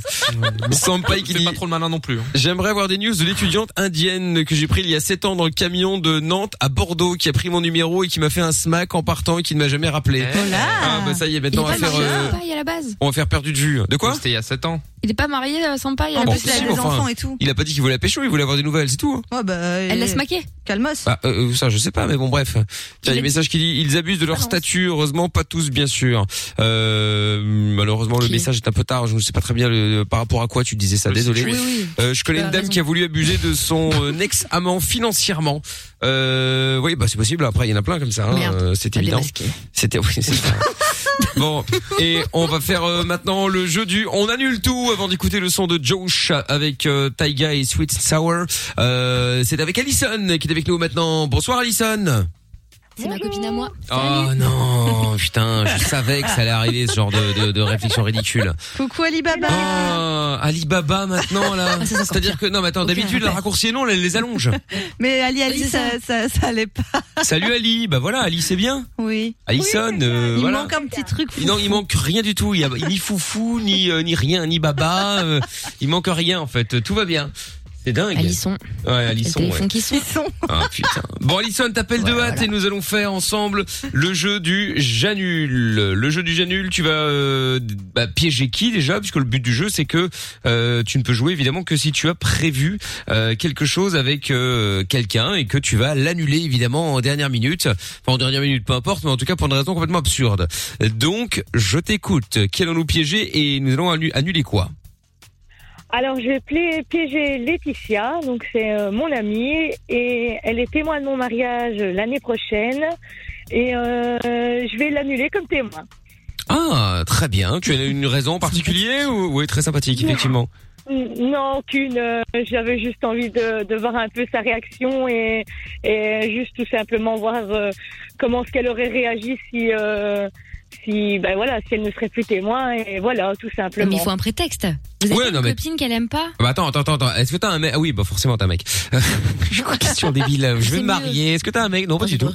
S2: Sampai qui dit.
S3: Pas trop le malin non plus. hein.
S2: J'aimerais avoir des news de l'étudiante indienne que j'ai pris il y a 7 ans dans le camion de Nantes à Bordeaux qui a pris mon numéro et qui m'a fait un smack en partant et qui ne m'a jamais rappelé.
S8: Eh. Voilà.
S2: Ah bah ça y est, maintenant on va
S8: il est pas
S2: faire
S8: marié,
S2: euh,
S8: Sampai, à la base.
S2: on va faire perdu de vue. De quoi
S3: C'était il y a 7 ans.
S8: Il est pas marié, euh, Sampaï.
S2: Bon, si, enfin, Il a pas dit qu'il voulait la pécho, il voulait avoir des nouvelles, c'est tout. hein.
S5: Ouais, bah,
S8: Elle laisse maquer.
S5: Calmos.
S2: Bah, euh, ça, je sais pas, mais bon, bref. Tiens, il y a un message qui dit ils abusent
S3: Ah,
S2: de leur statut. Heureusement, pas tous, bien sûr. Euh, malheureusement, le message est un peu tard. Je ne sais pas très bien le- par rapport à quoi tu disais ça. Désolé.
S3: Oui, oui.
S2: Euh, je connais
S3: Tu as
S2: une dame
S3: raison.
S2: qui a voulu abuser de son euh, ex-amant financièrement. Euh, oui, bah c'est possible. Après, il y en a plein comme ça. hein.
S3: Merde.
S2: Euh, C'est
S3: À
S2: évident.
S3: démasquer.
S2: C'était oui, c'est ça. Bon, et on va faire euh, maintenant le jeu du on annule tout avant d'écouter le son de Josh avec euh, Taiga et Sweet Sour. Euh, c'est avec Allison qui est avec nous maintenant. Bonsoir Allison.
S8: C'est ma copine à moi.
S2: Oh non, putain, je savais que ça allait arriver ce genre de, de, de réflexion ridicule.
S5: Coucou Alibaba.
S2: Oh, Alibaba maintenant là.
S5: Ah, ça, ça sort
S2: C'est-à-dire que non, mais attends, d'habitude la raccourcie est non, elle les allonge.
S5: Mais Ali Ali, ça, ça, ça allait pas.
S2: Salut Ali, bah voilà, Ali c'est bien.
S5: Oui.
S2: Alison, euh,
S5: il
S2: voilà.
S5: manque un petit truc.
S2: Il- Non, il manque rien du tout. Il y a ni foufou, ni euh, ni rien, ni baba. euh, il manque rien en fait. Tout va bien. C'est dingue.
S8: Alisson.
S2: Ouais, Alisson.
S8: Ils
S2: ouais.
S8: font qui sont.
S2: Ah putain. Bon, Alison, t'appelles de hâte et nous allons faire ensemble le jeu du Janul. Le jeu du Janul, tu vas euh, bah, piéger qui déjà Puisque le but du jeu, c'est que euh, tu ne peux jouer évidemment que si tu as prévu euh, quelque chose avec euh, quelqu'un et que tu vas l'annuler évidemment en dernière minute. Enfin, en dernière minute, peu importe, mais en tout cas pour une raison complètement absurde. Donc, je t'écoute. Qui allons-nous piéger et nous allons annu- annuler quoi
S7: Alors, je vais pla- piéger Laetitia, donc c'est euh, mon amie, et elle est témoin de mon mariage l'année prochaine, et euh, je vais l'annuler comme témoin.
S2: Ah, très bien. Tu as une raison en particulier ou Oui, très sympathique, effectivement.
S7: N- Non, aucune. euh, J'avais juste envie de, de voir un peu sa réaction et, et juste tout simplement voir euh, comment est-ce qu'elle aurait réagi si, euh, si, ben voilà, si elle ne serait plus témoin, et voilà, tout simplement.
S8: Mais il faut un prétexte. Vous avez
S2: Ouais,
S8: pas
S2: non,
S8: une
S2: mais-
S8: copine qu'elle aime pas
S2: Bah attends, attends, attends, attends. Est-ce que t'as un mec Ah oui, bah forcément t'as un mec. Question débile. Je vais me marier. Est-ce que t'as un mec Non, pas du tout.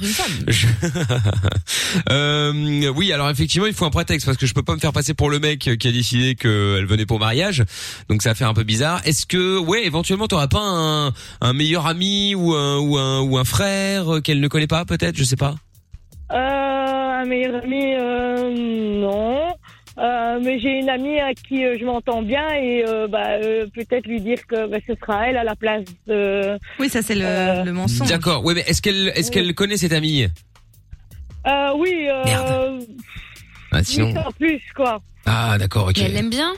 S2: Je- Euh, oui, alors effectivement, il faut un prétexte parce que je peux pas me faire passer pour le mec qui a décidé qu'elle venait pour mariage. Donc ça va faire un peu bizarre. Est-ce que, ouais, éventuellement, t'auras pas un, un meilleur ami ou un ou un ou un frère qu'elle ne connaît pas, peut-être Je sais pas.
S7: Euh, un meilleur ami, euh, non. Euh, mais j'ai une amie à qui euh, je m'entends bien et euh, bah, euh, peut-être lui dire que bah, ce sera elle à la place de.
S5: Oui, ça c'est le, le mensonge.
S2: D'accord. Ouais, mais est-ce qu'elle est-ce qu'elle connaît cette amie
S7: Euh, oui, euh,
S2: Ah,
S7: oui,
S2: sinon.
S7: en plus quoi.
S2: Ah d'accord, ok.
S8: aime bien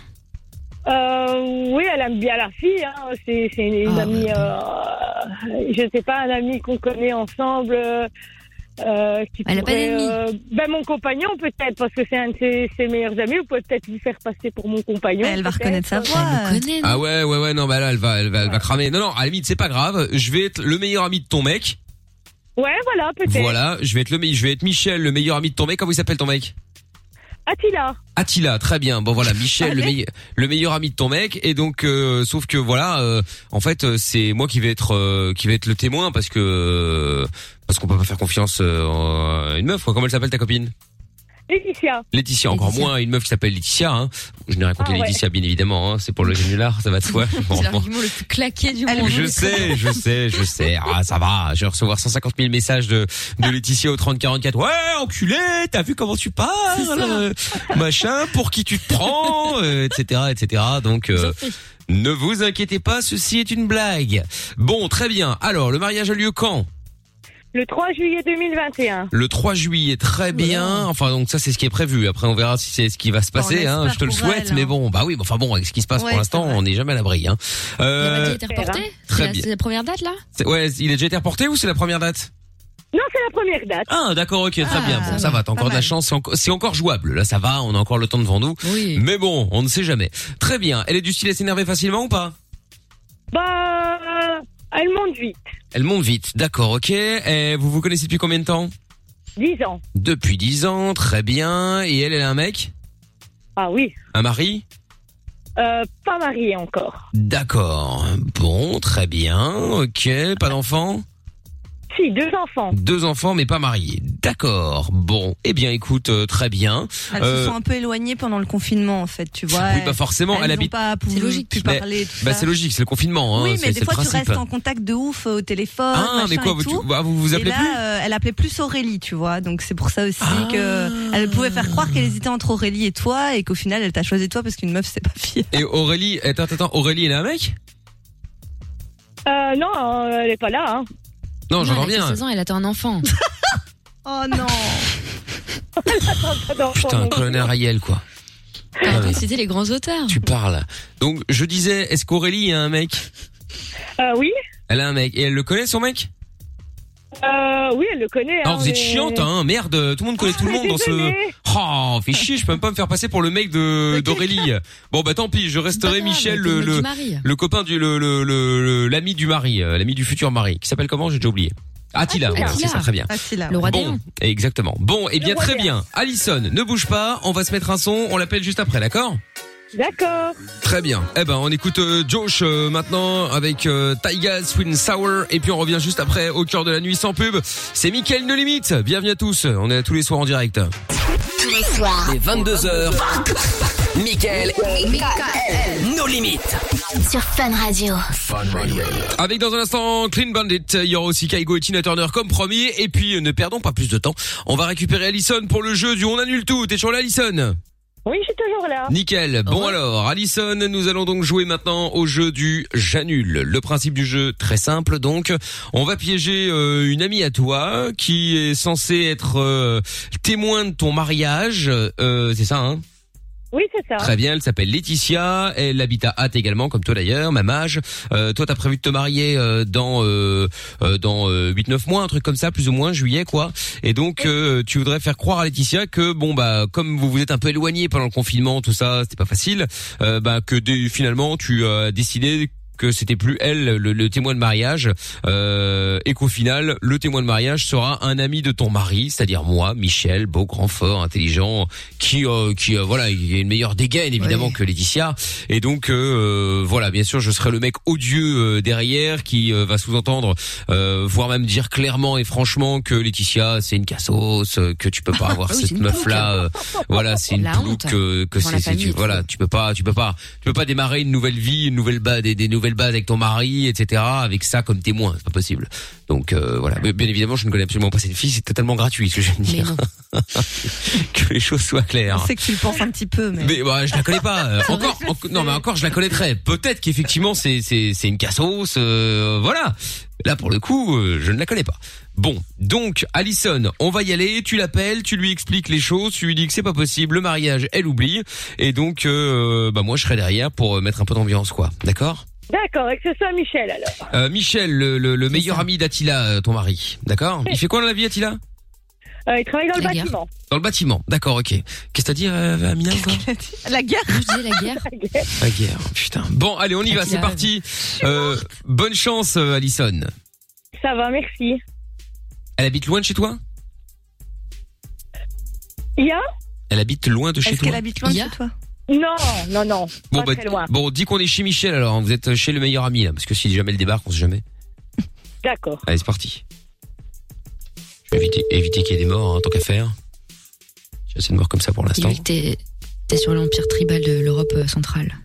S7: euh, Oui, elle aime bien la fille. Hein. C'est c'est une,
S2: Ah,
S7: une amie,
S2: bah,
S7: euh, je sais pas, un ami qu'on connaît ensemble. euh, euh, qui
S8: Elle a pas
S7: pourrait,
S8: d'ennemis.
S7: euh, ben mon compagnon peut-être parce que c'est un de ses, ses meilleurs amis ou peut-être lui faire passer pour mon compagnon. Elle va reconnaître sa voix.
S2: Ah ouais, ouais, ouais, non, bah là, elle va, elle va, elle va cramer. Non, non, à la limite, c'est pas grave. Je vais être le meilleur ami de ton mec.
S7: Ouais, voilà, peut-être.
S2: Voilà, je vais être le, me- je vais être Michel, le meilleur ami de ton mec. Comment il s'appelle ton mec
S7: Attila.
S2: Attila, très bien. Bon voilà, Michel, le, meille- le meilleur ami de ton mec. Et donc, euh, sauf que voilà, euh, en fait, euh, c'est moi qui vais être, euh, qui vais être le témoin parce que euh, parce qu'on peut pas faire confiance euh, en une meuf. Quoi. Comment elle s'appelle ta copine
S7: Laetitia.
S2: Laetitia, encore moins une meuf qui s'appelle Laetitia. Hein. Je n'ai rien contre
S8: Ah, ouais.
S2: Laetitia, bien évidemment. Hein. C'est pour le génular, ça va de soi.
S8: C'est
S2: Bon, bon.
S8: l'argument le plus claqué du monde.
S2: Je sais, je sais, je sais. Ah, ça va. Je vais recevoir 150 000 messages de, de Laetitia au 3044. Ouais, enculé, t'as vu comment tu parles, euh, machin, pour qui tu te prends, euh, etc., etc. Donc, euh, ne vous inquiétez pas, ceci est une blague. Bon, très bien. Alors, le mariage a lieu quand
S7: Le 3 juillet 2021.
S2: le 3 juillet, très bien. Enfin, donc ça, c'est ce qui est prévu. Après, on verra si c'est ce qui va se passer.
S7: On
S2: hein.
S7: espère
S2: Je te le
S7: pour
S2: souhaite,
S7: elle,
S2: mais
S7: hein.
S2: bon, bah oui. mais Enfin bon, avec ce qui se passe
S8: Ouais,
S2: pour l'instant,
S8: c'est vrai.
S2: on n'est jamais à l'abri. Hein.
S8: Il a
S2: Euh,
S8: dit qu'il était reporté
S2: Très
S8: C'est la-
S2: bien.
S8: C'est la première date là
S2: c'est- ouais, il a déjà été reporté ou c'est la première date
S7: Non, c'est la première date.
S2: Ah, d'accord, ok, très bien. Bon, ça va, t'as encore de la chance, c'est encore, c'est encore jouable. Là, ça va, on a encore le temps devant nous. Mais bon, on ne sait jamais. Très bien. Elle est du style à s'énerver facilement ou pas
S7: Bah, elle monte vite.
S2: Elle monte vite, d'accord, ok. Et vous vous connaissez depuis combien de temps
S7: 10 ans.
S2: Depuis 10 ans, très bien. Et elle, elle a un mec
S7: Ah oui.
S2: Un mari
S7: Euh, pas mariée encore.
S2: D'accord. Bon, très bien, ok. Pas d'enfant
S7: Si, deux enfants.
S2: Deux enfants, mais pas mariés. D'accord. Bon, eh bien, écoute, euh, très bien.
S5: Elles
S2: Euh,
S5: Ah, se sont un peu éloignées pendant le confinement en fait, tu vois.
S2: Oui, bah forcément,
S5: elles
S2: elle
S5: Ah, ont
S2: habite-
S5: pas pu, pu
S2: Mais-
S5: parler. Tout
S2: bah,
S5: ça.
S2: c'est logique, c'est le confinement. hein,
S5: oui,
S2: c'est-
S5: mais des
S2: c'est le
S5: fois tu
S2: principe.
S5: restes en contact de ouf euh, au téléphone.
S2: Ah, mais
S5: machin
S2: quoi,
S5: et
S2: vous- tu-
S5: tout.
S2: bah, vous vous
S5: Et
S2: appelez
S5: là,
S2: plus Ah.
S5: euh, Elle appelait plus Aurélie, tu vois. Donc c'est pour ça aussi que elle pouvait faire croire qu'elle hésitait entre Aurélie et toi et qu'au final elle t'a choisi toi parce qu'une meuf c'est pas fier.
S2: Et Aurélie, attends, attends, attends, Aurélie, elle a un mec
S7: Euh, non, euh, elle est pas là. Hein.
S2: Non, j'entends
S8: elle a
S2: bien.
S8: 16 ans, elle attend un enfant.
S5: oh non
S7: euh,
S2: Putain, colonel Ariel, quoi.
S8: T'as
S2: Ah, mais
S8: c'était les grands auteurs.
S2: tu parles. Donc, je disais, est-ce qu'Aurélie a un mec
S7: Euh, oui.
S2: Elle a un mec. Et elle le connaît, son mec
S7: Euh, oui, elle le connaît.
S2: Alors, Oh, vous êtes
S7: mais-
S2: chiante, hein, merde. Tout le monde connaît tout le monde dans ce.
S7: désolée.
S2: Oh, fais chier, je peux même pas me faire passer pour le mec de d'Aurélie. Bon, bah tant pis, je resterai Michel,
S8: t'es le
S2: le,
S8: mec du
S2: le,
S8: mari.
S2: le copain du, le, le, le- le- l'ami du mari, euh, l'ami du futur mari, qui s'appelle comment J'ai déjà oublié. Attila,
S5: Ah,
S2: voilà, Ah c'est ça, très bien.
S8: Le roi des
S2: Bon,
S8: Huns.
S2: exactement. Bon, eh bien
S8: Le roi
S2: très
S8: des
S2: bien. Allison, ne bouge pas, on va se mettre un son, on l'appelle juste après, d'accord
S7: D'accord.
S2: Très bien. Eh ben, on écoute euh, Josh euh, maintenant avec euh, Taiga, Sweet and Sour, et puis on revient juste après au cœur de la nuit sans pub. C'est Mickaël No Limite. Bienvenue à tous. On est là tous les soirs en direct.
S1: Tous les soirs. Les 22h. Michael. Michael. Nos limites. Sur Fun Radio. Fun Radio.
S2: Avec dans un instant Clean Bandit, il y aura aussi Kaigo et Tina Turner comme premier. Et puis euh, ne perdons pas plus de temps. On va récupérer Allison pour le jeu du On annule tout. T'es sur là Allison
S7: Oui, je suis toujours là.
S2: Nickel. Bon alors, Allison, nous allons donc jouer maintenant au jeu du j'annule. Le principe du jeu très simple donc, on va piéger euh, une amie à toi qui est censée être euh, témoin de ton mariage, Euh, c'est ça hein
S7: Oui, c'est ça.
S2: Très bien, elle s'appelle Laetitia, elle habite à Hatt également, comme toi d'ailleurs, même âge. Euh, toi, t'as prévu de te marier euh, dans euh, euh, dans euh, 8-9 mois, un truc comme ça, plus ou moins, juillet quoi. Et donc, euh, tu voudrais faire croire à Laetitia que, bon bah, comme vous vous êtes un peu éloigné pendant le confinement, tout ça, c'était pas facile, euh, bah que dès- finalement, tu as décidé que c'était plus elle le, le témoin de mariage euh, et qu'au final le témoin de mariage sera un ami de ton mari, c'est-à-dire moi, Michel, beau, grand, fort, intelligent, qui euh, qui euh, voilà, il a une meilleure dégaine évidemment que Laetitia et donc euh, voilà, bien sûr, je serai le mec odieux euh, derrière qui euh, va sous-entendre euh, voire même dire clairement et franchement que Laetitia c'est une cassos, euh, que tu peux pas avoir
S1: Oui, c'est
S2: cette
S1: une
S2: meuf là
S1: plouque.
S2: voilà, c'est une
S1: La
S2: plouque
S1: honte
S2: que, que
S1: devant
S2: c'est,
S1: la
S2: c'est- tu,
S1: famille,
S2: voilà, tu peux pas, tu peux pas, tu peux pas démarrer une nouvelle vie, une nouvelle base, des, des nouvelles bases avec ton mari, etc. Avec ça comme témoin, c'est pas possible. Donc euh, voilà, Mais bien évidemment, je ne connais absolument pas cette fille, c'est totalement gratuit ce que je viens de dire. que les choses soient claires.
S5: C'est que tu le penses un petit peu, mais.
S2: Mais bah, je la connais pas. Euh, Encore, en- non, mais encore, je la connaîtrais. Peut-être qu'effectivement, c'est c'est c'est une cassos. euh, voilà. Là, pour le coup, euh, je ne la connais pas. Bon, donc Alison, on va y aller. Tu l'appelles, tu lui expliques les choses, tu lui dis que c'est pas possible, le mariage, elle oublie, et donc euh, bah moi je serai derrière pour euh, mettre un peu d'ambiance, quoi. D'accord
S7: D'accord, et que ce soit Michel alors.
S2: Euh, Michel, le, le- le meilleur ami d'Attila, euh, ton mari, d'accord Il fait quoi dans la vie, Attila
S7: Euh, il travaille dans le bâtiment.
S2: Dans le bâtiment, d'accord, ok. Qu'est-ce que t'as dit, euh, Amina encore
S5: La guerre
S8: Je disais la guerre.
S2: La guerre, putain. Bon, allez, on y va,
S8: Attila,
S2: c'est
S8: ouais.
S2: parti. Euh, bonne chance, euh, Alison.
S7: Ça va, merci.
S2: Elle habite loin de chez toi
S7: Ia
S2: Elle habite loin de chez toi
S5: habite loin de toi
S7: Non, non, non.
S2: Bon,
S7: pas
S2: bah,
S7: très loin.
S2: bon, dis qu'on est chez Michel alors, hein. vous êtes chez le meilleur ami là, parce que si jamais elle débarque, on sait jamais.
S7: D'accord.
S2: Allez, c'est parti. Je vais éviter, éviter qu'il y ait des morts, hein, tant qu'à faire. J'ai assez de morts comme ça pour l'instant.
S8: Yuri, T'es t'es sur l'empire tribal de l'Europe euh, centrale.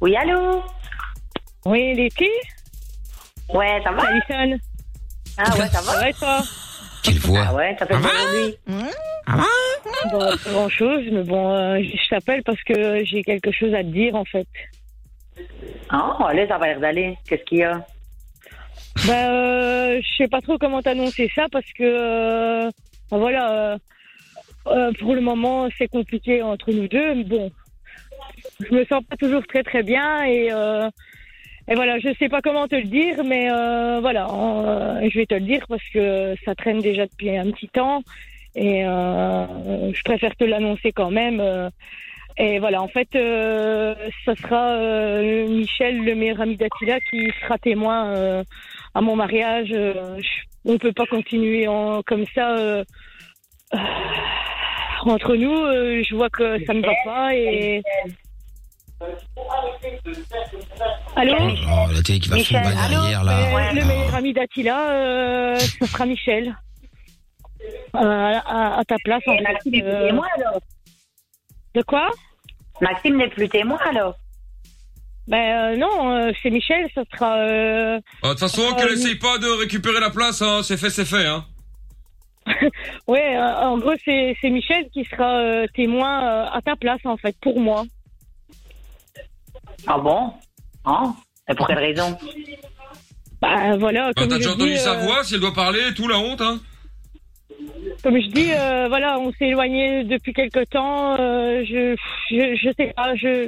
S7: Oui, allô Oui, Letty Ouais, ça va Alison Ah ouais, ça va Ça va et toi
S2: Quelle voix
S7: Ah ouais, ça fait aujourd'hui
S2: Ah va
S7: Bon, pas grand chose, mais bon, euh, je t'appelle parce que j'ai quelque chose à te dire en fait.
S12: Ah, allez, ça va l'air d'aller. Qu'est-ce qu'il y a
S7: Bah, euh, je sais pas trop comment t'annoncer ça parce que, euh, ben voilà, euh, euh, pour le moment, c'est compliqué entre nous deux. Mais bon, je me sens pas toujours très très bien et, euh, et voilà, je sais pas comment te le dire, mais euh, voilà, euh, je vais te le dire parce que ça traîne déjà depuis un petit temps et euh, je préfère te l'annoncer quand même. euh, et voilà, en fait, euh, ça sera euh, Michel, le meilleur ami d'Attila, qui sera témoin euh, à mon mariage. Euh, je- on peut pas continuer en, comme ça euh, euh, entre nous. euh, je vois que ça me va pas et. Allô
S2: Oh, la télé qui va
S7: Michel,
S2: fondre
S7: allô
S2: derrière là. Ah.
S7: Euh, Le meilleur ami d'Attila, euh, ce sera Michel. Euh, à, à ta place, en fait.
S12: Maxime n'est plus
S7: euh,
S12: témoin alors.
S7: De quoi
S12: Maxime n'est plus témoin alors.
S7: Ben euh, non, euh, c'est Michel, ça sera. euh,
S3: Oh, De toute façon,
S7: Euh, Oh,
S3: qu'elle essaye pas de récupérer la place, hein, c'est fait, c'est fait. Hein.
S7: Ouais, euh, en gros, c'est c'est Michel qui sera euh, témoin euh, à ta place, en fait, pour moi.
S12: Ah bon Hein Et pour quelle raison
S7: Bah voilà,
S3: Bah,
S7: comme
S3: T'as
S7: je
S3: déjà
S7: dis,
S3: entendu sa
S7: euh,
S3: voix, si elle doit parler et tout, la honte. Hein.
S7: Comme je dis, euh, voilà, on s'est éloigné depuis quelque temps. euh, je, je, je sais pas, je,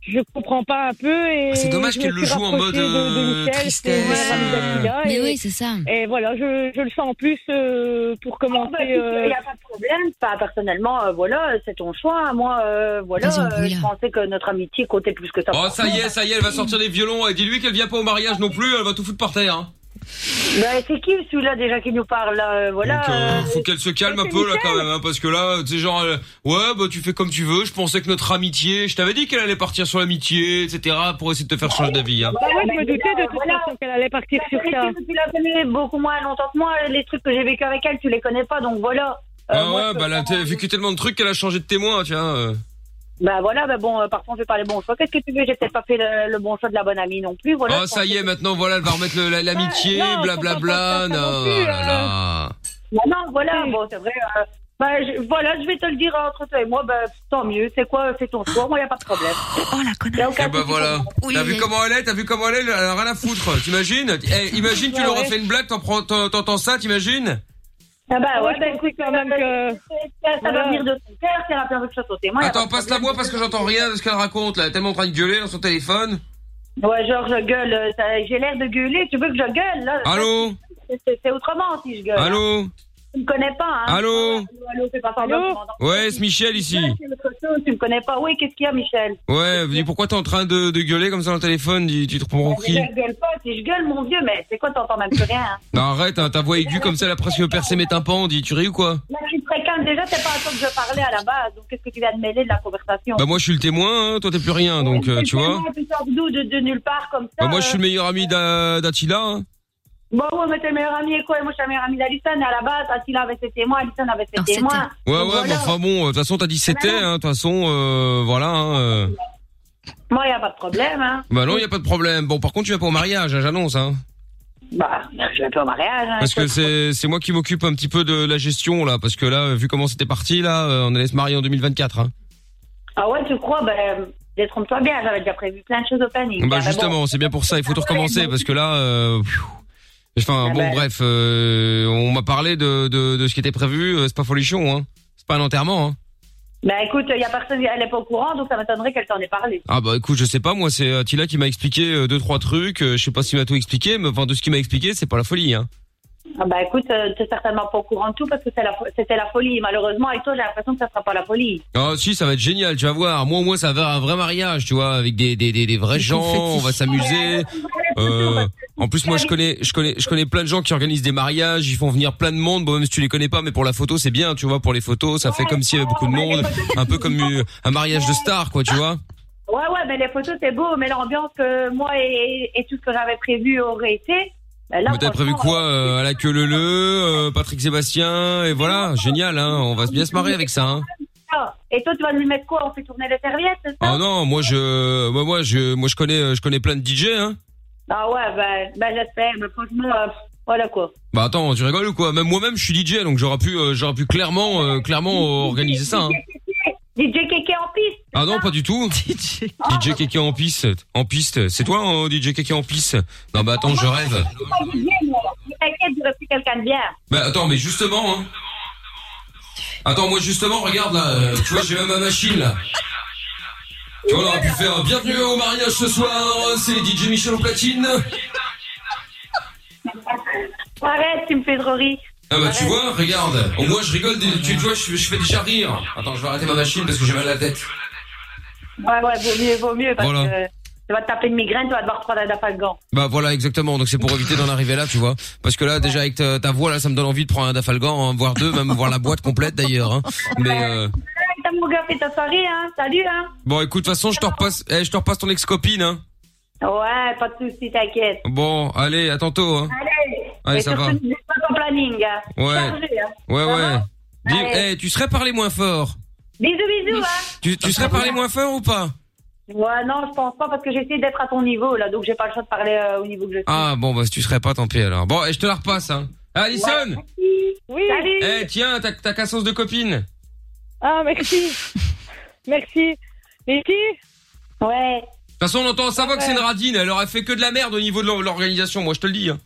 S7: je comprends pas un peu. Et
S3: Ah, c'est dommage
S7: je me
S3: qu'elle le
S7: suis
S3: joue en
S7: rapprochée
S3: mode,
S7: de- de
S3: euh,
S7: Michel, c'est
S3: tristesse,
S7: Madame
S3: euh,
S7: Dalila,
S8: Mais
S7: et-
S8: oui, c'est ça.
S3: Hein.
S7: Et voilà, je, je le sens en plus euh, pour
S12: Il
S7: commencer. euh,
S12: n'y bah, a pas de problème. Pas personnellement, euh, voilà, c'est ton choix. Moi, euh, voilà,
S3: Vas-y, on
S12: euh, je pensais que notre amitié comptait plus que ça.
S3: Oh, ça y est, ça y est, elle va sortir les violons et dis-lui qu'elle vient pas au mariage non plus, elle va tout foutre par terre. Hein.
S12: Ben, c'est qui celui-là déjà qui nous parle là, euh, Voilà.
S3: Donc, euh, faut qu'elle se calme un peu là quand même, hein, parce que là, tu sais genre, euh, ouais, bah tu fais comme tu veux. Je pensais que notre amitié, je t'avais dit qu'elle allait partir sur l'amitié, etc. pour essayer de te faire changer d'avis. Hein.
S7: Bah ouais, je me doutais de toute façon qu'elle allait partir sur
S12: Mais
S7: ça.
S12: tu- Tu la connais beaucoup moins longtemps que moi. Les trucs que j'ai vécu avec elle, tu les connais pas, donc voilà.
S3: ah ouais, bah elle a t- vécu tellement de trucs qu'elle a changé de témoin, tu vois. euh.
S12: Bah voilà, bah bon, euh, parfois on fait pas les bons choix. Qu'est-ce que tu veux J'ai peut-être pas fait le, le bon choix de la bonne amie non plus. Voilà.
S3: oh ça y est, maintenant voilà, elle va remettre le- la- l'amitié,
S12: Ouais, non,
S3: blablabla.
S12: faut pas faire ça non
S3: non,
S12: plus, hein.
S3: oh là là.
S12: Bah non, voilà, bon, c'est vrai. euh, bah je, voilà, je vais te le dire entre toi et moi. Bah tant mieux. C'est quoi C'est ton choix. Moi, y a pas de problème. Oh la connasse.
S3: Eh bah voilà. t'as vu comment elle est, t'as vu comment elle est, elle a rien à foutre. T'imagines Eh, imagine, tu
S12: Ouais,
S3: leur as
S12: ouais.
S3: fait une blague, t'en prends, t'en- t'entends ça, t'imagines
S12: Ah bah ouais,
S7: Ouais,
S12: bah,
S7: je
S12: écoute, quand même que. Ça, ça
S7: Voilà.
S12: va venir de ton cœur. C'est la première chose au témoin. y a
S3: Attends,
S12: pas de
S3: passe-la moi parce que j'entends rien de ce qu'elle raconte là. Elle est tellement en train de gueuler dans son téléphone.
S12: Ouais, genre, je gueule. euh, ça- J'ai l'air de gueuler. Tu veux que je gueule, là
S3: Allô
S12: C'est- C'est autrement si je gueule. hein.
S3: Allô
S12: Tu me connais pas, Euh, hein
S2: Allô
S12: Allô, fais pas semblant, tu m'entends
S2: Ouais, c'est Michel ici.
S12: Là, c'est autre chose, tu me connais pas. Oui, qu'est-ce qu'il y a, Michel
S2: Ouais, dis pourquoi t'es en train de, de gueuler comme ça dans le téléphone dis- Tu te prends pour
S12: Je
S2: qui
S12: gueule pas, si je gueule, mon vieux, mais c'est quoi, t'entends même plus rien. hein.
S2: Non, arrête, hein, ta voix aiguë comme ça, elle a presque percé mes tympans. Dis, tu ris ou quoi
S12: Là, tu me fréquentes déjà, c'est pas à toi que je parlais à la base, donc qu'est-ce que tu viens de mêler de la conversation
S2: Bah moi, je suis le témoin, hein, toi t'es plus rien, donc euh, tu vois.
S12: Tu sors d'où de, de nulle part comme ça
S2: Bah moi, je suis
S12: euh,
S2: le meilleur ami d'A- d'Attila. hein.
S12: Bon, ouais, mais t'es le meilleur ami et quoi Et Moi, je suis la meilleure amie d'Alison. À la base, Attila avait ses témoins, Alison avait ses témoins.
S2: Ouais, ouais,
S12: Donc,
S2: mais
S12: voilà.
S2: enfin bon, euh, de toute façon, t'as dit c'était, hein, de toute façon, euh, voilà. Hein, euh.
S12: Moi, il n'y a pas de problème. Hein.
S2: Bah non, y a pas de problème. Bon, par contre, tu vas pas au mariage, hein, j'annonce, hein.
S12: Bah, je vais pas au mariage. Hein.
S2: Parce que c'est c'est moi qui m'occupe un petit peu de la gestion là, parce que là, euh, vu comment c'était parti là, euh, on allait se marier en 2024. Hein.
S12: Ah ouais, tu crois Ben, détrompe-toi bien. J'avais déjà prévu plein de choses au planning.
S2: Bah
S12: Ah,
S2: justement, c'est bien pour ça, il faut tout recommencer parce que là. euh, pfiou. Enfin bon, bref, euh, on m'a parlé de, de de ce qui était prévu. euh, C'est pas folichon, hein. C'est pas un enterrement. Hein.
S12: Bon. Bah, écoute, il y a personne, elle est pas au courant, donc ça m'étonnerait qu'elle t'en ait parlé.
S2: Ah bah écoute, je sais pas, moi c'est Attila qui m'a expliqué euh, deux trois trucs. euh, Je sais pas s'il m'a tout expliqué, mais enfin de ce qu'il m'a expliqué, c'est pas la folie. Hein.
S12: Ah bah, écoute, euh, t'es certainement pas au courant de tout parce que c'est la fo- c'était la folie. Malheureusement, avec toi, j'ai l'impression que ça sera pas la folie.
S2: Ah si, ça va être génial, tu vas voir. Moi au moins ça va être un vrai mariage, tu vois, avec des des des, des vrais gens, on va s'amuser. Euh, en plus moi je connais je connais je connais plein de gens qui organisent des mariages, ils font venir plein de monde, bon même si tu les connais pas mais pour la photo c'est bien, tu vois, pour les photos, ça fait comme s'il y avait beaucoup de monde, un peu comme euh, un mariage de stars quoi, tu vois.
S12: Ouais, ouais, mais les photos, c'est beau, mais l'ambiance que moi et, et tout ce que j'avais prévu aurait été. ben là,
S2: Mais t'as prévu
S12: franchement,
S2: quoi euh, à la queue leu leu, euh, Patrick Sébastien et voilà, génial hein, on va bien se marier avec ça hein.
S12: Ah, Et toi, tu vas nous mettre quoi On fait tourner les serviettes, c'est ça
S2: Ah non, moi je moi, moi je moi je connais euh, je connais plein de DJ hein.
S12: Ah ouais, ben, ben j'espère, mais franchement, euh, voilà quoi.
S2: Bah attends, tu rigoles ou quoi Même moi-même je suis DJ donc j'aurais pu euh, j'aurais pu clairement euh, clairement euh, organiser ça hein.
S12: DJ Kéké en piste
S2: Ah non, pas du tout. DJ Kéké en piste, en piste. C'est toi hein, DJ Kéké en piste Non bah attends, je rêve.
S12: Je suis pas DJ, moi. Mais T'inquiète, j'aurais pris quelqu'un de bien.
S2: Bah attends, mais justement hein. Attends, moi justement, regarde là, euh, tu vois, j'ai même ma machine là. Tu vois, on aurait pu faire un bienvenue au mariage ce soir, c'est DJ Michel au platine.
S12: Arrête, tu me fais trop rire.
S2: Ah bah tu vois, regarde, au moins je rigole, des- tu, tu vois, je, je fais déjà rire. Attends, je vais arrêter ma machine parce que j'ai mal à la tête.
S12: Ouais, ouais, vaut mieux, vaut mieux, parce
S2: Voilà.
S12: que tu vas te taper une migraine, tu vas devoir prendre un dafalgan.
S2: Bah voilà exactement donc c'est pour éviter d'en arriver là tu vois parce que là déjà avec ta, ta voix là ça me donne envie de prendre un dafalgan hein, voire deux même voir la boîte complète d'ailleurs hein. mais euh,
S12: Ouais, T'as mon gars, fait ta soirée, hein. Salut, hein.
S2: bon écoute de toute façon je te repasse eh, je te repasse ton ex copine hein.
S12: Ouais, pas de soucis, t'inquiète.
S2: bon allez à tantôt hein.
S12: Allez,
S2: Ouais,
S12: mais
S2: ça va.
S12: surtout, n'oublie pas ton planning, hein.
S2: Ouais.
S12: Chargé, hein.
S2: ouais ouais Dis,
S12: Allez.
S2: eh, tu serais parlé moins fort
S12: Bisous, bisous, hein.
S2: tu, tu serais parlé moins fort ou pas
S12: Ouais, non, je pense pas parce que j'essaie d'être à ton niveau là, donc j'ai pas le choix de parler euh, au niveau que je suis.
S2: ah bon bah si tu serais pas tant pis alors bon et je te la repasse hein Alison
S16: Oui.
S2: eh tiens ta ta cassance de copine
S16: Ah, merci. merci. Les filles
S12: Ouais.
S2: de toute façon on entend sa voix que c'est une radine elle aurait fait que de la merde au niveau de l'or- l'organisation moi je te le dis hein.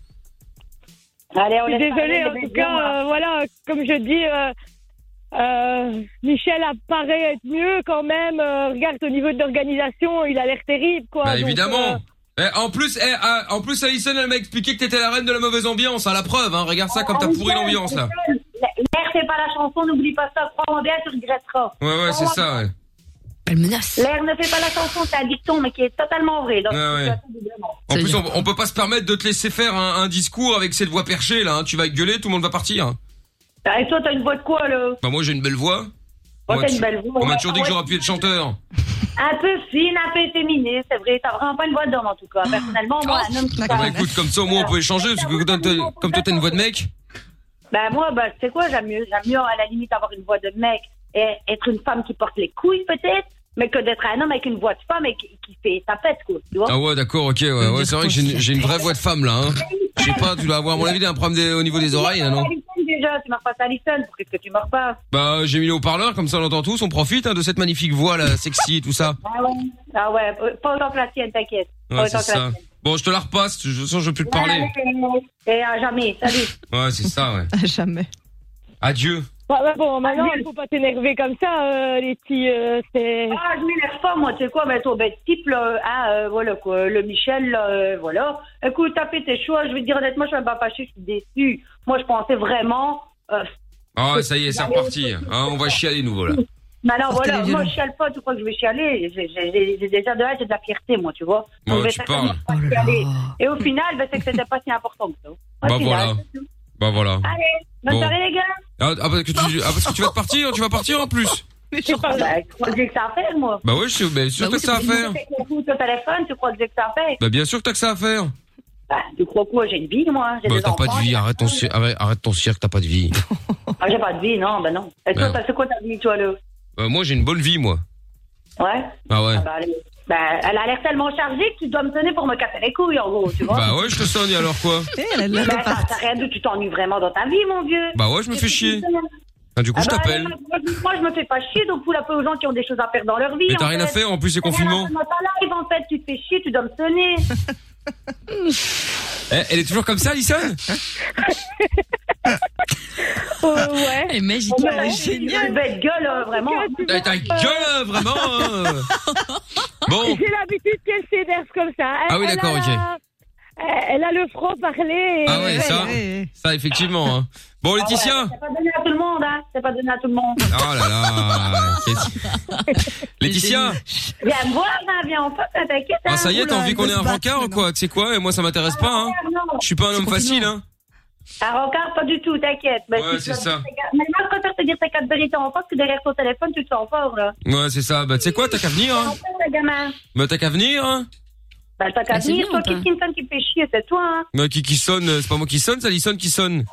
S12: Allez, on
S16: Je suis
S12: laisse parler
S16: désolée,
S12: les
S16: en tout
S12: bébés,
S16: cas,
S12: moi.
S16: euh, voilà, comme je dis, euh, euh, Michel apparaît être mieux quand même. Euh, regarde, au niveau de l'organisation, il a l'air terrible, quoi.
S2: Bah
S16: Donc,
S7: euh,
S12: euh,
S2: évidemment. Eh, en plus, eh, ah, en plus, Alison, elle m'a expliqué que t'étais la reine de la mauvaise ambiance. À la preuve, hein. Regarde
S12: Ah,
S2: ça, comme t'as pourri l'ambiance là.
S12: L'air, c'est pas la chanson, n'oublie pas ça, crois-moi bien, tu regretteras.
S2: Ouais, ouais, c'est ça. Ouais.
S12: Elle menace. L'air ne fait pas la chanson, c'est un dicton, mais qui est totalement vrai. Donc,
S2: Ouais, ouais. En plus, on, on peut pas se permettre de te laisser faire un, un discours avec cette voix perchée là. hein. Tu vas gueuler, tout le monde va partir.
S12: Ah, Et toi, t'as une voix de quoi, là
S2: Bah moi, j'ai une belle voix.
S12: Ouais,
S2: On m'a
S12: t'as une
S2: tu-
S12: belle voix,
S2: On m'a
S12: ouais.
S2: toujours dit que j'aurais pu être chanteur.
S12: Un peu fine, un peu efféminée, c'est vrai. T'as vraiment pas une voix d'homme en tout cas. Personnellement, moi, un homme qui
S2: Bah,
S12: parle.
S2: écoute, comme ça au moins on peut échanger parce que comme toi- comme toi t'as une voix de mec.
S12: Ben moi, ben, tu sais quoi, j'aime mieux, j'aime mieux à la limite avoir une voix de mec et être une femme qui porte les couilles peut-être, mais que d'être un homme avec une voix de femme et qui, qui fait sa fête, quoi. Tu vois
S2: Ah ouais, d'accord, ok, ouais, ouais. C'est vrai que j'ai une, j'ai une vraie voix de femme là. Hein. Je sais pas, tu dois avoir à mon avis un problème des- au niveau des oreilles, là, non
S12: Allison, déjà, tu meurs pas Alison, pourquoi est-ce que tu meurs pas
S2: Bah j'ai mis le haut-parleur, comme ça on l'entend tous, on profite hein, de cette magnifique voix là, sexy et tout ça.
S12: Ah ouais, ah ouais, pas autant que la tienne, t'inquiète. Pas
S2: Ouais,
S12: autant
S2: c'est
S12: que la
S2: ça.
S12: tienne.
S2: Bon, je te la repasse, je sens je peux plus te parler.
S12: Et à jamais, salut.
S2: Ouais, c'est ça, ouais.
S5: Jamais.
S2: Adieu.
S16: Ouais, ouais, bon,
S12: Ah,
S16: maintenant, il faut pas t'énerver comme ça, euh, les petits. euh, c'est...
S12: Ah, je m'énerve pas, moi, tu sais quoi, ben, mais ton bête type, là, ah, euh, voilà, quoi, le Michel, là, euh, voilà. Écoute, t'as fait tes choix, je vais te dire honnêtement, je suis même pas fâchée, je suis déçue. Moi, je pensais vraiment euh,
S2: Ah, ça y est, c'est reparti. Ah, on va chialer nouveau là.
S12: mais alors
S2: Sortez
S12: voilà,
S2: les
S12: moi
S2: violons.
S12: je chiale pas, tu crois que je vais chialer J'ai- j'ai- J'ai j'ai déjà de hâte, j'ai de la fierté, moi, tu vois.
S2: Bon,
S12: Donc, ben, je vais
S2: tu
S12: faire
S2: parles.
S12: comme si je chialais. Et au final, ben, c'est que c'était pas si important que ça. Au
S2: Bah
S12: final,
S2: voilà.
S12: c'est tout.
S2: Bah voilà.
S12: Allez, bonne
S2: Bon.
S12: soirée les gars
S2: Ah, ah, parce que tu, ah, parce que tu vas te partir, tu vas partir en plus.
S12: Mais je crois que j'ai que ça à faire, moi.
S2: Bah ouais, je suis, mais sûr que t'as ça à faire.
S12: Tu crois que au téléphone, tu crois que j'ai que ça à faire
S2: Bah bien sûr que t'as que ça à faire.
S12: Bah, Tu crois quoi J'ai une vie, moi. hein? J'ai
S17: Bah,
S12: des
S17: t'as pas de
S12: enfants.
S17: vie, arrête ton, cir- arrête arrête ton cirque, t'as pas de vie.
S12: Ah, j'ai pas de vie, non, bah non. Et toi,
S17: Merde.
S12: t'as- c'est quoi ta vie, toi, là
S2: Bah,
S17: Euh, moi, j'ai une bonne vie, moi.
S12: Ouais
S17: Ah ouais.
S12: Ah bah, allez. Bah, elle a l'air tellement chargée que tu dois me tenir pour me casser les couilles, en gros, tu vois.
S2: Bah ouais, je te sonne, et alors quoi
S12: Mais attends, t'as rien d'où tu t'ennuies vraiment dans ta vie, mon vieux.
S2: Bah ouais, je me fais chier. Ah, Du coup,
S12: Ah
S2: je
S12: bah,
S2: t'appelle.
S12: moi, je- Moi, je me fais pas chier, donc pour la peu aux gens qui ont des choses à faire dans leur vie.
S2: Mais t'as
S12: en
S2: rien à
S12: fait.
S2: faire, en plus, c'est
S12: T'as rien
S2: confinement.
S12: à faire dans ta live, en fait, tu te fais chier, tu dois me sonner.
S2: Eh, Elle est toujours comme ça, Alison
S9: Oh,
S12: ouais.
S4: Elle est magique,
S12: elle est géniale. Une belle gueule,
S9: euh,
S12: hein, vraiment.
S2: Eh, Ta gueule, hein, vraiment hein. Bon.
S18: J'ai l'habitude qu'elle s'énerve comme ça. Elle-
S2: Ah oui,
S18: elle a
S2: d'accord, ok.
S18: la- Elle a le front parlé. et-
S2: Ah ouais, ça, ça effectivement. hein. Bon, Laetitia.
S12: Ah C'est pas donné à tout le monde, hein. C'est pas donné à tout le monde.
S2: Oh là là. qu'est-ce- Laetitia.
S12: Viens me voir, hein, viens en face, hein, t'inquiète.
S2: Ah
S12: hein.
S2: ça y est, t'as envie qu'on ait un rencard ou quoi Tu sais quoi Et Moi ça m'intéresse pas hein. Je suis pas un homme facile hein.
S12: Un rencard, Ah, pas du tout, t'inquiète. Mais
S2: Ouais,
S12: si
S2: c'est
S12: tu
S2: ça.
S12: vas- Mais moi, je préfère te dire ta quatre vérités en face que derrière ton téléphone, tu te sens fort, là.
S2: Ouais, c'est ça. Bah tu sais quoi, t'as qu'à venir hein.
S12: En fait, le gamin.
S2: Bah t'as qu'à venir hein.
S12: Bah, t'as qu'à
S2: Ah, c'est
S12: venir,
S2: bien,
S12: toi,
S2: ou pas
S12: qu'est-ce qui me sonne qui me fait chier, c'est toi, hein.
S2: Bah, qui qui sonne, euh, c'est pas moi qui sonne, c'est Alison qui sonne.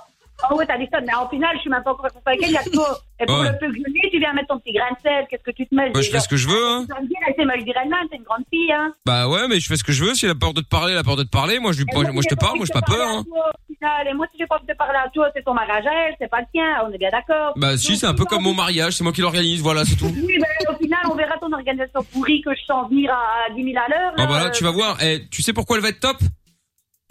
S12: Oh ouais, t'as des sonnes, mais en final, je suis même pas encore avec elle, il y a que toi. Et pour
S2: Ouais.
S12: le peu que je l'ai, tu viens mettre ton petit grain de sel, qu'est-ce que tu te mêles
S2: Bah, je
S12: déjà
S2: fais ce que je veux, hein.
S12: Tu vas me dire, elle sait mal dire elle-même, c'est une grande fille, hein.
S2: Bah ouais, mais je fais ce que je veux, si elle a peur de te parler, elle a peur de te parler, moi je lui
S12: Et
S2: moi, je
S12: si
S2: te
S12: j'ai
S2: parle,
S12: envie
S2: moi
S12: de te
S2: je pas peur
S12: parler à
S2: hein.
S12: toi, au final, Et moi, si j'ai pas envie de te parler à toi, c'est ton mariage à elle, c'est pas le tien, on est bien d'accord.
S2: Bah si, c'est un peu comme mon mariage, c'est moi qui l'organise, voilà, c'est tout.
S12: Oui, mais au final, on verra ton organisation pourrie que je sens venir à, à 10 000 à l'heure.
S2: Ah bah là, tu vas voir, eh, tu sais pourquoi elle va être top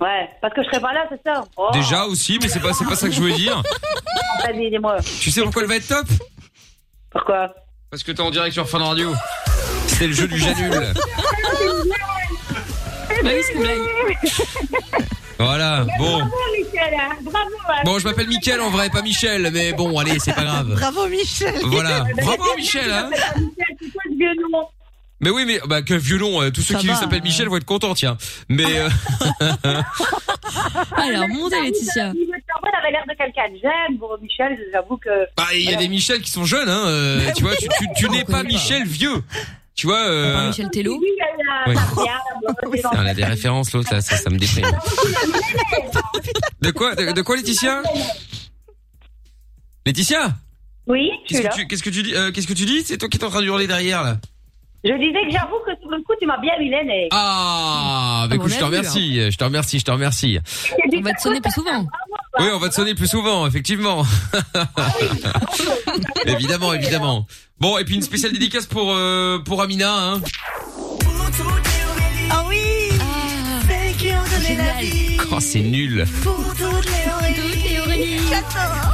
S12: Ouais, parce que je serai pas là, c'est ça. Oh,
S2: Déjà aussi, mais c'est pas c'est pas ça que je voulais dire.
S12: Vas-y, dis-moi.
S2: Tu sais pourquoi elle va être top
S12: Pourquoi
S2: Parce que t'es en direct sur Fun Radio. C'est le jeu du j'annule.
S12: Bah oui,
S4: c'est une blague.
S2: Voilà, Ah, bon.
S12: Bravo, Michel, hein. Bravo. hein.
S2: Bon, je m'appelle Mickaël en vrai, pas Michel, mais bon, allez, c'est pas grave.
S12: Bravo, Michel.
S2: Voilà. Bravo, Michel, hein.
S12: Michel, c'est quoi ce vieux nom
S2: Mais oui, mais bah, que violon, euh, tous ceux
S12: Ça
S2: qui
S12: va, hein.
S2: s'appellent Michel vont être contents, tiens. Mais euh,
S12: Alors, montez, Laetitia. Elle avait l'air de quelqu'un de jeune. Bon, Michel, j'avoue que.
S2: bah, il y a des Michel qui sont jeunes, hein. euh, tu vois, tu, tu, tu n'es pas Michel vieux. Tu vois. euh,
S7: Ah,
S12: Tello Oui, elle a
S2: Ouais.
S12: Maria,
S2: Putain, on a des références l'autre là, ça, ça me déprime. De quoi, de, de quoi, Laetitia Laetitia
S12: Oui, je
S2: Qu'est-ce
S12: suis là.
S2: que tu, qu'est-ce que tu dis euh, Qu'est-ce que tu dis C'est toi qui es en train de hurler derrière là.
S12: Je disais que j'avoue que sur le coup, tu m'as bien eu les nez.
S2: Ah,
S12: Ah,
S2: bah
S12: bon, on
S2: écoute, je te
S12: l'a vu,
S2: remercie, je te remercie, je te remercie.
S4: On va te sonner plus souvent.
S2: Oui, on va te sonner plus souvent, effectivement. évidemment, évidemment. Bon, et puis une spéciale dédicace pour euh, pour Amina. Hein.
S5: Ah oui C'est qui ont donné la vie
S2: Oh, c'est nul.
S5: Pour toutes les Aurélie J'adore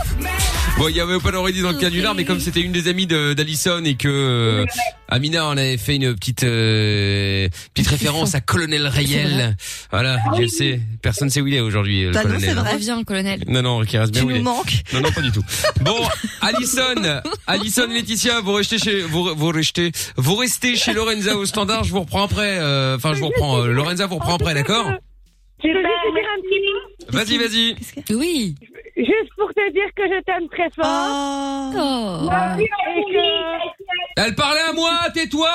S2: Bon, il y avait pas d'Aurélie dans le canular, mais comme c'était une des amies de- d'Alison et que euh, Amina en avait fait une petite euh, petite référence à Colonel Rayel. Voilà, je le sais. Personne sait où il est aujourd'hui, euh,
S8: Bah
S2: le colonel. hein.
S4: Reviens, colonel.
S2: Non, non, qui reste bien
S4: Tu
S2: où il
S4: nous
S2: est.
S4: manques.
S2: Non, non, pas du tout. Bon, Alison, Alison, Laetitia, vous restez chez, vous, vous restez, vous restez chez Lorenza au standard. Je vous reprends après. euh, Enfin, je vous reprends. euh, Lorenza vous reprend après, d'accord
S18: Je peux juste te dire un petit mot
S2: Vas-y, vas-y.
S4: Oui.
S18: Juste pour te dire que je t'aime très fort.
S12: Oh.
S18: Et que-
S2: Elle parlait à moi, tais-toi.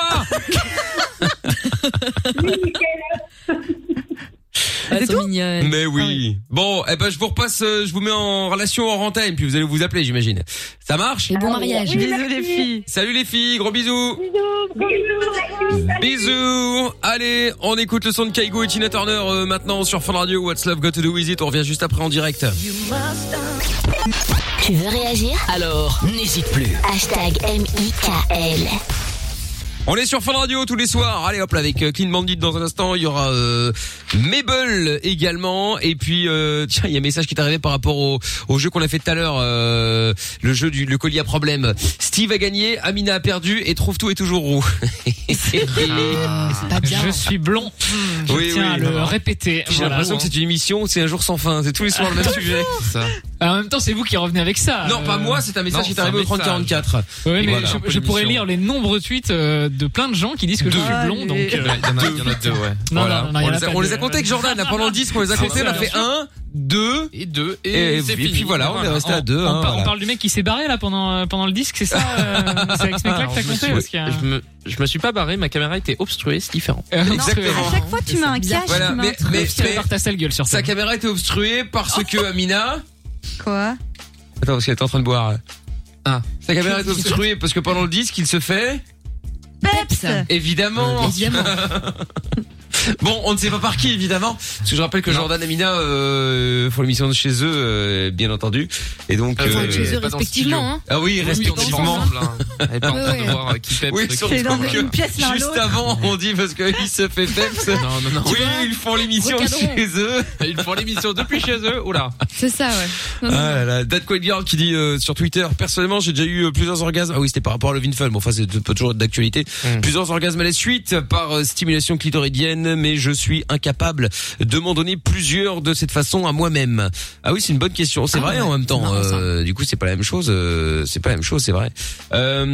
S4: Elles sont mignonnes.
S2: Mais oui. Bon, eh ben, je vous repasse. euh, Je vous mets en relation en rentable, puis vous allez vous appeler, j'imagine. Ça marche
S4: Et bon mariage.
S2: Ah Oui,
S4: Bisous, les filles.
S2: Salut les filles, gros bisous.
S12: Bisous.
S2: Bisous Allez, on écoute le son de Kaigo et Tina Turner euh, maintenant sur Fun Radio. What's Love Got to Do With It On revient juste après en direct.
S1: Tu veux réagir Alors, n'hésite plus. Hashtag M-I-K-L.
S2: On est sur Fun Radio tous les soirs. Allez hop là avec euh, Clean Bandit dans un instant. Il y aura euh, Mabel également. Et puis euh, tiens, il y a un message qui est arrivé par rapport au, au jeu qu'on a fait tout à l'heure, euh, le jeu du le collier à problème. Steve a gagné, Amina a perdu et trouve tout est toujours roux.
S19: Je suis blond. Je
S2: Oui,
S19: tiens
S2: oui.
S19: à le répéter.
S2: J'ai l'impression que c'est une émission, c'est un jour sans fin. C'est tous les soirs le même sujet.
S4: Ah, en même temps, c'est vous qui revenez avec ça. euh,
S2: Non, pas moi, c'est un message qui est arrivé au 3044.
S4: Ouais, mais je, je pourrais lire les nombreux tweets euh, de plein de gens qui disent que je
S2: Deux.
S4: suis blond, donc.
S2: Ah, Il y
S4: euh,
S2: en a- il y en a deux, ouais.
S4: Non,
S2: Voilà.
S4: non, non, il y
S2: On
S4: en a
S2: les a-
S4: pas
S2: on les
S4: deux.
S2: a comptés avec Jordan, là, pendant 10 qu'on les a comptés, on a fait un, deux.
S3: Et deux.
S2: Et,
S4: c'est
S2: puis,
S4: fini.
S2: voilà, on est resté
S4: On-
S2: à deux.
S4: On,
S2: hein,
S4: par- on
S2: voilà.
S4: parle du mec qui s'est barré là pendant euh, pendant le disque, c'est ça euh, C'est avec ce mec-là que t'as
S3: Je me
S4: compté
S3: suis-
S4: parce qu'il y a-
S3: je, me, je me suis pas barré, ma caméra était obstruée, c'est différent.
S4: Euh, non,
S2: Exactement.
S5: À chaque fois, tu mets un cache,
S2: Voilà,
S5: tu mets un
S2: mais,
S5: truc.
S2: mais,
S4: Parce qu'elle
S2: mais
S4: part ta sale gueule sur Oh.
S2: sa caméra était obstruée parce que Amina.
S5: Quoi
S2: Attends, parce qu'elle était en train de boire. Ah. Sa caméra est obstruée parce que pendant le disque, il se fait.
S5: Peps
S2: Évidemment.
S4: Ah,
S2: bon, on ne sait pas par qui, évidemment. Parce que je rappelle que Jordan et Mina euh, font l'émission de chez eux, euh, bien entendu. Et donc.
S3: Enfin,
S2: euh,
S3: chez eux,
S2: pas dans le
S8: respectivement,
S2: studio.
S8: hein.
S2: Ah oui,
S3: Oui,
S2: respectivement.
S3: ensemble, hein. Elle est pas en train
S8: Ouais,
S3: de
S8: ouais.
S3: voir euh, qui fait
S2: Oui,
S3: truc.
S2: surtout
S5: C'est dans
S2: que
S5: une pièce l'un
S2: euh, juste
S5: l'autre.
S2: avant, on dit parce qu'il se fait peps.
S3: Non, non, non.
S2: Oui, ils font l'émission
S8: Recadrons.
S2: chez eux.
S3: Ils font l'émission depuis chez eux. Oula.
S8: C'est ça, ouais. Non, non,
S2: Ah là là, Dad Quaid Girl qui dit euh, sur Twitter, personnellement j'ai déjà eu euh, plusieurs orgasmes. Ah oui, c'était par rapport à Love in Fun, mais enfin c'est pas toujours d'actualité. Plusieurs orgasmes à la suite par euh, stimulation clitoridienne, mais je suis incapable de m'en donner plusieurs de cette façon à moi-même. Ah oui, c'est une bonne question. C'est vrai en même temps. euh, du coup, c'est pas la même chose. euh, c'est pas la même chose, c'est vrai. Euh,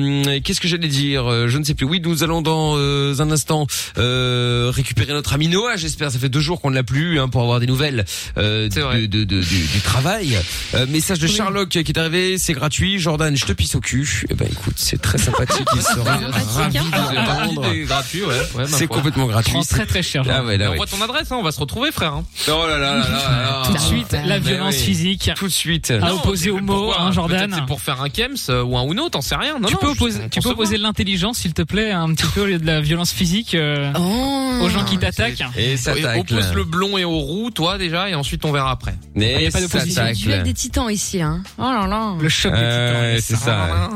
S2: Qu'est-ce que j'allais dire Euh, Je ne sais plus. Oui, nous allons dans euh, un instant euh, récupérer notre ami Noah. J'espère. Ça fait deux jours qu'on ne l'a plus hein, pour avoir des nouvelles euh,
S3: C'est vrai.
S2: de- de- de- du, du travail. Euh, message de Charlotte qui est arrivé. C'est gratuit. Jordan, je te pisse au cul. Eh ben écoute, c'est très sympathique. Il sera ravi de l'entendre.
S3: C'est gratuit, ouais. ouais ma
S2: C'est
S3: foi.
S2: complètement gratuit.
S4: hein. Prends ah, très très cher.
S2: Ah ouais, là, ouais.
S3: Envoie ton adresse, hein, on va se retrouver, frère. hein.
S2: Oh là là là là là.
S4: Tout de suite, la
S3: Mais
S4: violence
S3: oui.
S4: physique
S2: ah, Tout de suite.
S4: à
S3: Non,
S4: opposer
S3: mais
S4: au mot,
S3: pourquoi
S4: hein,
S3: Peut-être C'est
S4: Jordan.
S3: pour faire un Kems euh, ou un Uno, t'en sais rien. Non,
S4: Tu
S3: non,
S4: peux
S3: je-
S4: opposer,
S3: on
S4: tu
S3: se
S4: peux
S3: voit.
S4: opposer de l'intelligence, s'il te plaît, un petit peu au lieu de la violence physique euh,
S8: Oh.
S4: aux gens qui t'attaquent.
S2: Ah, Et ça
S3: Et
S2: tacle.
S3: Oppose le blond et au roux, toi déjà, et ensuite on verra après.
S2: Mais
S4: Ah, y a pas
S2: ça
S4: d'opposition.
S8: C'est le duel
S2: tacle.
S8: des titans ici, hein. Oh là là.
S4: Le choc des
S2: Euh,
S4: titans.
S2: c'est ça.
S8: hein.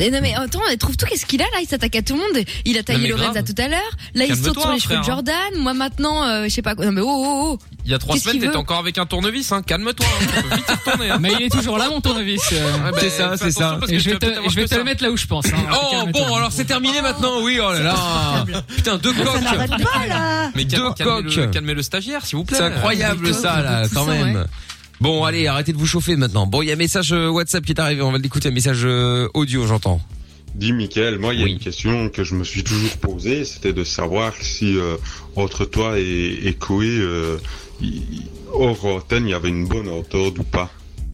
S8: Et non mais attends, mais trouve tout qu'est-ce qu'il a là Il s'attaque à tout le monde. Il a taillé
S3: mais
S8: Lorenza
S3: grave.
S8: tout à l'heure. Là, il
S3: Calme-toi,
S8: saute sur les cheveux
S2: hein.
S3: frère,
S8: de Jordan. Moi maintenant, euh, je sais pas quoi. Non mais oh oh oh.
S3: Il y a trois
S8: Qu'est-ce
S3: semaines,
S8: qu'il
S3: t'étais
S8: veut
S3: encore avec un tournevis, hein. Calme-toi, hein. tu peux vite y retourner. hein.
S4: Mais il est toujours là, mon tournevis. euh,
S3: Ouais, bah,
S2: C'est ça,
S3: fais
S2: c'est ça.
S3: attention parce
S4: Et
S3: que
S4: je
S3: tu
S4: vais
S3: vas peut-être
S4: te,
S3: avoir
S4: je vais
S3: que
S4: te
S3: ça.
S4: le mettre là où je pense. hein.
S2: Oh
S4: Calme-toi.
S2: bon alors c'est terminé maintenant oui oh là là putain deux coques
S5: Arrête pas là
S3: Mais
S2: Deux
S3: calme- calmez le-
S2: coques.
S3: calmez le stagiaire, s'il vous plaît.
S2: c'est incroyable ça là quand même bon allez arrêtez de vous chauffer maintenant bon il y a un message euh, WhatsApp qui est arrivé on va l'écouter un message euh, audio j'entends
S15: Dis Mickaël, moi il y a
S2: Oui.
S15: une question que je me suis toujours posée, c'était de savoir si euh, entre toi et, et Koé, euh, il- il- hors antenne, il y avait une bonne entente ou pas.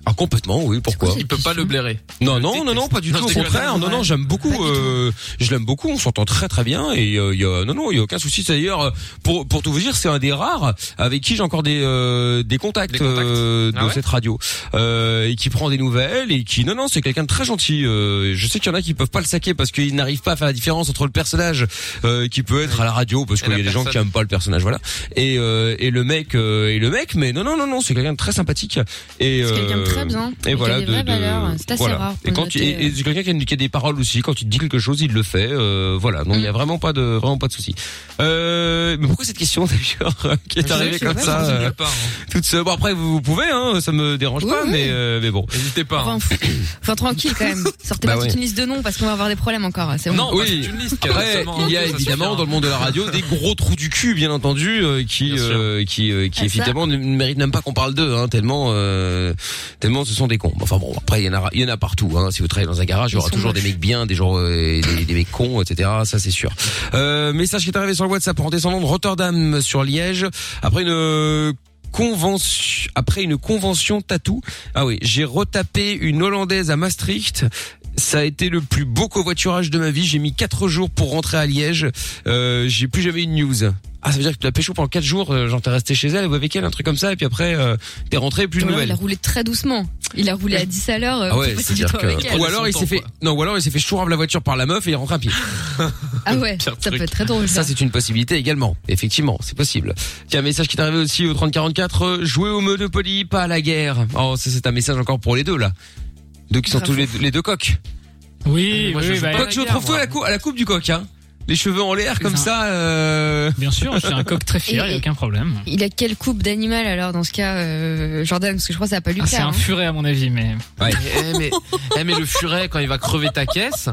S2: ah complètement oui pourquoi
S3: Il peut pas le blairer.
S2: non
S3: Je
S2: non
S3: déteste.
S2: non non pas du
S3: Non,
S2: tout au
S3: je déconne.
S2: contraire non non j'aime beaucoup euh, je l'aime beaucoup on s'entend très très bien et euh, il y a non non il y a aucun souci C'est d'ailleurs euh, pour pour tout vous dire c'est un des rares avec qui j'ai encore des euh, des contacts,
S3: Des contacts.
S2: euh, de
S3: Ah ouais
S2: cette radio euh, et qui prend des nouvelles et qui non non c'est quelqu'un de très gentil euh, je sais qu'il y en a qui peuvent pas le saquer parce qu'ils n'arrivent pas à faire la différence entre le personnage euh, qui peut être à la radio parce
S3: Et
S2: qu'il y a
S3: la
S2: des gens qui
S3: personne.
S2: aiment pas le personnage voilà et euh, et le mec euh, et le mec mais non non non non c'est quelqu'un de très sympathique et
S8: C'est quelqu'un de
S2: euh,
S8: très bien,
S2: et
S8: et
S2: voilà
S8: qui a des
S2: de,
S8: vraies
S2: de-
S8: valeurs. C'est assez
S2: voilà.
S8: rare pour
S2: et quand
S8: noter,
S2: tu- et- et
S8: euh.
S2: c'est quelqu'un qui a, une- qui a des paroles aussi quand il dit quelque chose il le fait euh, voilà donc il y a
S8: Mm.
S2: vraiment pas de vraiment pas de souci euh, mais pourquoi cette question d'ailleurs euh, qui est arrivée comme ça
S3: Ça,
S2: euh,
S3: c'est pas, hein.
S2: toute seule. Bon après vous, vous pouvez hein, ça me dérange
S8: Oui,
S2: pas
S8: oui.
S2: mais euh, mais bon.
S3: N'hésitez pas.
S8: Enfin,
S3: hein.
S8: pff, enfin, tranquille quand même. Sortez
S2: Bah
S8: pas
S2: ouais.
S8: toute une liste de noms parce qu'on va avoir des problèmes encore. hein. C'est bon.
S3: Non, bah, parce que
S2: oui.
S3: tu me dis,
S2: Après,
S3: seulement,
S2: il y a
S3: ça suffit,
S2: évidemment
S3: hein.
S2: dans le monde de la radio des gros trous du cul, bien entendu, euh, qui
S3: Bien sûr.
S2: euh, qui euh,
S8: Ah,
S2: qui
S8: ça.
S2: évidemment ne ne méritent même pas qu'on parle d'eux, hein, tellement euh, tellement ce sont des cons. Enfin bon, après il y en a il y en a partout. Hein. Si vous travaillez dans un garage, il y aura
S8: sont
S2: toujours des
S8: moches.
S2: mecs bien, des gens euh, des, des mecs cons, etc. Ça c'est sûr. Euh, message qui est arrivé sur le WhatsApp en descendant de Rotterdam sur Liège après une euh, convention après une convention tatou. Ah oui, j'ai retapé une hollandaise à Maastricht. Ça a été le plus beau covoiturage de ma vie. J'ai mis quatre jours pour rentrer à Liège. Euh, j'ai plus jamais eu de news. Ah, ça veut dire que tu l'as pécho pendant quatre jours, euh, genre t'es resté chez elle ou avec elle, un truc comme ça, et puis après euh, t'es rentré plus de
S8: Jordan, il a
S2: nouvelles.
S8: roulé très doucement. Il a roulé à 10 à l'heure. euh,
S2: Ah ouais,
S8: pour passer du
S2: c'est-à-dire
S8: temps
S2: que-
S8: avec elle.
S2: Ou alors il s'est fait, non, ou alors il s'est fait chourave la voiture par la meuf et il rentre à pied.
S8: Ah ouais,
S3: Pire
S8: ça
S3: truc.
S8: peut être très drôle.
S2: Ça, c'est une possibilité également. Effectivement, c'est possible. Tiens, un message qui est arrivé aussi au 3044. euh, Jouez au Monopoly, pas à la guerre. Oh, ça, c'est un message encore pour les deux, là. Deux qui sont tous les, les deux coqs.
S4: Oui,
S3: Moi,
S4: oui,
S3: je
S4: oui,
S3: joue
S4: bah,
S3: pas.
S2: Coq, je
S3: la guerre,
S2: trouve toi à
S3: moi.
S2: la, cou- à la coupe du coq, hein. Les cheveux en l'air, comme
S4: un-
S2: ça, euh...
S4: bien sûr, je suis un coq très fier, il n'y a aucun problème.
S8: Il a quelle coupe d'animal alors dans ce cas, euh, Jordan Parce que je crois que ça va pas lui
S4: Ah, c'est
S8: plaire.
S4: un
S8: hein.
S4: furet à mon avis, mais
S3: Eh, mais, eh, mais le furet, quand il va crever ta caisse,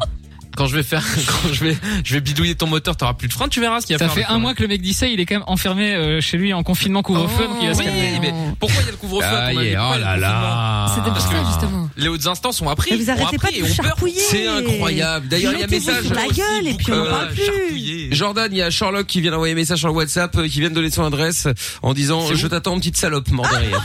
S4: Quand je vais faire, quand je vais, je vais bidouiller ton moteur, t'auras plus de frein, tu verras ce qu'il y a.
S11: Ça
S4: à faire
S11: fait
S4: avec
S11: un
S4: le-
S11: mois que le mec dit ça, il est quand même enfermé euh, chez lui en confinement couvre-feu, donc il va se
S4: Oh, Oui,
S11: calmer.
S4: mais pourquoi il y a le couvre-feu à ton
S11: Aïe,
S4: avis Pourquoi
S11: oh
S4: il y a le
S11: là
S4: confinement
S11: là. C'était pour
S4: Parce
S11: ça,
S4: que
S11: justement.
S4: Les hautes instances ont appris.
S5: Mais vous
S4: ont
S5: arrêtez pas
S4: appris
S5: de
S4: et
S5: vous
S4: ont peur.
S5: charpouiller.
S4: C'est incroyable. D'ailleurs, il y a un
S5: Mettez-vous
S4: message.
S5: sur la gueule et puis on en parle
S4: Euh,
S5: plus.
S4: Jordan, il y a Sherlock qui vient d'envoyer un message sur WhatsApp, euh, qui vient de donner son adresse en disant Je t'attends, petite salope, mort derrière.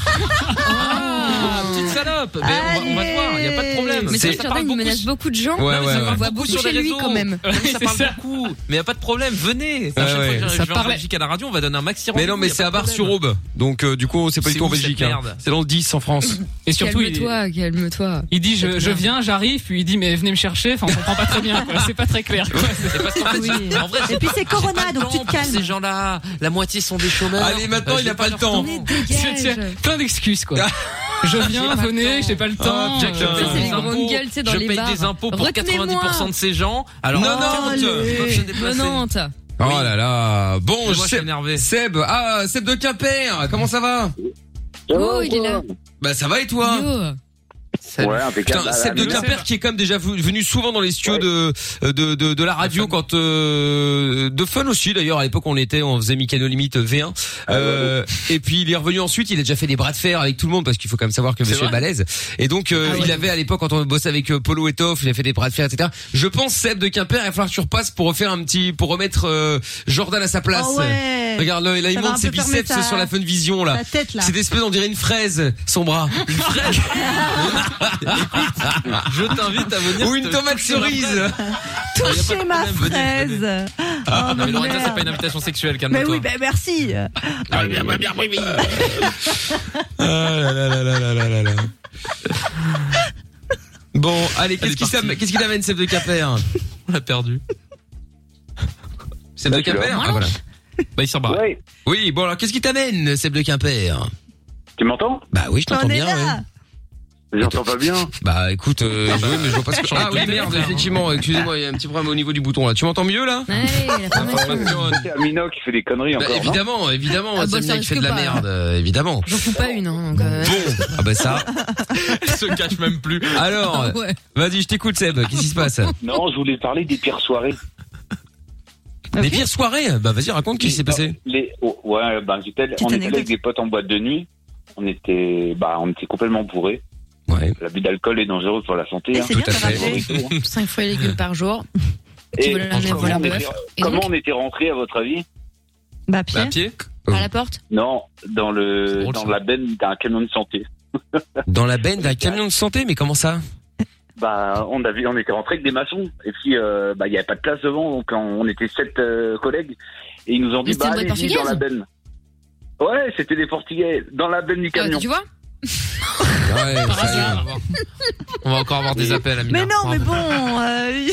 S4: Ah, petite salope Mais on va- on va te voir, il n'y a pas de problème.
S8: Mais
S4: C'est-
S8: c'est Jordan, il menace beaucoup de gens.
S4: Ouais, ouais,
S8: on
S4: ouais.
S8: voit
S4: Beaucoup
S8: beaucoup
S4: sur
S8: chez
S4: les
S8: lui
S4: réseaux.
S8: quand même.
S4: Ça parle beaucoup. Mais y a pas de problème, venez. À
S2: Ouais,
S4: chaque
S2: Ah ouais.
S4: fois que je-
S2: Ça
S4: je vais en
S2: parlait-
S4: Belgique à la radio, on va donner un maxi
S2: Mais non, mais c'est à Bar-sur-Aube.
S4: Donc euh, du coup, c'est
S2: pas du tout en Belgique, hein.
S4: C'est dans le 10 en France.
S11: Et surtout, il,
S8: calme-toi, calme-toi.
S11: il dit je, je viens, j'arrive, puis il dit mais venez me chercher. Enfin, on comprend pas très bien. quoi. C'est pas très clair. quoi.
S4: En vrai,
S5: Et puis c'est Corona, donc tu te calmes.
S4: Ces gens-là, la moitié sont des chômeurs. Euh,
S11: Allez, maintenant, il
S4: j'ai
S11: a pas
S4: leur
S11: le temps.
S4: temps.
S11: C'est- c'est plein d'excuses quoi. Je viens, venez, j'ai pas le temps.
S4: Jack, je
S11: Euh,
S4: paye
S11: c'est
S4: des
S11: les
S4: impôts,
S11: grandes gueules, tu sais, dans
S4: je
S11: les
S4: paye
S11: bars.
S4: des impôts pour
S11: Retenez-moi.
S4: 90% de ces gens. Alors,
S11: Non,
S4: ah,
S11: non,
S4: tiens,
S11: allez.
S4: ils peuvent se déplacer.
S8: Eh,
S2: Oh là là. Bon,
S4: Moi, je suis
S2: Seb, Seb, ah, Seb de Quimper, comment ça va
S8: Oh, il est là.
S2: Bah ça va et toi
S4: Ouais,
S2: Putain,
S11: Bah,
S2: Seb de Quimper qui est quand même déjà vu- venu souvent dans les studios de, euh, de de de la radio quand euh, de Fun aussi d'ailleurs à l'époque on était on faisait Mikano limite V1
S4: Ah,
S2: euh, et puis il est revenu ensuite il a déjà fait des bras de fer avec tout le monde parce qu'il faut quand même savoir que
S4: C'est
S2: Monsieur est
S4: vrai
S2: balèze et donc euh,
S4: Ah ouais.
S2: il avait à l'époque quand on bossait avec euh, Polo et Toff il a fait des bras de fer etc je pense Seb de Quimper il va falloir que tu repasses pour refaire un petit pour remettre euh, Jordan à sa place
S4: Oh ouais.
S2: regarde là il
S4: Ça va
S2: monte
S4: un
S2: ses
S4: peu fermer
S2: biceps
S4: sa-
S2: sur la Fun Vision là
S4: sa tête, là.
S2: c'est des espèces on dirait une fraise son bras une fraise
S4: Je t'invite à venir.
S2: Ou une
S4: te
S2: tomate
S4: toucher la
S2: cerise.
S4: fraise.
S5: Toucher ma fraise.
S4: Ah, non,
S5: Oh,
S4: mais Lorenza,
S5: merde.
S4: c'est pas une invitation sexuelle, calme-toi.
S5: Mais oui, ben merci.
S4: Ah, bien, bien, bien, oui, oui.
S2: Ah là là là là là là là là. Bon, allez, qu'est-ce qui
S4: parti.
S2: s'am- qu'est-ce qui t'amène, Seb de Caper On l'a perdu. Seb de Quimper Ah, voilà. Bah, il s'en barre. Oui, bon, alors, qu'est-ce qui t'amène, Seb de Quimper
S13: Tu m'entends
S2: Bah oui, je t'entends bien, ouais.
S13: J'entends pas bien.
S2: Bah, écoute, euh,
S13: Ah bah.
S2: oui, mais je vois pas ce que je
S13: Ah
S2: Ah
S13: oui,
S2: oui, merde,
S13: merde,
S2: effectivement, excusez-moi, il y a un petit problème au niveau du bouton, là. Tu m'entends mieux, là
S8: Ah,
S13: C'est Amino qui fait des conneries
S2: Bah,
S13: encore. non
S2: évidemment, évidemment,
S13: Ah bah,
S2: c'est
S13: ça
S2: le mec qui fait de
S13: risque
S2: la
S13: pas.
S2: merde, euh, évidemment.
S8: J'en fous pas une, hein. donc, euh,
S2: Ah bah ça. se cache même plus. Alors,
S4: Ah
S8: Ouais.
S2: vas-y, je t'écoute, Seb. Qu'est-ce qui se passe
S13: Non, je voulais parler des pires soirées.
S2: Des pires soirées Bah vas-y, raconte qu'est-ce qui s'est passé.
S13: Les, oh, ouais, ben, j'étais-
S2: Petite
S13: on était
S2: anecdote.
S13: avec des potes en boîte de nuit. On était, bah, on était complètement bourrés. L'abus d'alcool est dangereux pour la santé.
S8: Et
S13: hein.
S8: Bah, c'est bien, t'as
S13: Et
S8: mangé 5 fois les légumes par jour. Tu
S13: Et
S8: veux la
S13: comment,
S8: voilà,
S13: on était,
S8: bœuf. Et
S13: comment
S8: donc,
S13: on était rentrés, à votre avis
S5: Bah,
S2: pied Oh.
S8: à la porte
S13: Non, dans le dans la benne d'un camion de santé.
S2: Dans la benne d'un camion de santé, mais comment ça
S13: Bah, on avait, on était rentrés avec des maçons. Et puis, euh, bah, il n'y avait pas de place devant, donc on, on était sept euh, collègues. Et ils nous ont
S8: Mais
S13: dit,
S8: c'était
S13: bah,
S8: une boîte
S13: allez-y dans la
S8: portugaise
S13: benne. Ouais, c'était des Portugais dans la benne du
S8: Ah,
S13: camion.
S8: Tu vois
S2: Ouais,
S4: ça y est. On va encore avoir des appels, hein. Amina.
S5: Mais non, mais bon, euh,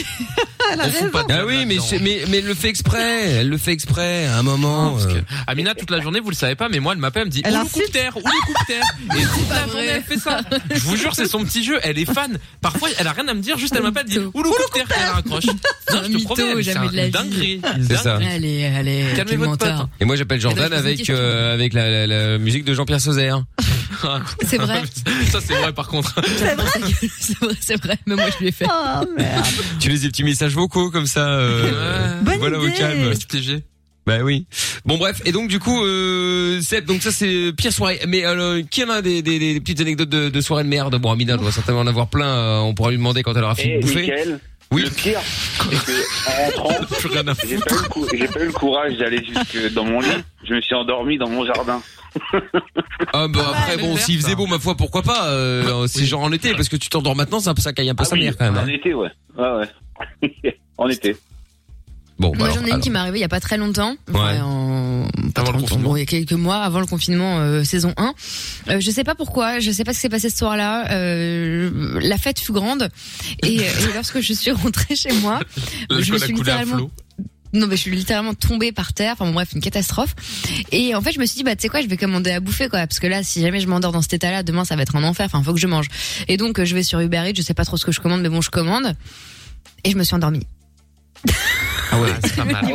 S5: elle a raison.
S2: Ah oui, mais, c'est- mais, mais elle le fait exprès. Elle le fait exprès à un moment. euh.
S4: Amina, toute la journée, vous le savez pas, mais moi, elle m'appelle, elle me dit,
S2: Elle
S4: Où le
S2: insulte.
S4: coupe-terre, où le coupe-terre Et toute la journée, elle fait ça. Je vous jure, c'est son petit jeu. Elle est fan. Parfois, elle a rien à me dire, juste elle m'appelle, elle dit, où le coupe-terre, et elle raccroche. Non, je te promets, c'est
S8: jamais de la
S4: un
S8: vie.
S4: dinguerie.
S2: C'est ça.
S8: Allez, allez,
S4: Calmez
S8: quel
S4: votre
S8: menteur.
S2: Et moi j'appelle
S8: Et donc,
S2: Jordan
S8: je vous ai dit,
S2: avec euh, avec la, la, la musique de Jean-Pierre Sauzère.
S8: C'est vrai.
S4: Ça, c'est vrai, par contre.
S8: C'est vrai, c'est vrai, c'est vrai. Même moi, je lui ai fait.
S5: Oh, merde.
S2: tu laisses des petits messages vocaux comme ça. euh,
S5: Bonne
S2: voilà
S5: idée.
S2: au calme.
S5: Petit
S4: léger.
S2: Bah oui. Bon bref. Et donc du coup, euh, Seb. Donc ça c'est pire soirée. Mais alors, qui en a des, des, des petites anecdotes de, de soirée de merde Bon, Amina doit certainement en avoir plein. euh, on pourra lui demander quand elle aura fini
S13: Et
S2: de bouffer.
S13: Mickaël,
S2: oui.
S13: Eh, le pire, c'est que en rentrant, j'ai pas, eu le cou- j'ai pas eu le courage d'aller jusque dans mon lit. Je me suis endormi dans mon jardin.
S2: Ah bah après bon s'il faisait beau ma foi pourquoi pas euh, c'est genre en été parce que tu t'endors maintenant ça ça caille un peu sa mère quand même. hein.
S13: En été, ouais. Ouais, ouais. en été.
S2: Bon
S8: Moi, j'en ai une qui m'est arrivée il y a pas très longtemps.
S2: Bah Ouais.
S8: Avant
S2: le
S8: Bon, il y a quelques mois avant le confinement euh, saison 1. Euh, je sais pas pourquoi, je sais pas ce qui s'est passé ce soir-là. Euh, la fête fut grande et, euh, et lorsque je suis rentrée chez moi, je me
S4: L'alcool a
S8: suis
S4: coulé à
S8: littéralement
S4: flot.
S8: non mais je suis littéralement tombée par terre, enfin bon, bref une catastrophe. Et en fait je me suis dit bah tu sais quoi je vais commander à bouffer quoi parce que là si jamais je m'endors dans cet état-là demain ça va être un enfer, enfin faut que je mange. Et donc euh, je vais sur Uber Eats, je sais pas trop ce que je commande mais bon je commande et je me suis endormie.
S2: Ah ouais,
S4: c'est pas mal.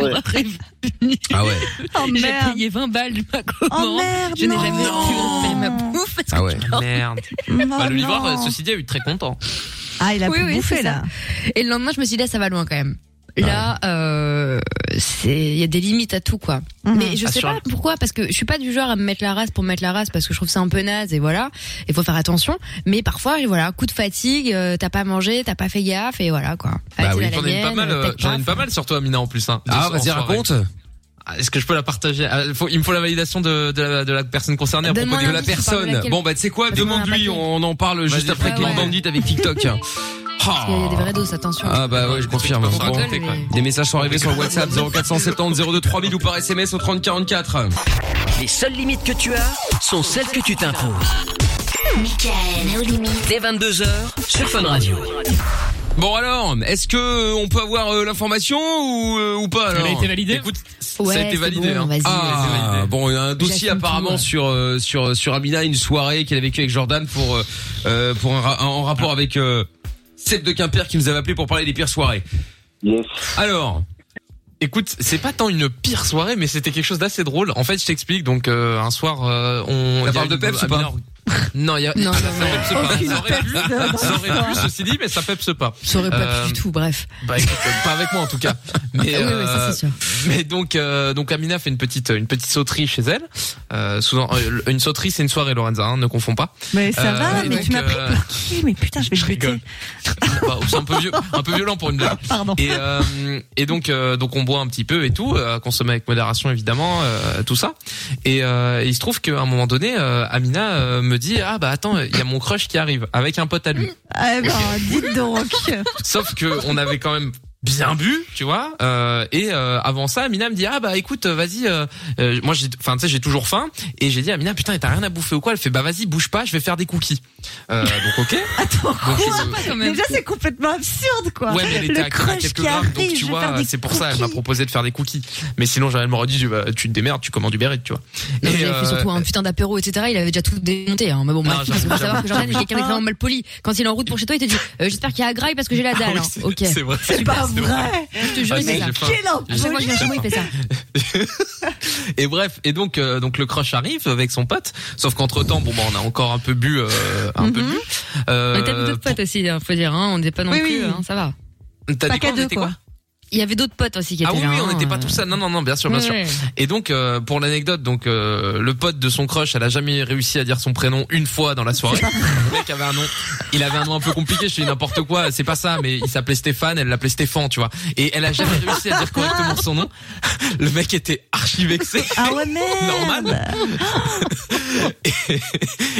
S2: Ah ouais.
S5: Oh,
S8: J'ai payé 20 balles de ma commande. je n'ai jamais pu faire ma bouffe parce que
S2: Ah ouais.
S4: Merde.
S8: Non,
S4: Bah, le livreur,
S8: non.
S2: Hein
S4: euh, ceci dit, a eu très content.
S5: Ah, il a
S8: oui,
S5: pu
S8: oui,
S5: bouffer,
S8: c'est
S5: là.
S8: ça. Et le lendemain, je me suis dit, là, ça va loin quand même. Là, euh, c'est, il y a des limites à tout, quoi.
S5: Mhm.
S8: Mais je
S6: Ah,
S8: sais
S6: sur
S8: pas pourquoi, parce que je suis pas du genre à me mettre la race pour me mettre la race, parce que je trouve ça un peu naze, et voilà. Il faut faire attention. Mais parfois, voilà, coup de fatigue, euh, t'as pas mangé, t'as pas fait gaffe, et voilà, quoi.
S2: Bah
S8: Facile
S2: oui,
S8: à la
S2: j'en ai une pas
S8: mienne,
S2: mal, euh,
S8: tech
S2: j'en ai
S8: paf.
S2: une pas mal sur toi, Mina, en plus. Hein,
S3: Ah,
S2: De-
S3: vas-y,
S2: en soirée.
S3: raconte.
S2: Ah, Est-ce que je peux la partager Ah, il faut- Il me faut la validation de, de, la, de la personne concernée à propos
S3: Donne-moi
S2: de
S3: un
S2: la
S3: indice, tu parles de
S2: personne.
S3: laquelle
S2: Bon, bah, tu sais quoi,
S3: Donne-moi un
S2: demande-lui,
S3: paquet.
S2: on en parle juste
S3: Vas-y,
S2: après
S3: ouais,
S2: Clean
S3: ouais.
S2: Bandit avec TikTok.
S8: Parce qu'il y a des vrais doses, attention.
S2: Ah bah ouais, je confirme.
S8: On
S2: Bon,
S8: rigole,
S2: Des messages sont arrivés sur le WhatsApp 0470 02 3000 ou par SMS au 3044.
S1: Les seules limites que tu as sont celles que tu t'imposes. Michael, nos limites. Dès 22h sur Fun Radio.
S2: Bon alors, est-ce que euh, on peut avoir euh, l'information ou, euh, ou pas
S4: Elle a
S2: alors
S4: été validée
S2: Écoute,
S4: Ouais,
S2: ça a été
S4: c'est
S2: validé.
S4: bon,
S2: hein.
S4: vas-y, vas-y,
S2: ah,
S4: validé.
S2: bon, il y a un dossier
S4: J'assume
S2: apparemment
S4: tout, ouais.
S2: sur euh, sur sur Amina, une soirée qu'elle a vécue avec Jordan pour euh, euh, pour un, ra- un- en rapport avec euh, Seb de Quimper qui nous avait appelé pour parler des pires soirées. Alors. Écoute, c'est pas tant une pire soirée, mais c'était quelque chose d'assez drôle. En fait, je t'explique. Donc, euh, un soir, euh, on.
S3: Ça
S2: il y a
S3: parle de
S2: une-
S3: Peps ou
S2: ah,
S3: pas
S2: Amina- Non, il y a.
S8: Non, non,
S2: ça
S8: non.
S2: pepse pas.
S8: Aucune
S2: Ça aurait pu.
S8: Peps dans
S2: Ça aurait Ah, pu,
S8: l'histoire.
S2: ceci dit, mais ça pepse pas.
S8: Ça aurait pas
S2: Euh,
S8: pu du tout, bref.
S2: bah écoute, euh, pas avec moi en tout cas. Mais,
S8: Oui, oui, ça,
S2: euh,
S8: c'est sûr.
S2: mais donc, euh, donc Amina fait une petite, une petite sauterie chez elle. Euh, souvent, euh, une sauterie, c'est une soirée, Lorenza, hein, ne confonds pas.
S5: Mais ça
S2: Euh,
S5: va,
S2: et
S5: mais
S2: donc,
S5: tu m'as pris
S2: euh,
S5: pour qui Mais putain, je vais te buter.
S2: bah, c'est un peu vieux, un peu violent pour une blague. Et, euh, et donc, euh, donc on boit un petit peu et tout, euh, consommer avec modération évidemment, euh, tout ça. Et, euh, il se trouve qu'à un moment donné, euh, Amina euh, me dit ah bah attends, il y a mon crush qui arrive avec un pote à lui.
S5: Ah ben, dites donc.
S2: Sauf que on avait quand même bien bu, tu vois. euh, et euh, avant ça, Amina me dit ah bah écoute, euh, vas-y. euh, euh, moi, j'ai- enfin tu sais, j'ai toujours faim. Et j'ai dit à Amina putain, et t'as rien à bouffer ou quoi Elle fait bah vas-y, bouge pas, je vais faire des cookies. Euh, donc ok.
S5: Attends,
S2: Donc, je-
S5: Déjà, c'est complètement absurde, quoi.
S2: Ouais, mais elle était
S5: le
S2: à à
S5: crush
S2: quelques
S5: qui
S2: grammes,
S5: arrive,
S2: donc
S5: je
S2: tu
S5: vais
S2: vois, euh,
S5: faire des
S2: c'est pour ça elle m'a proposé de faire des cookies. Mais sinon, j'aurais- elle m'aurait dit, bah, tu te démerdes, tu commandes du berry, tu vois.
S8: Non,
S2: Et,
S8: mais il avait fait
S2: euh,
S8: surtout un putain d'apéro, etc. Il avait déjà tout démonté. Hein. Mais bon,
S2: Non,
S8: bref, parce qu'il
S2: j'avoue,
S8: faut savoir
S2: j'avoue.
S8: que Jordan est quelqu'un d'extrêmement mal poli. Quand il est en route pour chez toi, il te dit euh, J'espère qu'il y a agraille parce que j'ai la dalle.
S2: Ah oui,
S8: hein.
S2: c'est-
S8: ok.
S2: c'est vrai. C'est
S8: Super.
S2: pas vrai.
S8: Je te jure,
S2: Ah,
S8: il fait
S2: si,
S8: ça.
S2: j'ai faim. Quel impoli.
S8: À chaque fois que je viens chez moi, il fait ça.
S2: et bref, et donc, euh, donc le crush arrive avec son pote. Sauf qu'entre temps, bon, bah, on a encore un peu bu, euh, un
S5: Mm-hmm.
S2: peu bu. Euh,
S8: On était avec d'autres potes aussi, hein, faut dire. Hein. On n'est pas non
S5: Oui,
S8: plus,
S5: oui.
S8: hein, ça va.
S2: T'as dit quoi, on était quoi
S8: Il y avait d'autres potes aussi qui étaient
S2: Ah oui,
S8: là.
S2: oui, on
S8: hein.
S2: n'était pas tout ça. Non, non, non, bien sûr, bien sûr.
S8: Ouais.
S2: Et donc, euh, pour l'anecdote, donc euh, le pote de son crush, elle a jamais réussi à dire son prénom une fois dans la soirée. Le mec avait un nom, il avait un nom un peu compliqué. Je dis n'importe quoi, c'est pas ça, mais il s'appelait Stéphane, elle l'appelait Stéphane, tu vois. Et elle a jamais réussi à dire correctement son nom. Le mec était archi vexé.
S5: Ah ouais, merde.
S2: Normal.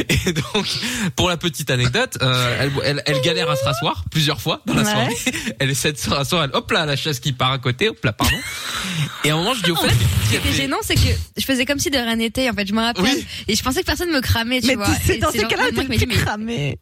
S2: Et donc, pour la petite anecdote, euh, elle, elle, elle galère à se rasseoir plusieurs fois dans la
S5: Ouais.
S2: soirée. Elle essaie de se rasseoir, elle, hop là, la chaise qui part à côté, hop là, pardon. Et à un moment, je dis au
S8: En
S2: fait,
S8: fait,
S2: qu'est-ce
S8: Ce qui
S2: qu'elle
S8: était
S2: fait
S8: gênant, c'est que je faisais comme si de rien n'était. En fait, je me rappelle. Et je pensais que personne me cramait, tu
S5: Mais
S8: vois.
S5: tu sais,
S8: Et
S5: dans
S8: c'est
S5: ces
S8: genre-
S5: cas-là,
S8: moi, je me
S5: t'es
S8: dis, mais-
S5: cramé.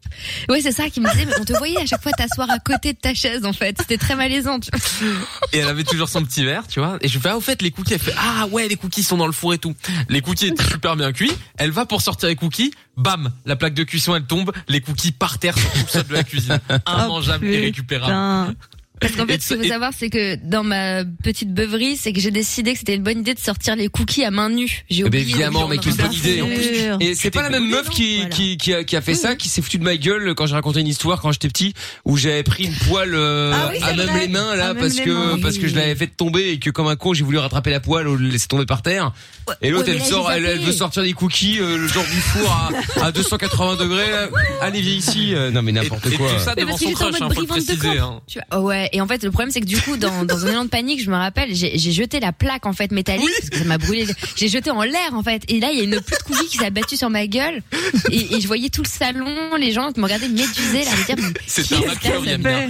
S8: Ouais, c'est ça qui me disait. Mais on te voyait à chaque fois t'asseoir à côté de ta chaise, en fait. C'était très malaisant. tu vois.
S2: Et elle avait toujours son petit verre, tu vois. Et je fais, ah, au fait, les cookies, elle fait, ah ouais, les cookies sont dans le four et tout. Les cookies étaient super bien cuits. Elle va pour sortir les cookies. Bam! La plaque de cuisson, elle tombe. Les cookies par terre sur tout le sol de la cuisine.
S5: Oh,
S8: Ah,
S2: Immangeable, irrécupérable.
S8: Parce qu'en
S2: Et
S8: fait, ce qu'il
S2: et-
S8: faut savoir, c'est que dans ma petite beuverie, c'est que j'ai décidé que c'était une bonne idée de sortir les cookies à main nue.
S2: Eh
S8: J'ai
S2: ben,
S8: oublié.
S2: évidemment,
S8: mais
S2: mec, une bonne idée. En plus, Et c'est pas la même meuf qui, qui, qui, a, qui a fait ça, qui s'est foutue de ma gueule quand j'ai raconté une histoire quand j'étais petit, où j'avais pris une poêle euh,
S3: Ah oui, c'est
S2: à même
S3: vrai.
S2: les mains
S3: À
S2: là
S3: même
S2: parce
S3: les
S2: que
S3: mains.
S2: parce que je l'avais fait tomber et que comme un con j'ai voulu rattraper la poêle ou le laisser tomber par terre. et l'autre
S3: ouais, mais
S2: elle
S3: là,
S2: sort,
S3: j'ai
S2: elle,
S3: zappé.
S2: elle veut sortir des cookies euh, le genre du four à, à 280 degrés. là. Allez viens ici. Euh, non mais n'importe quoi.
S3: tout ça
S8: Mais parce que j'étais en
S3: hein,
S2: hein,
S8: mode brivante de camp. Tu vois, oh ouais, et en fait, le problème, c'est que du coup, dans, dans un élan de panique, je me rappelle, j'ai j'ai jeté la plaque, en fait, métallique, parce que ça m'a brûlé. J'ai jeté en l'air, en fait. Et là, il y a une petite couville qui s'est abattue sur ma gueule. Et, et je voyais tout le salon, les gens qui me regardaient médusés, là, me dire, mais
S2: C'est un hacker, il aime bien.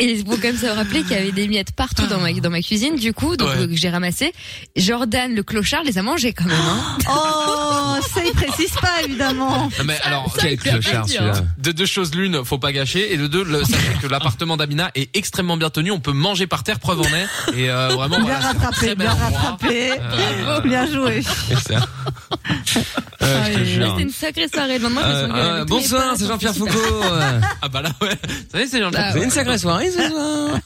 S8: Et il faut quand même se rappeler qu'il y avait des miettes partout dans ma, dans ma cuisine, du coup, donc euh, que j'ai ramassé. Jordan, le clochard, les a mangés quand même. Hein.
S5: Oh, ça, il précise pas, évidemment.
S2: Non, mais alors,
S5: ça, il peut pas
S2: clochard,
S5: dire.
S2: celui-là. De deux choses l'une, faut pas gâcher, et de deux, le- sachez que l'appartement d'Amina est extrêmement bien tenu. On peut manger par terre, preuve en est, et euh, vraiment.
S5: Bien
S2: voilà, c'est un
S5: rattrapé,
S2: très bel
S5: bien
S2: endroit.
S5: rattrapé.
S2: Euh,
S5: Bien joué.
S2: Et ça.
S8: Ah
S2: Euh, je te jure.
S8: C'était une sacrée soirée. Le lendemain, je me
S2: Euh,
S8: suis engueulée
S2: euh,
S8: avec tous les
S2: bonsoir,
S8: potes.
S2: c'est Jean-Pierre
S8: C'était
S2: Foucault.
S8: super.
S2: euh. ah bah là ouais. Vous savez, c'est Jean-Pierre.
S8: Ah
S2: Vous avez
S8: ouais.
S2: une sacrée soirée ce soir.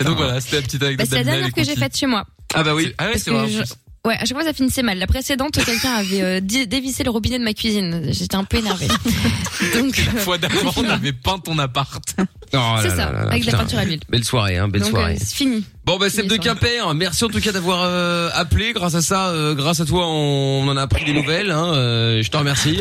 S2: Et donc voilà, c'était la petite
S8: Bah,
S2: anecdote.
S8: c'est la
S2: d'Amina,
S8: dernière
S2: les
S8: que j'ai
S2: cookies.
S8: faite chez moi.
S2: Ah bah oui. Ah ouais,
S8: Parce
S2: c'est
S8: que
S2: vrai. en
S8: je-
S2: plus.
S8: Ouais, à chaque fois ça finissait mal. La précédente, quelqu'un avait euh, di- dévissé le robinet de ma cuisine. J'étais un peu énervée. Donc,
S2: La fois d'avant, on avait peint ton appart.
S8: C'est ça, avec de la peinture à l'huile.
S2: Belle soirée, hein, belle
S8: Donc, euh,
S2: soirée.
S8: c'est fini.
S2: Bon bah Seb de Quimper, merci en tout cas d'avoir euh, appelé. Grâce à ça, euh, grâce à toi, on, on en a appris des nouvelles. Hein, euh, je te remercie.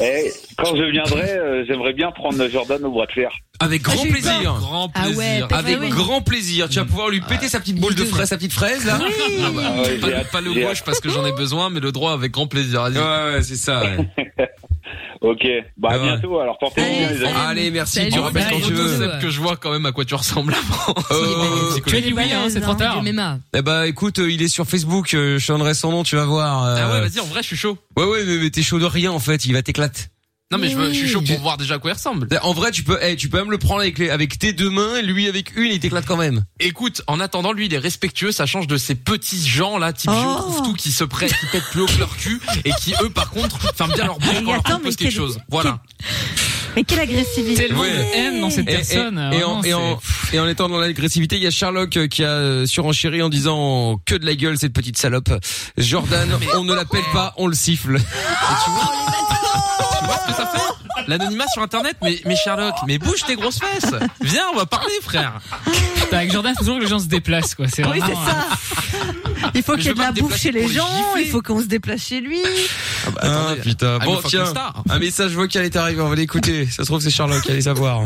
S14: Eh, quand je viendrai, euh, j'aimerais bien prendre Jordan au bras de fer.
S2: Avec grand
S14: j'ai eu peur.
S2: plaisir. Grand
S14: Ah ouais,
S2: plaisir.
S14: pète-
S2: Avec
S14: ah oui.
S2: grand plaisir. Tu vas pouvoir lui péter sa petite boule de fraise, sa petite fraise là. Ah bah,
S14: Ah ouais, j'ai
S2: pas,
S14: hâte,
S2: pas le
S14: j'ai
S2: gauche parce que j'en ai besoin, mais le droit avec grand plaisir. Ouais, ouais, c'est ça.
S14: Ok, bah
S2: Ah
S14: à bientôt,
S13: hein.
S14: alors portez-vous bien les amis.
S2: Allez, merci. Tu rappelles quand tu veux. Seb, que je vois quand même à quoi tu ressembles avant. Euh,
S4: Tu as dit oui, hein, c'est trop tard.
S2: Eh bah écoute, euh, il est sur Facebook, euh, je te donnerai son nom, tu vas voir. euh,
S3: Ah ouais, vas-y, en vrai, je suis chaud.
S2: Ouais ouais, mais, mais t'es chaud de rien en fait, il va t'éclater.
S3: Non, mais je, veux- je suis chaud
S2: Tu-
S3: pour voir déjà à quoi il ressemble.
S2: En vrai, tu peux, eh, tu peux même le prendre avec, les- avec tes deux mains, et lui avec une, il t'éclate quand même.
S3: Écoute, en attendant, lui, il est respectueux, ça change de ces petits gens là, type
S5: Oh.
S3: je trouve tout, qui se prêtent, qui pètent plus haut que leur cul, et qui eux, par contre, ferment bien leur bouche quand on leur
S5: attends,
S3: propose
S5: mais
S3: quelque
S5: quel-
S3: chose. Voilà.
S5: Mais quelle agressivité.
S2: Et- et- Et, en,
S4: vraiment,
S2: et, en, et en étant dans l'agressivité, il y a Sherlock euh, qui a euh, surenchéri en disant oh, que de la gueule cette petite salope. Jordan, on ne l'appelle pas, on le siffle.
S3: Oh, Tu vois ce que ça fait L'anonymat sur internet, mais, mais Sherlock, mais bouge tes grosses fesses. Viens, on va parler, frère.
S4: Putain, Avec Jordan, faut toujours que les gens se déplacent, quoi. C'est
S5: Oui,
S4: vraiment,
S5: c'est ça. Il faut qu'il
S4: Mais
S5: y ait
S4: je veux
S5: de
S4: pas
S5: la
S4: me
S5: bouffe
S4: déplacer
S5: chez les
S4: pour le
S5: gens, il faut qu'on se déplace chez lui.
S4: bah,
S2: Ah, putain.
S3: I'm a
S2: Bon,
S3: fucking
S2: tiens,
S3: star.
S2: un message vocal est arrivé, on va l'écouter. Ça se trouve, c'est Sherlock, allez savoir.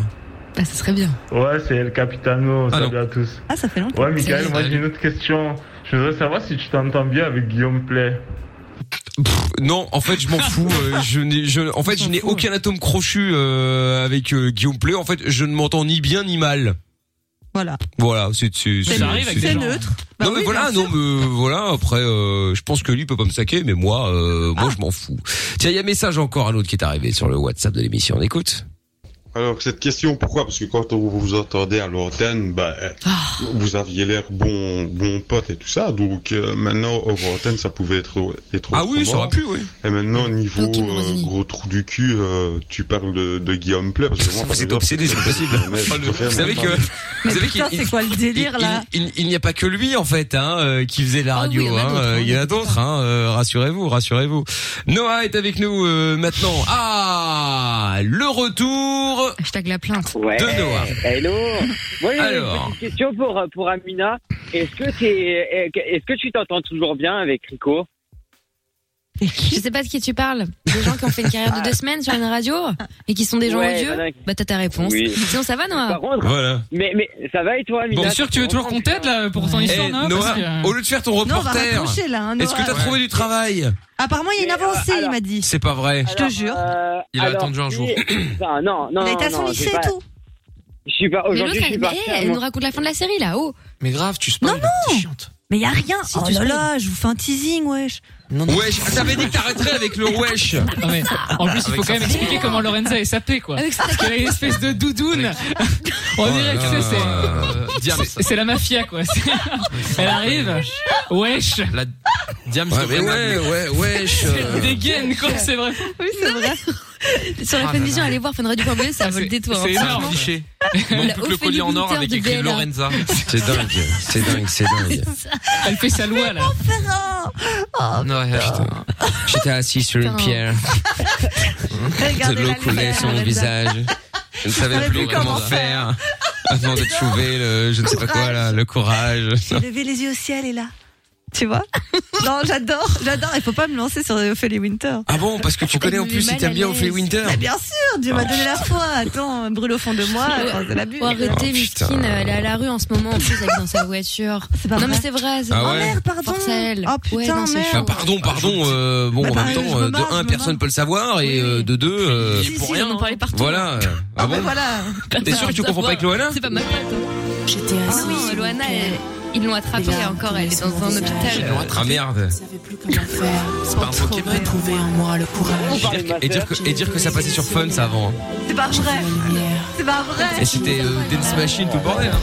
S8: Bah, ça serait bien.
S20: Ouais, c'est El Capitano, salut à tous.
S5: Ah, ça fait longtemps.
S20: Ouais, Michael,
S5: Salut.
S20: moi j'ai une autre question. Je voudrais savoir Ah, si tu t'entends bien avec Guillaume Play.
S2: Non, en fait, je m'en fous. euh, je n'ai, je, en fait, je n'ai aucun atome crochu euh, avec euh, Guillaume Play. En fait, je ne m'entends ni bien ni mal.
S5: Voilà.
S2: Voilà, c'est c'est
S5: C'est
S2: c'est-
S5: neutre.
S2: c'est-
S5: C'est neutre. Bah
S2: non mais
S5: oui,
S2: voilà,
S5: bien
S2: non
S5: sûr.
S2: mais voilà. Après, euh, je pense que lui peut pas me saquer, mais moi, euh, moi,
S5: Ah.
S2: je m'en fous. Tiens, il y a un message encore un autre qui est arrivé sur le WhatsApp de l'émission. On écoute.
S21: Alors, cette question, pourquoi Parce que quand on vous vous entendez à l'antenne, bah, euh,
S2: Ah.
S21: vous aviez l'air bon, bon pote et tout ça. Donc, euh, maintenant, hors antenne, ça pouvait être, être
S2: Ah oui,
S21: autrement.
S2: ça aurait pu, oui.
S21: Et maintenant, niveau euh, gros trou du cul, euh, tu parles de, de Guillaume Play. Parce que moi,
S2: Vous êtes obsédé, c'est pas possible. Vous savez que, vous savez qu'il-
S5: Putain, c'est quoi le délire là
S2: il, il- il n'y a pas que lui en fait hein, euh, qui faisait la radio. hein, euh, il y en a d'autres. hein, euh, rassurez-vous, rassurez-vous. Noah est avec nous euh, maintenant. Ah, le retour
S8: Hashtag la plainte.
S11: Ouais.
S2: de Noah.
S11: Hello. Moi, j'ai
S2: Alors.
S11: une petite question pour, euh, pour Amina. Est-ce que, t'es- est-ce que tu t'entends toujours bien avec Rico
S8: Je sais pas de qui tu parles. Des gens qui ont fait une carrière de deux semaines sur une radio et qui sont des gens
S11: Ouais,
S8: odieux.
S11: voilà.
S8: Bah, t'as ta réponse.
S11: Oui.
S8: Sinon, ça va, Noah
S11: Par contre, mais, mais ça va et toi, Amina
S2: Bon, sûr que tu veux toujours qu'on
S4: t'aide là pour ton
S2: Eh,
S4: histoire, Noah, parce
S2: Noah,
S4: que-
S2: au lieu de faire ton
S5: Non, on va
S2: reporter,
S5: raccrocher, là, hein,
S2: est-ce que
S5: Noah.
S2: t'as trouvé du travail
S5: Apparemment, il y a une avancée, il m'a dit.
S2: C'est pas vrai.
S5: Je te jure.
S8: euh,
S2: Il a attendu un jour.
S11: Non, non, non.
S8: Il a été à son
S11: non,
S8: lycée
S11: j'ai
S8: et
S11: pas-
S8: tout.
S11: Je suis pas,
S8: Mais
S11: aujourd'hui,
S8: l'autre,
S11: je suis
S8: elle,
S11: parti.
S8: mais elle nous raconte la fin de la série là. Oh.
S2: Mais grave, tu spoil.
S5: Mais y a rien.
S8: Si,
S5: Oh
S8: tu
S5: là
S8: spoil.
S5: là, je vous fais un teasing, wesh.
S2: Ah. Wesh, t'avais dit que t'arrêterais avec le wesh.
S4: En plus, il
S2: Avec
S4: faut
S2: sa
S4: quand même
S2: façon.
S4: expliquer comment Lorenza est sapée, quoi.
S8: Avec sa-
S4: Parce qu'elle a une espèce de doudoune. On dirait
S2: Oh là
S4: que Oh, c'est- c'est-
S2: là. Diam.
S4: c'est. C'est la mafia, quoi. C'est- Elle arrive. Wesh.
S2: La Diam, ouais, ouais, ouais, wesh. euh.
S4: Elle dégaine, quoi. C'est vrai.
S8: Oui, c'est vrai. Sur la
S2: Ah
S8: fin
S2: là
S8: vision, allez voir funradio.be, ça vaut le détour. hein,
S3: C'est énorme.
S8: franchement.
S3: Cliché.
S8: La
S3: Non plus que le
S8: Ophélie
S3: collier en or
S8: Winter
S3: avec
S8: de
S3: écrit
S8: VLA.
S3: Lorenza.
S2: C'est dingue, c'est dingue, c'est dingue.
S4: Elle fait sa loi, là.
S2: Ouais, putain. J'étais assis sur une
S4: Putain.
S2: pierre. De
S4: Regardez
S2: l'eau
S4: la
S2: coulait
S4: lumière,
S2: sur mon
S4: Lorenza.
S2: visage. Je ne savais
S5: savais
S2: plus
S5: plus comment
S2: comment faire. Avant de trouver le, je ne sais pas quoi là, le courage.
S5: J'ai levé les yeux au ciel et là. Tu vois Non, j'adore, j'adore. Il faut pas me lancer sur euh, Ophélie Winter.
S2: Ah bon, parce que tu connais en plus, si t'aimes bien Ophélie Winter.
S5: Mais bien sûr, Dieu m'a
S2: Ah,
S5: donné la foi. Attends, brûle au fond de moi. enfin, c'est la bulle.
S8: Oh, arrêtez, Miskine, elle est à la rue en ce moment, en plus, elle est dans sa voiture. non, mais c'est vrai. c'est-
S2: Ah ouais.
S8: Oh merde,
S5: pardon.
S8: Force à elle.
S5: Oh
S8: Ouais,
S5: putain,
S8: non, c'est
S5: merde.
S8: chaud.
S2: Ah, pardon, pardon. euh, bon, en même temps, euh, de un, personne peut le savoir, et euh, de deux, euh,
S8: on en parlait partout.
S2: voilà. euh, Ah bon T'es sûr que tu confonds pas avec Loana
S8: C'est pas ma faute. J'étais
S22: assise.
S8: Ah non, Loana, elle- ils l'ont attrapée encore, elle est dans un hôpital.
S2: Ah merde. C'est pas un Pokémon.
S22: Trouver en moi le
S2: Et
S22: courage.
S2: dire que- Et dire, que, et dire que ça passait sur Fun, ça avant. hein.
S5: C'est pas vrai. C'est pas vrai.
S2: Et c'était euh, Dance Machine, tout le bordel. hein.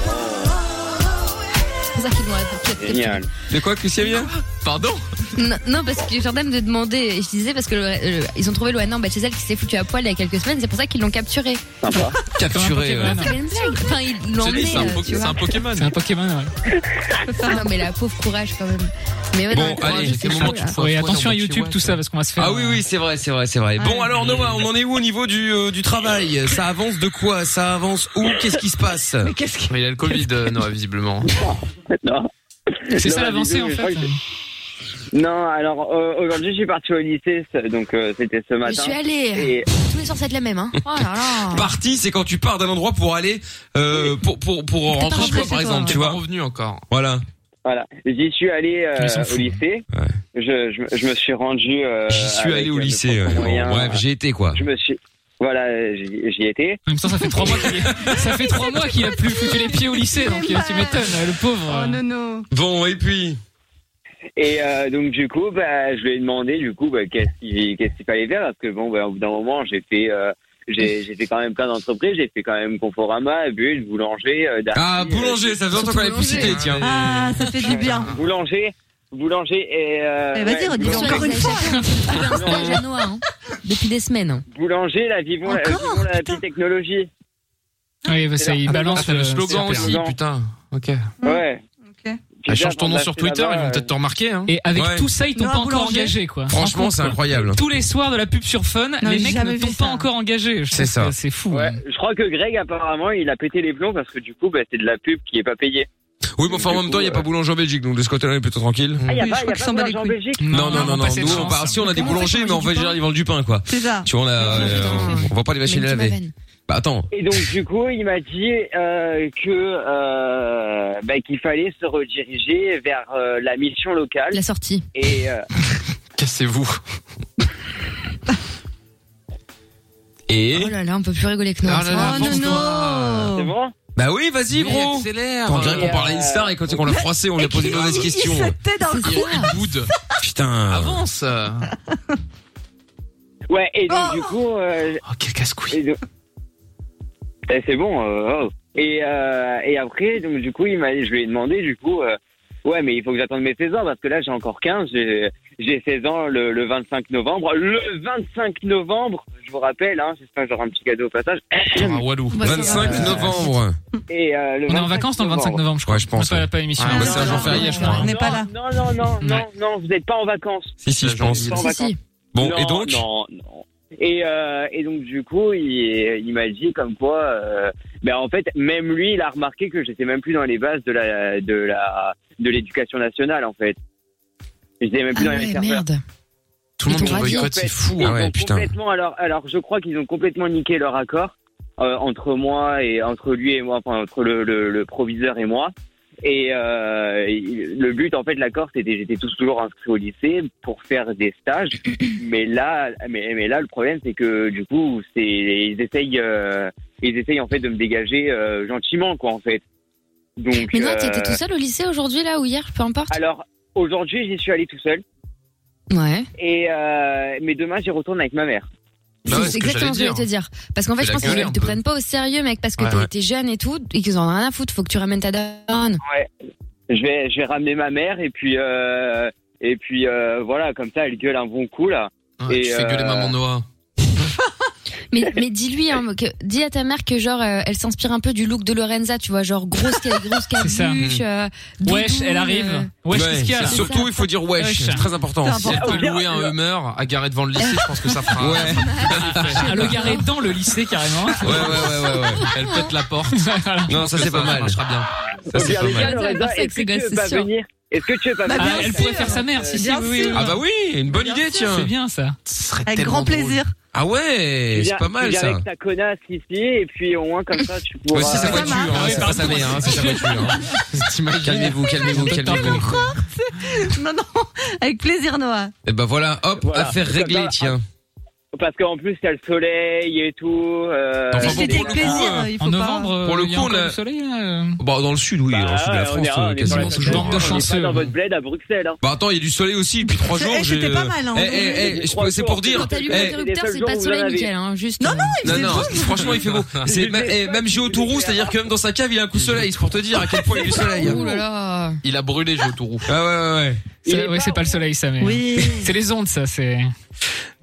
S8: C'est pour ça qu'ils l'ont attrapée.
S2: Génial. De quoi, Christian Mia Pardon
S8: non, non, parce que Jordan me demandait, je disais, parce que le- le- ils ont trouvé Loana en Bachazelle qui s'est foutue à poil il y a quelques semaines, c'est pour ça qu'ils l'ont capturée.
S2: Capturé. ouais.
S8: C'est pas une blague. Enfin, ils l'ont
S2: C'est
S8: emmenée.
S2: c'est un,
S8: euh,
S2: po-
S8: tu
S2: c'est
S8: vois.
S2: un Pokémon.
S4: C'est un Pokémon, ouais.
S8: non, mais la pauvre courage quand même. Mais ouais,
S2: Bon,
S8: non, courage,
S2: allez,
S8: c'est
S2: c'est le moment
S8: chaud,
S2: que tu
S8: là.
S2: te fasses
S4: Oui,
S2: un
S4: attention à
S2: poil en
S4: YouTube,
S2: boîte,
S4: tout ça, parce qu'on va se faire.
S2: Ah oui, oui, c'est vrai, c'est vrai, c'est vrai. Bon, alors Noah, on en est où au niveau du, euh, du travail Ça avance de quoi Ça avance où Qu'est-ce qui se passe Mais
S5: qu'est-ce
S2: Il a le Covid, euh, Noah, visiblement.
S11: Non.
S4: C'est ça
S11: Non,
S4: l'avancée, en
S11: je crois
S4: fait.
S11: que c'est- Non, alors euh, aujourd'hui je suis parti au lycée, c'est- donc euh, c'était ce
S8: Je
S11: matin.
S8: suis allée. Tous les soirs, c'est de la même, hein. Oh là là.
S2: Parti, c'est quand tu pars d'un endroit pour aller euh, pour pour pour
S8: pas
S2: rentrer chez toi,
S8: rentré
S2: par
S8: chez
S2: exemple,
S8: toi.
S2: tu vois.
S3: revenu encore.
S2: Voilà.
S11: Voilà, j'y suis allé euh,
S2: Ils sont
S11: au
S2: fous.
S11: lycée. Je, je, me- je me suis rendu. euh,
S2: J'y suis
S11: avec,
S2: allé
S11: euh,
S2: au
S11: mes
S2: lycée.
S11: propres
S2: euh, bon,
S11: moyens.
S2: bref, j'ai été quoi.
S11: Je me suis. Voilà, euh, j'y j'y étais.
S4: En même temps, ça fait trois mois qu'il est- ça fait trois mois qu'il a plus foutu les pieds au lycée, donc euh, tu m'étonnes, le pauvre.
S5: Oh non, non.
S2: Bon, et puis
S11: Et euh, donc du coup, bah, je lui ai demandé du coup bah, qu'est-ce qu'il qu'est-ce qu'il fallait faire parce que bon, bah, au bout d'un moment, j'ai fait euh, j'ai j'ai fait quand même plein d'entreprises, j'ai fait quand même Conforama, Bulle, Boulanger, euh, Darty,
S2: Ah, boulanger, ça faisait longtemps qu'on l'avait plus cité, tiens.
S5: Ah, ça fait du bien.
S11: euh, Boulanger, Boulanger et euh,
S5: Eh, vas-y,
S11: ouais,
S5: redis-le
S11: Boulanger.
S5: encore une fois.
S8: Un stage à Noah, hein. Depuis des semaines. hein.
S11: Boulanger, la vivons, la,
S5: Encore,
S11: vivons la
S5: putain.
S11: petite technologie.
S4: Oui, bah, ça,
S2: Ah,
S4: il balance
S3: C'est le
S4: euh,
S3: slogan
S4: super.
S3: aussi, putain. Ok.
S11: Ouais.
S5: Ok.
S3: Ah,
S11: Puis
S3: change
S11: là,
S3: ton nom
S11: on a
S3: sur
S11: fait
S3: Twitter, ils
S11: là-bas,
S3: vont
S11: euh,
S3: peut-être te remarquer. Hein.
S4: Et avec
S2: Ouais.
S4: tout ça, ils t'ont
S5: Noah
S4: pas encore
S5: Boulanger.
S4: engagé, quoi.
S2: Franchement, c'est incroyable.
S4: Tous les soirs de la pub sur Fun,
S5: Non,
S4: les
S5: j'ai
S4: mecs
S5: jamais
S4: ne
S5: vu
S4: t'ont
S5: ça.
S4: pas encore engagé. Je
S2: C'est
S4: trouve
S2: ça.
S4: que C'est fou.
S11: Ouais, je crois que Greg apparemment il a pété les plombs parce que du coup bah, c'est de la pub qui est pas payée.
S2: Oui, mais enfin en
S11: Du
S2: même temps,
S11: coup,
S2: il y a pas
S11: euh,
S2: boulanger en Belgique, donc de ce côté-là, on est plutôt tranquille.
S11: Ah, il y a
S5: Oui,
S11: pas,
S5: je
S11: il y
S5: crois
S11: a
S5: qu'ils
S11: pas
S5: s'en battent
S11: boulanger
S5: les
S11: en
S5: couilles.
S11: Belgique.
S2: Non, non, non, non.
S4: pas cette
S2: Nous, on
S4: chance.
S2: part- si on a des
S5: Comment on fait
S2: boulangers,
S5: pour
S2: mais en
S5: manger du
S2: fait,
S5: pain
S4: hein
S2: ils vendent du pain, quoi.
S5: C'est ça.
S2: Tu vois, on a,
S8: Mais
S2: euh,
S8: putain.
S2: on va pas les machines
S8: Mais
S2: à
S8: dis-moi,
S2: laver.
S8: Van.
S2: Bah attends,
S11: Et donc du coup, il m'a dit euh, que euh, bah, qu'il fallait se rediriger vers euh, la mission locale
S8: La sortie.
S11: et euh,
S2: cassez-vous. Et
S8: Oh là là, on peut plus rigoler que hein. Noah.
S3: Ah là
S8: ça.
S3: là,
S5: Oh non,
S3: avance-toi.
S11: c'est
S5: non.
S11: bon.
S2: bah oui, vas-y, gros.
S3: Accélère.
S2: On dirait
S11: euh,
S2: qu'on parlait à une star et quand
S5: euh,
S2: on l'a froissé, on lui a posé de mauvaises questions.
S5: Il sautait d'un
S3: Il
S5: coup.
S3: boude.
S2: Putain.
S3: Avance.
S11: Ouais. Et donc
S5: Oh
S11: du coup, euh,
S3: Oh, quel casse-couille.
S11: et donc- Eh, c'est bon. euh, oh. Et euh, et après, donc du coup, il m'a, je lui ai demandé du coup, euh, ouais, mais il faut que j'attende mes 16 ans parce que là, j'ai encore 15. J'ai j'ai 16 ans le, le 25 novembre. Le 25 novembre, je vous rappelle, hein, j'espère que j'aurai un petit cadeau au passage.
S3: Un Walou.
S8: Bah, ça va.
S2: 25 Ah, novembre.
S11: Et euh, le
S4: On est
S11: 25
S4: en vacances dans le 25 novembre, je crois.
S2: Ouais, je pense.
S4: Pas,
S2: ouais.
S4: pas hein. l'émission.
S3: Ah,
S2: Bah,
S5: non,
S2: c'est un jour
S5: non,
S2: férié,
S5: non,
S2: je
S5: non,
S2: crois.
S5: on
S2: hein.
S5: n'est pas là.
S11: Non, non, non, non, non, vous n'êtes pas en vacances.
S2: Si, si, je pense.
S11: Pas en
S8: Si, si.
S11: vacances.
S2: Bon,
S11: Non,
S2: et donc
S11: Non, non. Et, euh, et donc, du coup, il, il m'a dit comme quoi, euh, ben, en fait, même lui, il a remarqué que j'étais même plus dans les bases de la, de la, de l'éducation nationale, en fait. J'étais même
S8: Ah
S11: plus dans les
S8: ouais,
S11: serveurs.
S8: merde.
S3: Tout le
S8: Ils
S3: monde
S8: t'ont
S3: te
S8: ravi.
S3: boycotte, c'est fou.
S11: Ils
S2: Ah ouais,
S11: ont
S2: putain.
S11: complètement, alors, alors, je crois qu'ils ont complètement niqué leur accord euh, entre moi et entre lui et moi, enfin entre le, le, le proviseur et moi. Et euh, il- le but, en fait, de l'accord, c'était j'étais tous toujours inscrit au lycée pour faire des stages. mais là, mais, mais là, le problème, c'est que du coup, c'est ils essayent, euh, ils essayent en fait de me dégager euh, gentiment, quoi, en fait. Donc,
S8: Mais non,
S11: euh,
S8: t'étais tout seul au lycée aujourd'hui, là, ou hier, peu importe.
S11: alors aujourd'hui, j'y suis allé tout seul.
S8: Ouais.
S11: Et euh, mais demain, j'y retourne avec ma mère.
S3: Bah ouais,
S8: c'est
S3: c'est ce que j'allais
S8: exactement ce que je voulais te dire. Parce qu'en fait,
S3: C'est
S8: je
S3: la
S8: pense qu'ils
S3: galère,
S8: te
S3: un peu.
S8: prennent pas au sérieux, mec, parce que
S3: Ouais,
S8: t'es
S3: ouais.
S8: t'es jeune et tout, et qu'ils en ont rien à foutre. Faut que tu ramènes ta daronne.
S11: je vais, je vais ramener ma mère et puis euh, et puis euh, voilà comme ça elle gueule un bon coup là.
S3: Ah,
S11: Et,
S3: tu fais gueuler
S11: euh,
S3: maman Noah.
S8: Mais, mais dis-lui, hein, que, dis à ta mère que genre euh, elle s'inspire un peu du look de Lorenza, tu vois, genre grosse, ca- grosse
S4: C'est ça.
S8: cabuche,
S3: Mm.
S8: euh,
S4: Wesh,
S8: doudoune,
S4: elle
S8: euh.
S4: arrive. Wesh, qu'est-ce qu'il y a là
S8: c'est
S2: surtout, il faut dire wesh,
S4: Wesh.
S2: c'est très important.
S5: C'est
S3: Si elle peut
S11: important.
S3: louer un Hummer à Gareth Van Lycée, je pense que ça fera.
S2: Ouais.
S4: À le garer dans le lycée, carrément.
S2: Ouais, ouais, ouais, ouais, ouais.
S3: Elle pète la porte.
S4: Voilà.
S2: Non, ça c'est pas mal.
S3: marchera bien.
S2: Ça c'est
S11: Regarde,
S2: pas mal.
S11: regarde,
S8: Ouais,
S11: Lorenza,
S8: c'est
S11: Est-ce que
S8: que
S11: tu
S8: c'est
S11: veux pas
S8: sûr.
S11: venir Est-ce que tu veux pas
S5: Bah,
S4: Ah,
S11: venir Euh,
S5: bien
S4: elle
S5: sûr.
S4: pourrait faire sa mère, si, si,
S5: Bien
S4: oui, oui,
S5: sûr.
S4: oui.
S2: Ah bah oui, une bonne idée, tiens.
S4: C'est bien ça.
S3: Ce serait
S5: Avec
S3: tellement
S5: grand
S3: drôle.
S5: plaisir.
S2: Ah
S11: Tu
S2: ouais,
S11: viens-
S2: c'est pas
S11: tu
S2: mal
S11: viens
S2: ça.
S11: avec ta connasse ici et puis au moins comme ça tu pourras.
S2: Ouais, si sa
S5: Ça
S2: voiture,
S5: marche.
S2: hein,
S4: Oui,
S2: c'est pas sa
S4: pardon.
S2: mère, hein, c'est sa voiture. hein. T'imagines Calmez-vous, calmez-vous, calmez-vous.
S5: Non, non. Avec plaisir, Noah.
S2: Et ben voilà, hop,
S11: Voilà.
S2: affaire réglée,
S11: Voilà.
S2: tiens.
S11: parce qu'en plus il y a le soleil et tout. Euh,
S5: Enfin, bon, pour le coup,
S11: hein,
S5: euh,
S4: en novembre,
S2: pour le
S4: il y a
S2: coup, on
S4: encore
S2: a-
S4: du soleil. là, euh.
S2: Bah, dans le sud, oui, dans le sud de la France,
S11: on
S2: euh,
S11: est, on est pas dans
S2: quasiment
S11: la-
S2: tout le
S11: on est
S2: temps.
S11: pas dans votre bled à Bruxelles. Hein.
S2: Bah attends, il y a du soleil aussi depuis trois
S11: C'est-
S2: jours.
S11: eh,
S2: j'ai-
S11: c'était pas mal, hein.
S2: Eh, eh, eh,
S11: Depuis
S2: je-
S11: trois
S2: c'est
S11: jours.
S2: pour dire.
S8: Quand t'allumes
S2: eh,
S8: l'interrupteur, c'est pas de
S11: vous en
S8: soleil,
S11: avez.
S8: Mickaël. Hein, juste.
S5: Non, non,
S2: non, non, franchement, il fait beau. C'est même, eh, même Géo Tourou, c'est-à-dire que même dans sa cave, il a un coup de soleil. C'est pour te dire à quel point il y a du soleil. hein.
S8: Ouh là là.
S2: Il a brûlé Géo Tourou. Ah ouais, ouais, ouais.
S4: hein. C'est- Oui, c'est pas le soleil, ça, mais. C'est les ondes, ça, c'est.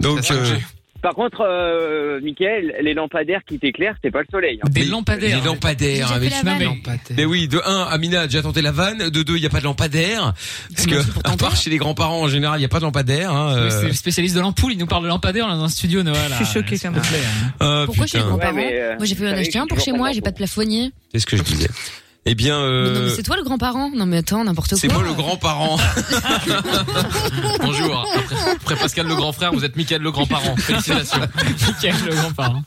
S2: Donc, euh,
S11: Par contre, euh, Michael, les lampadaires qui t'éclairent, c'est pas le soleil. hein.
S4: Des lampadaires.
S2: Des lampadaires avec
S4: la vanne.
S2: Mais oui, de un, Amina a déjà tenté la vanne. De deux, il n'y a pas de lampadaire. Parce que, à part chez les grands-parents, en général, il n'y a pas de lampadaire. Hein,
S4: Oui, c'est
S2: euh.
S4: le spécialiste de l'ampoule, il nous parle de lampadaire on est dans un studio, Noah.
S5: Je suis choquée quand même.
S2: Ah,
S8: Pourquoi
S2: putain.
S8: chez les grands-parents
S11: Ouais, mais, euh,
S8: Moi, j'ai pu
S11: vous
S8: en
S11: savez,
S8: acheter un pour
S11: toujours
S8: chez moi, j'ai pas de plafonnier.
S2: Qu'est-ce que je disais Eh bien,
S8: Mais non, mais
S2: euh,
S8: c'est toi le grand-parent. Non, mais attends, n'importe quoi.
S2: c'est moi le grand-parent.
S3: Bonjour. Après,
S4: hein.
S3: après Pascal le grand frère, vous êtes Mickaël le grand parent. Félicitations.
S4: Mickaël le grand-parent.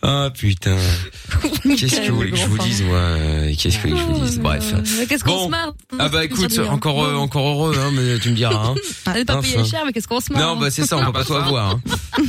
S2: Ah putain. Qu'est-ce que vous voulez que je vous dise moi euh, Qu'est-ce que vous voulez que je vous dise Bref.
S8: Oh, Mais qu'est-ce qu'on se marre hein.
S2: Ah bah écoute, encore euh, encore heureux, hein, mais tu me diras. Hein.
S8: On n'est Ah, pas payé
S2: Enfin.
S8: cher, mais qu'est-ce qu'on se marre hein.
S2: Non bah c'est ça, on peut pas tout avoir. hein.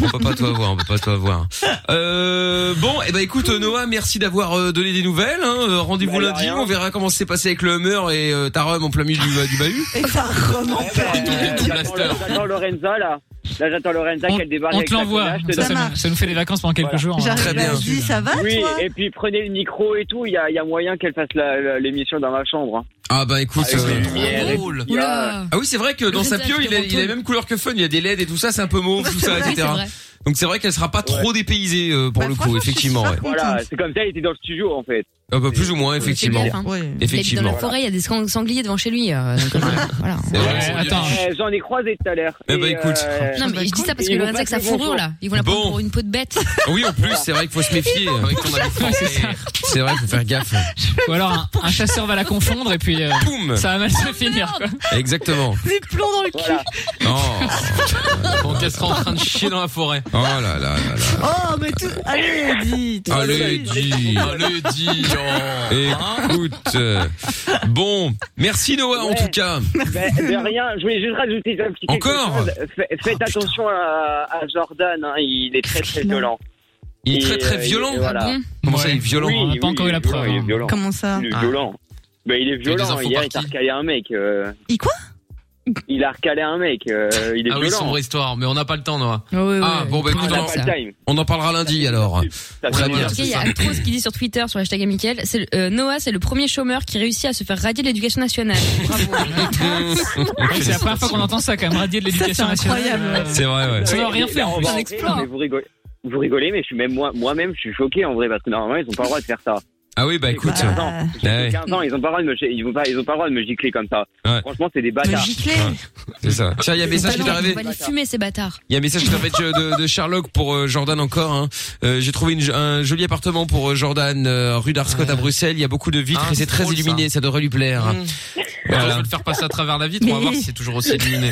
S2: On peut pas tout avoir, on peut pas tout avoir. Euh, bon, et bah écoute euh, Noah, merci d'avoir euh, donné des nouvelles. hein. Euh, Rendez-vous
S11: Bah, de
S2: lundi,
S11: rien.
S2: on verra comment c'est passé avec le Hummer et euh, Tarum en plein milieu du, du bahut.
S5: Et ça remonte.
S11: Euh, J'attends
S3: blaster.
S11: j'attends Lorenza là. Là, j'attends Lorenza
S4: On,
S11: qu'elle débarque.
S4: on
S11: avec
S4: te
S11: sa
S4: l'envoie.
S11: connasse, je te
S4: Ça,
S11: donne-
S4: ça, nous- ça nous fait des vacances pendant quelques jours. hein.
S5: J'arrive à dit, ça va
S11: Oui,
S5: toi
S11: et puis prenez le micro et tout. Il y a, il y a moyen qu'elle fasse la- la- l'émission dans ma chambre. hein.
S2: Ah bah écoute,
S11: Avec
S2: euh,
S11: les lumières et
S2: drôle.
S11: tout.
S8: Oula.
S2: Ah oui, c'est vrai que dans sa pio, il a, il a la même couleur que Fun, il y a des LED et tout ça, c'est un peu mauve, tout ça,
S8: Oui, c'est
S2: etc.
S8: vrai.
S2: Donc c'est vrai qu'elle sera pas trop dépaysée euh, pour
S5: Bah,
S2: le coup,
S5: franchement, je suis
S2: effectivement.
S5: super
S2: ouais.
S11: Voilà, c'est comme ça, il était dans le studio en fait.
S2: Ah bah, plus ou moins,
S8: C'est
S2: effectivement.
S8: bien, hein.
S5: Ouais.
S8: Il habite dans
S2: Effectivement.
S8: la forêt, il y a des sang- sangliers devant chez lui. euh, donc, euh, voilà.
S2: C'est
S4: Ouais,
S2: vrai.
S4: attends.
S11: Eh, J'en ai croisé tout à l'heure.
S2: Eh
S11: Et,
S2: bah, écoute.
S11: euh,
S8: Non, mais je dis ça parce que
S11: Ils
S8: le
S11: vont
S8: avec sa
S11: pas te dire
S8: fourrure
S11: bonjour.
S8: là, ils vont la prendre
S2: Bon.
S8: pour une peau de bête.
S2: Oui, en plus, c'est vrai qu'il faut se méfier. hein. Avec ton
S4: Ouais, c'est ça.
S2: C'est vrai, faut faire gaffe.
S4: Ou alors un, un chasseur va la confondre et puis euh,
S2: Poum
S4: ça va mal se finir. Quoi.
S2: Exactement.
S5: Des plombs dans le cul.
S11: Voilà.
S3: Bon,
S2: Oh,
S3: qu'elle sera en train de chier dans la forêt.
S2: oh là là là là.
S5: Oh, mais tout. Allez, dis. tout.
S2: Allez, dis.
S3: Oh, le Dion.
S2: Écoute. euh, Bon, merci Noah en
S11: Ouais.
S2: tout cas.
S11: Ben, de rien, je voulais juste rajouter un petit quelque
S2: Encore Oh,
S11: chose. Fa- Faites attention à, à Jordan, hein, il est très très violent.
S2: Il est
S11: Et,
S2: très très
S11: euh, il est-
S2: violent.
S11: voilà.
S8: Bon.
S2: Comment ça, il est
S4: Ouais.
S2: violent
S4: on n'a pas encore eu la
S11: il est violent,
S4: preuve,
S11: Il est
S4: hein.
S11: violent.
S5: Mmh. Comment ça
S11: Il est
S2: Ah.
S11: violent. Ben, il est
S3: des
S11: violent.
S3: infos
S11: Hier,
S3: par
S11: il a
S3: qui
S11: recalé un mec. euh,
S5: Il quoi
S11: il a recalé un mec. euh, il est
S3: Ah oui,
S11: violent.
S3: sombre histoire, mais on n'a pas le temps, Noah.
S8: Ah, ouais,
S2: Ah,
S8: ouais.
S2: bon, bah,
S8: Ah,
S11: on
S2: écoute,
S11: n'a
S8: là,
S2: on-
S11: pas
S8: ça.
S11: le time.
S2: On en parlera lundi alors.
S11: Ça
S3: Très
S11: fait
S3: bien.
S11: mal.
S8: En tout cas, il y a Actros qui dit sur Twitter, sur hashtag Amical, c'est le- euh, Noah, c'est le premier chômeur qui réussit à se faire radier de l'éducation nationale. Bravo.
S4: Ouais, C'est la première fois qu'on entend ça quand même, radier de
S5: Ça, c'est
S4: l'éducation nationale. euh,
S5: incroyable.
S3: euh,
S2: C'est vrai, ouais.
S4: Ça
S11: Ouais,
S4: doit rien
S11: mais
S4: faire,
S11: là,
S4: en
S11: on
S4: plus.
S11: va
S4: Un
S11: rentrer,
S4: exploit.
S11: mais vous rigolez. Vous rigolez, mais je suis même moi- moi-même, je suis choqué en vrai parce que normalement ils ont pas le droit de faire ça.
S2: Ah oui, bah écoute.
S11: J'ai 15 ans. J'ai
S2: Ouais.
S11: 15 ans, ils ont pas le droit de me, ils ont pas, ils ont pas le droit de me gicler comme ça.
S2: Ouais.
S11: Franchement, c'est des
S5: Le
S11: bâtards.
S5: giclet.
S2: Ouais. C'est ça. Tiens, il y a un message qui est
S8: On
S2: arrivé.
S8: va les fumer ces bâtards.
S2: Il y a un message qui t'arrive de, de Sherlock pour euh, Jordan encore. Hein. Euh, J'ai trouvé une- un joli appartement pour euh, Jordan euh, rue d'Arscott à Bruxelles. Il y a beaucoup de vitres
S3: Ah,
S2: et c'est
S3: c'est
S2: très
S3: drôle,
S2: illuminé. Ça. devrait lui plaire.
S3: Attends, je vais le faire passer à travers la vitre, on va voir si c'est toujours aussi illuminé.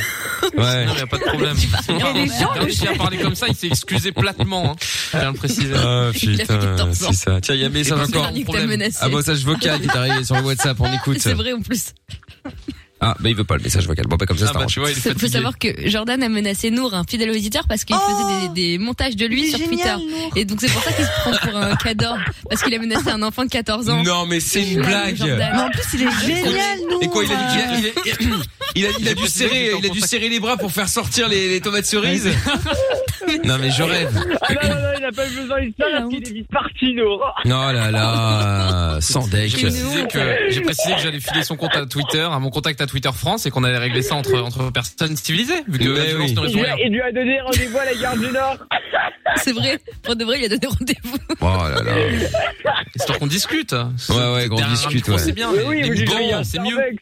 S2: Ouais.
S3: Non, il n'y a pas de problème.
S5: les gens,
S3: Regardez, s'il a parlé comme ça, il s'est excusé platement. Hein. Je viens le préciser.
S2: Ah
S8: Il a fait
S2: putain,
S8: 14 ans.
S2: c'est ça. Tiens, il y a un message
S8: C'est
S2: encore.
S8: Nick t'a
S3: problème.
S8: menacé.
S2: Un message vocal qui est arrivé sur le WhatsApp. On écoute.
S8: C'est vrai en plus.
S2: Ah, bah il veut pas le message vocal. Bon, bah comme ça,
S3: Ah
S2: c'est
S3: bah,
S2: arrangé.
S3: tu vois, il est
S8: Il faut
S3: fatigué.
S8: savoir que Jordan a menacé Nour, un fidèle auditeur, parce qu'il
S5: Oh
S8: faisait des, des montages de lui
S5: Il
S8: sur
S5: est génial,
S8: Twitter.
S5: Nour.
S8: Et donc c'est pour ça qu'il se prend pour un cador, parce qu'il a menacé un enfant de 14 ans.
S2: Non, mais c'est une blague.
S8: Jordan.
S5: Mais en plus, il est génial, nous.
S2: Et quoi, il a, dû- il a- il a- il a- il a
S3: est
S2: dû
S3: pas
S2: serrer,
S3: sûr qu'il
S2: il a dû
S3: contact.
S2: serrer les bras pour faire sortir les, les tomates cerises. non mais je rêve.
S11: Ah non, non, non, il n'a pas eu besoin de ça
S8: Il a
S11: parce qu'il est vite-parti, Nour.
S2: Non Oh là là, sans deck.
S3: J'ai précisé que j'ai précisé que j'allais filer son compte à Twitter, à mon contact à Twitter France, et qu'on allait régler ça entre entre personnes civilisées, vu que
S2: Mais
S3: la violence ne
S5: Eh
S2: Eh oui.
S11: Il
S3: résout
S11: lui
S3: rien.
S11: a- il lui a donné rendez-vous à la gare du Nord.
S8: C'est vrai. Pour de vrai, il a donné rendez-vous.
S2: Oh là là.
S3: Histoire qu'on discute.
S2: Ouais ouais, qu'on
S3: Derrière un
S2: discute.
S3: micro,
S2: Ouais.
S3: C'est bien.
S11: Oui,
S3: mais
S11: oui,
S3: des
S11: vous lui
S3: micros,
S11: donnez un
S3: c'est mieux.
S11: Starbucks.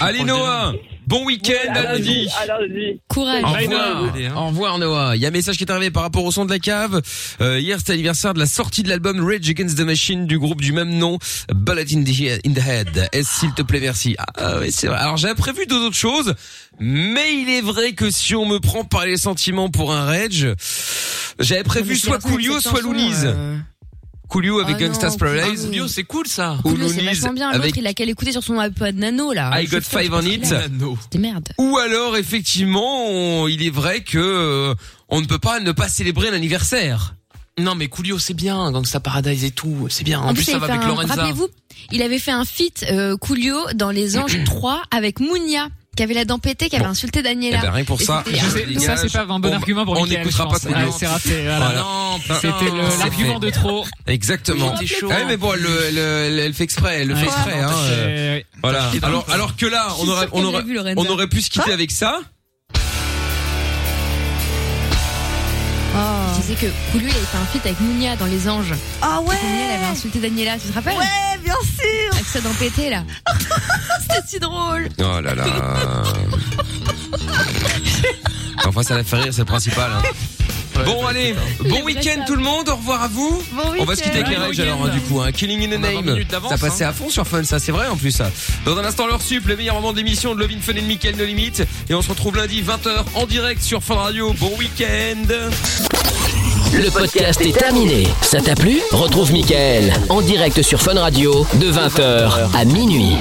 S2: Allez Noah, bon week-end à lundi.
S11: Allons-y, allons-y.
S8: Courage.
S2: Au
S3: Bye,
S2: revoir.
S3: Noah. Allez, hein.
S2: Au revoir Noah. Il y a un message qui est arrivé par rapport au son de la cave. Euh, hier c'était l'anniversaire de la sortie de l'album Rage Against the Machine du groupe du même nom, Bullet in the, He- in the Head. Est-ce s'il te plaît merci. Ah, Ah, oui, c'est vrai. Alors j'avais prévu deux autres choses, mais il est vrai que si on me prend par les sentiments pour un Rage, j'avais prévu
S8: Mais
S2: soit
S8: c'est la fin de
S2: Coolio,
S8: cette
S2: soit
S8: chanson,
S2: Loonies.
S8: euh,
S2: Coolio avec
S8: Oh non,
S2: Gangsta's Paradise.
S8: Coolio,
S2: c'est cool ça. Ou
S8: Coolio, c'est
S2: Loonies
S8: vachement bien. L'autre,
S2: avec
S8: il a qu'à l'écouter sur son iPod Nano, là.
S2: I
S8: Ah, Je
S2: Got
S8: sais pas,
S2: Five on
S8: je
S2: It.
S8: pense qu'il a- C'était merde.
S2: Ou alors effectivement, on- il est vrai que euh, on ne peut pas ne pas célébrer l'anniversaire. Non mais Coolio c'est bien, Gangsta Paradise et tout, c'est bien. En, plus,
S8: il
S2: ça va
S8: avait
S2: avec
S8: fait un-
S2: Lorenza.
S8: Rappelez-vous, il avait fait un feat euh, Coolio dans Les Anges 3 avec Mounia, qui avait la dent pétée, qui avait insulté Daniela.
S2: Eh ben, rien que pour
S8: Et
S2: ça.
S8: c'était-
S2: je
S4: sais-
S2: dégage.
S4: ça, c'est pas un bon
S2: On-
S4: argument pour
S2: On
S4: Mickaël,
S2: n'écoutera
S4: je
S2: pas
S4: pense.
S2: Coolio.
S4: Ah, c'est raté, voilà. Non, putain. C'était le-
S2: C'est
S4: l'argument
S2: fait.
S4: de trop.
S2: Exactement.
S4: Il était chaud.
S2: Ah oui, mais bon, elle, le- elle, elle- elle fait exprès, elle le fait
S4: Ouais.
S2: exprès. hein,
S4: Ouais.
S2: euh,
S4: Ouais.
S2: Voilà.
S4: T'inquiète
S2: Alors,
S4: pas.
S2: alors que là,
S4: Je suis
S2: on aurait,
S4: sûre
S2: on
S4: qu'elle
S2: aurait,
S4: l'a vu, Lorenza.
S2: on aurait pu se quitter avec ça.
S8: Je disais que Coolio, Oh. il avait fait un feat avec Mounia dans Les Anges.
S5: Ah ouais
S8: Mounia, elle avait insulté Daniela, tu te rappelles
S5: Ouais, bien sûr
S8: Avec sa dent pétée, là. C'était si drôle
S2: Oh là là. enfin, ça la fait rire, c'est le principal. hein. Bon allez, bon week-end tout le monde, au revoir à vous. On va se quitter avec les
S3: Ouais,
S2: règles
S3: bon
S2: alors hein,
S3: week-end.
S2: du coup, hein. Killing in the
S3: On a vingt
S2: Name.
S3: minutes d'avance,
S2: Ça passait
S3: hein.
S2: à fond sur Fun, ça c'est vrai en plus. ça. Dans un instant leur sup, le meilleur moment de l'émission de Lovin Fun et Mickaël No Limite. Et on se retrouve lundi 20h en direct sur Fun Radio. Bon week-end.
S1: Le podcast est terminé. Ça t'a plu Retrouve Mickaël en direct sur Fun Radio de 20h à minuit.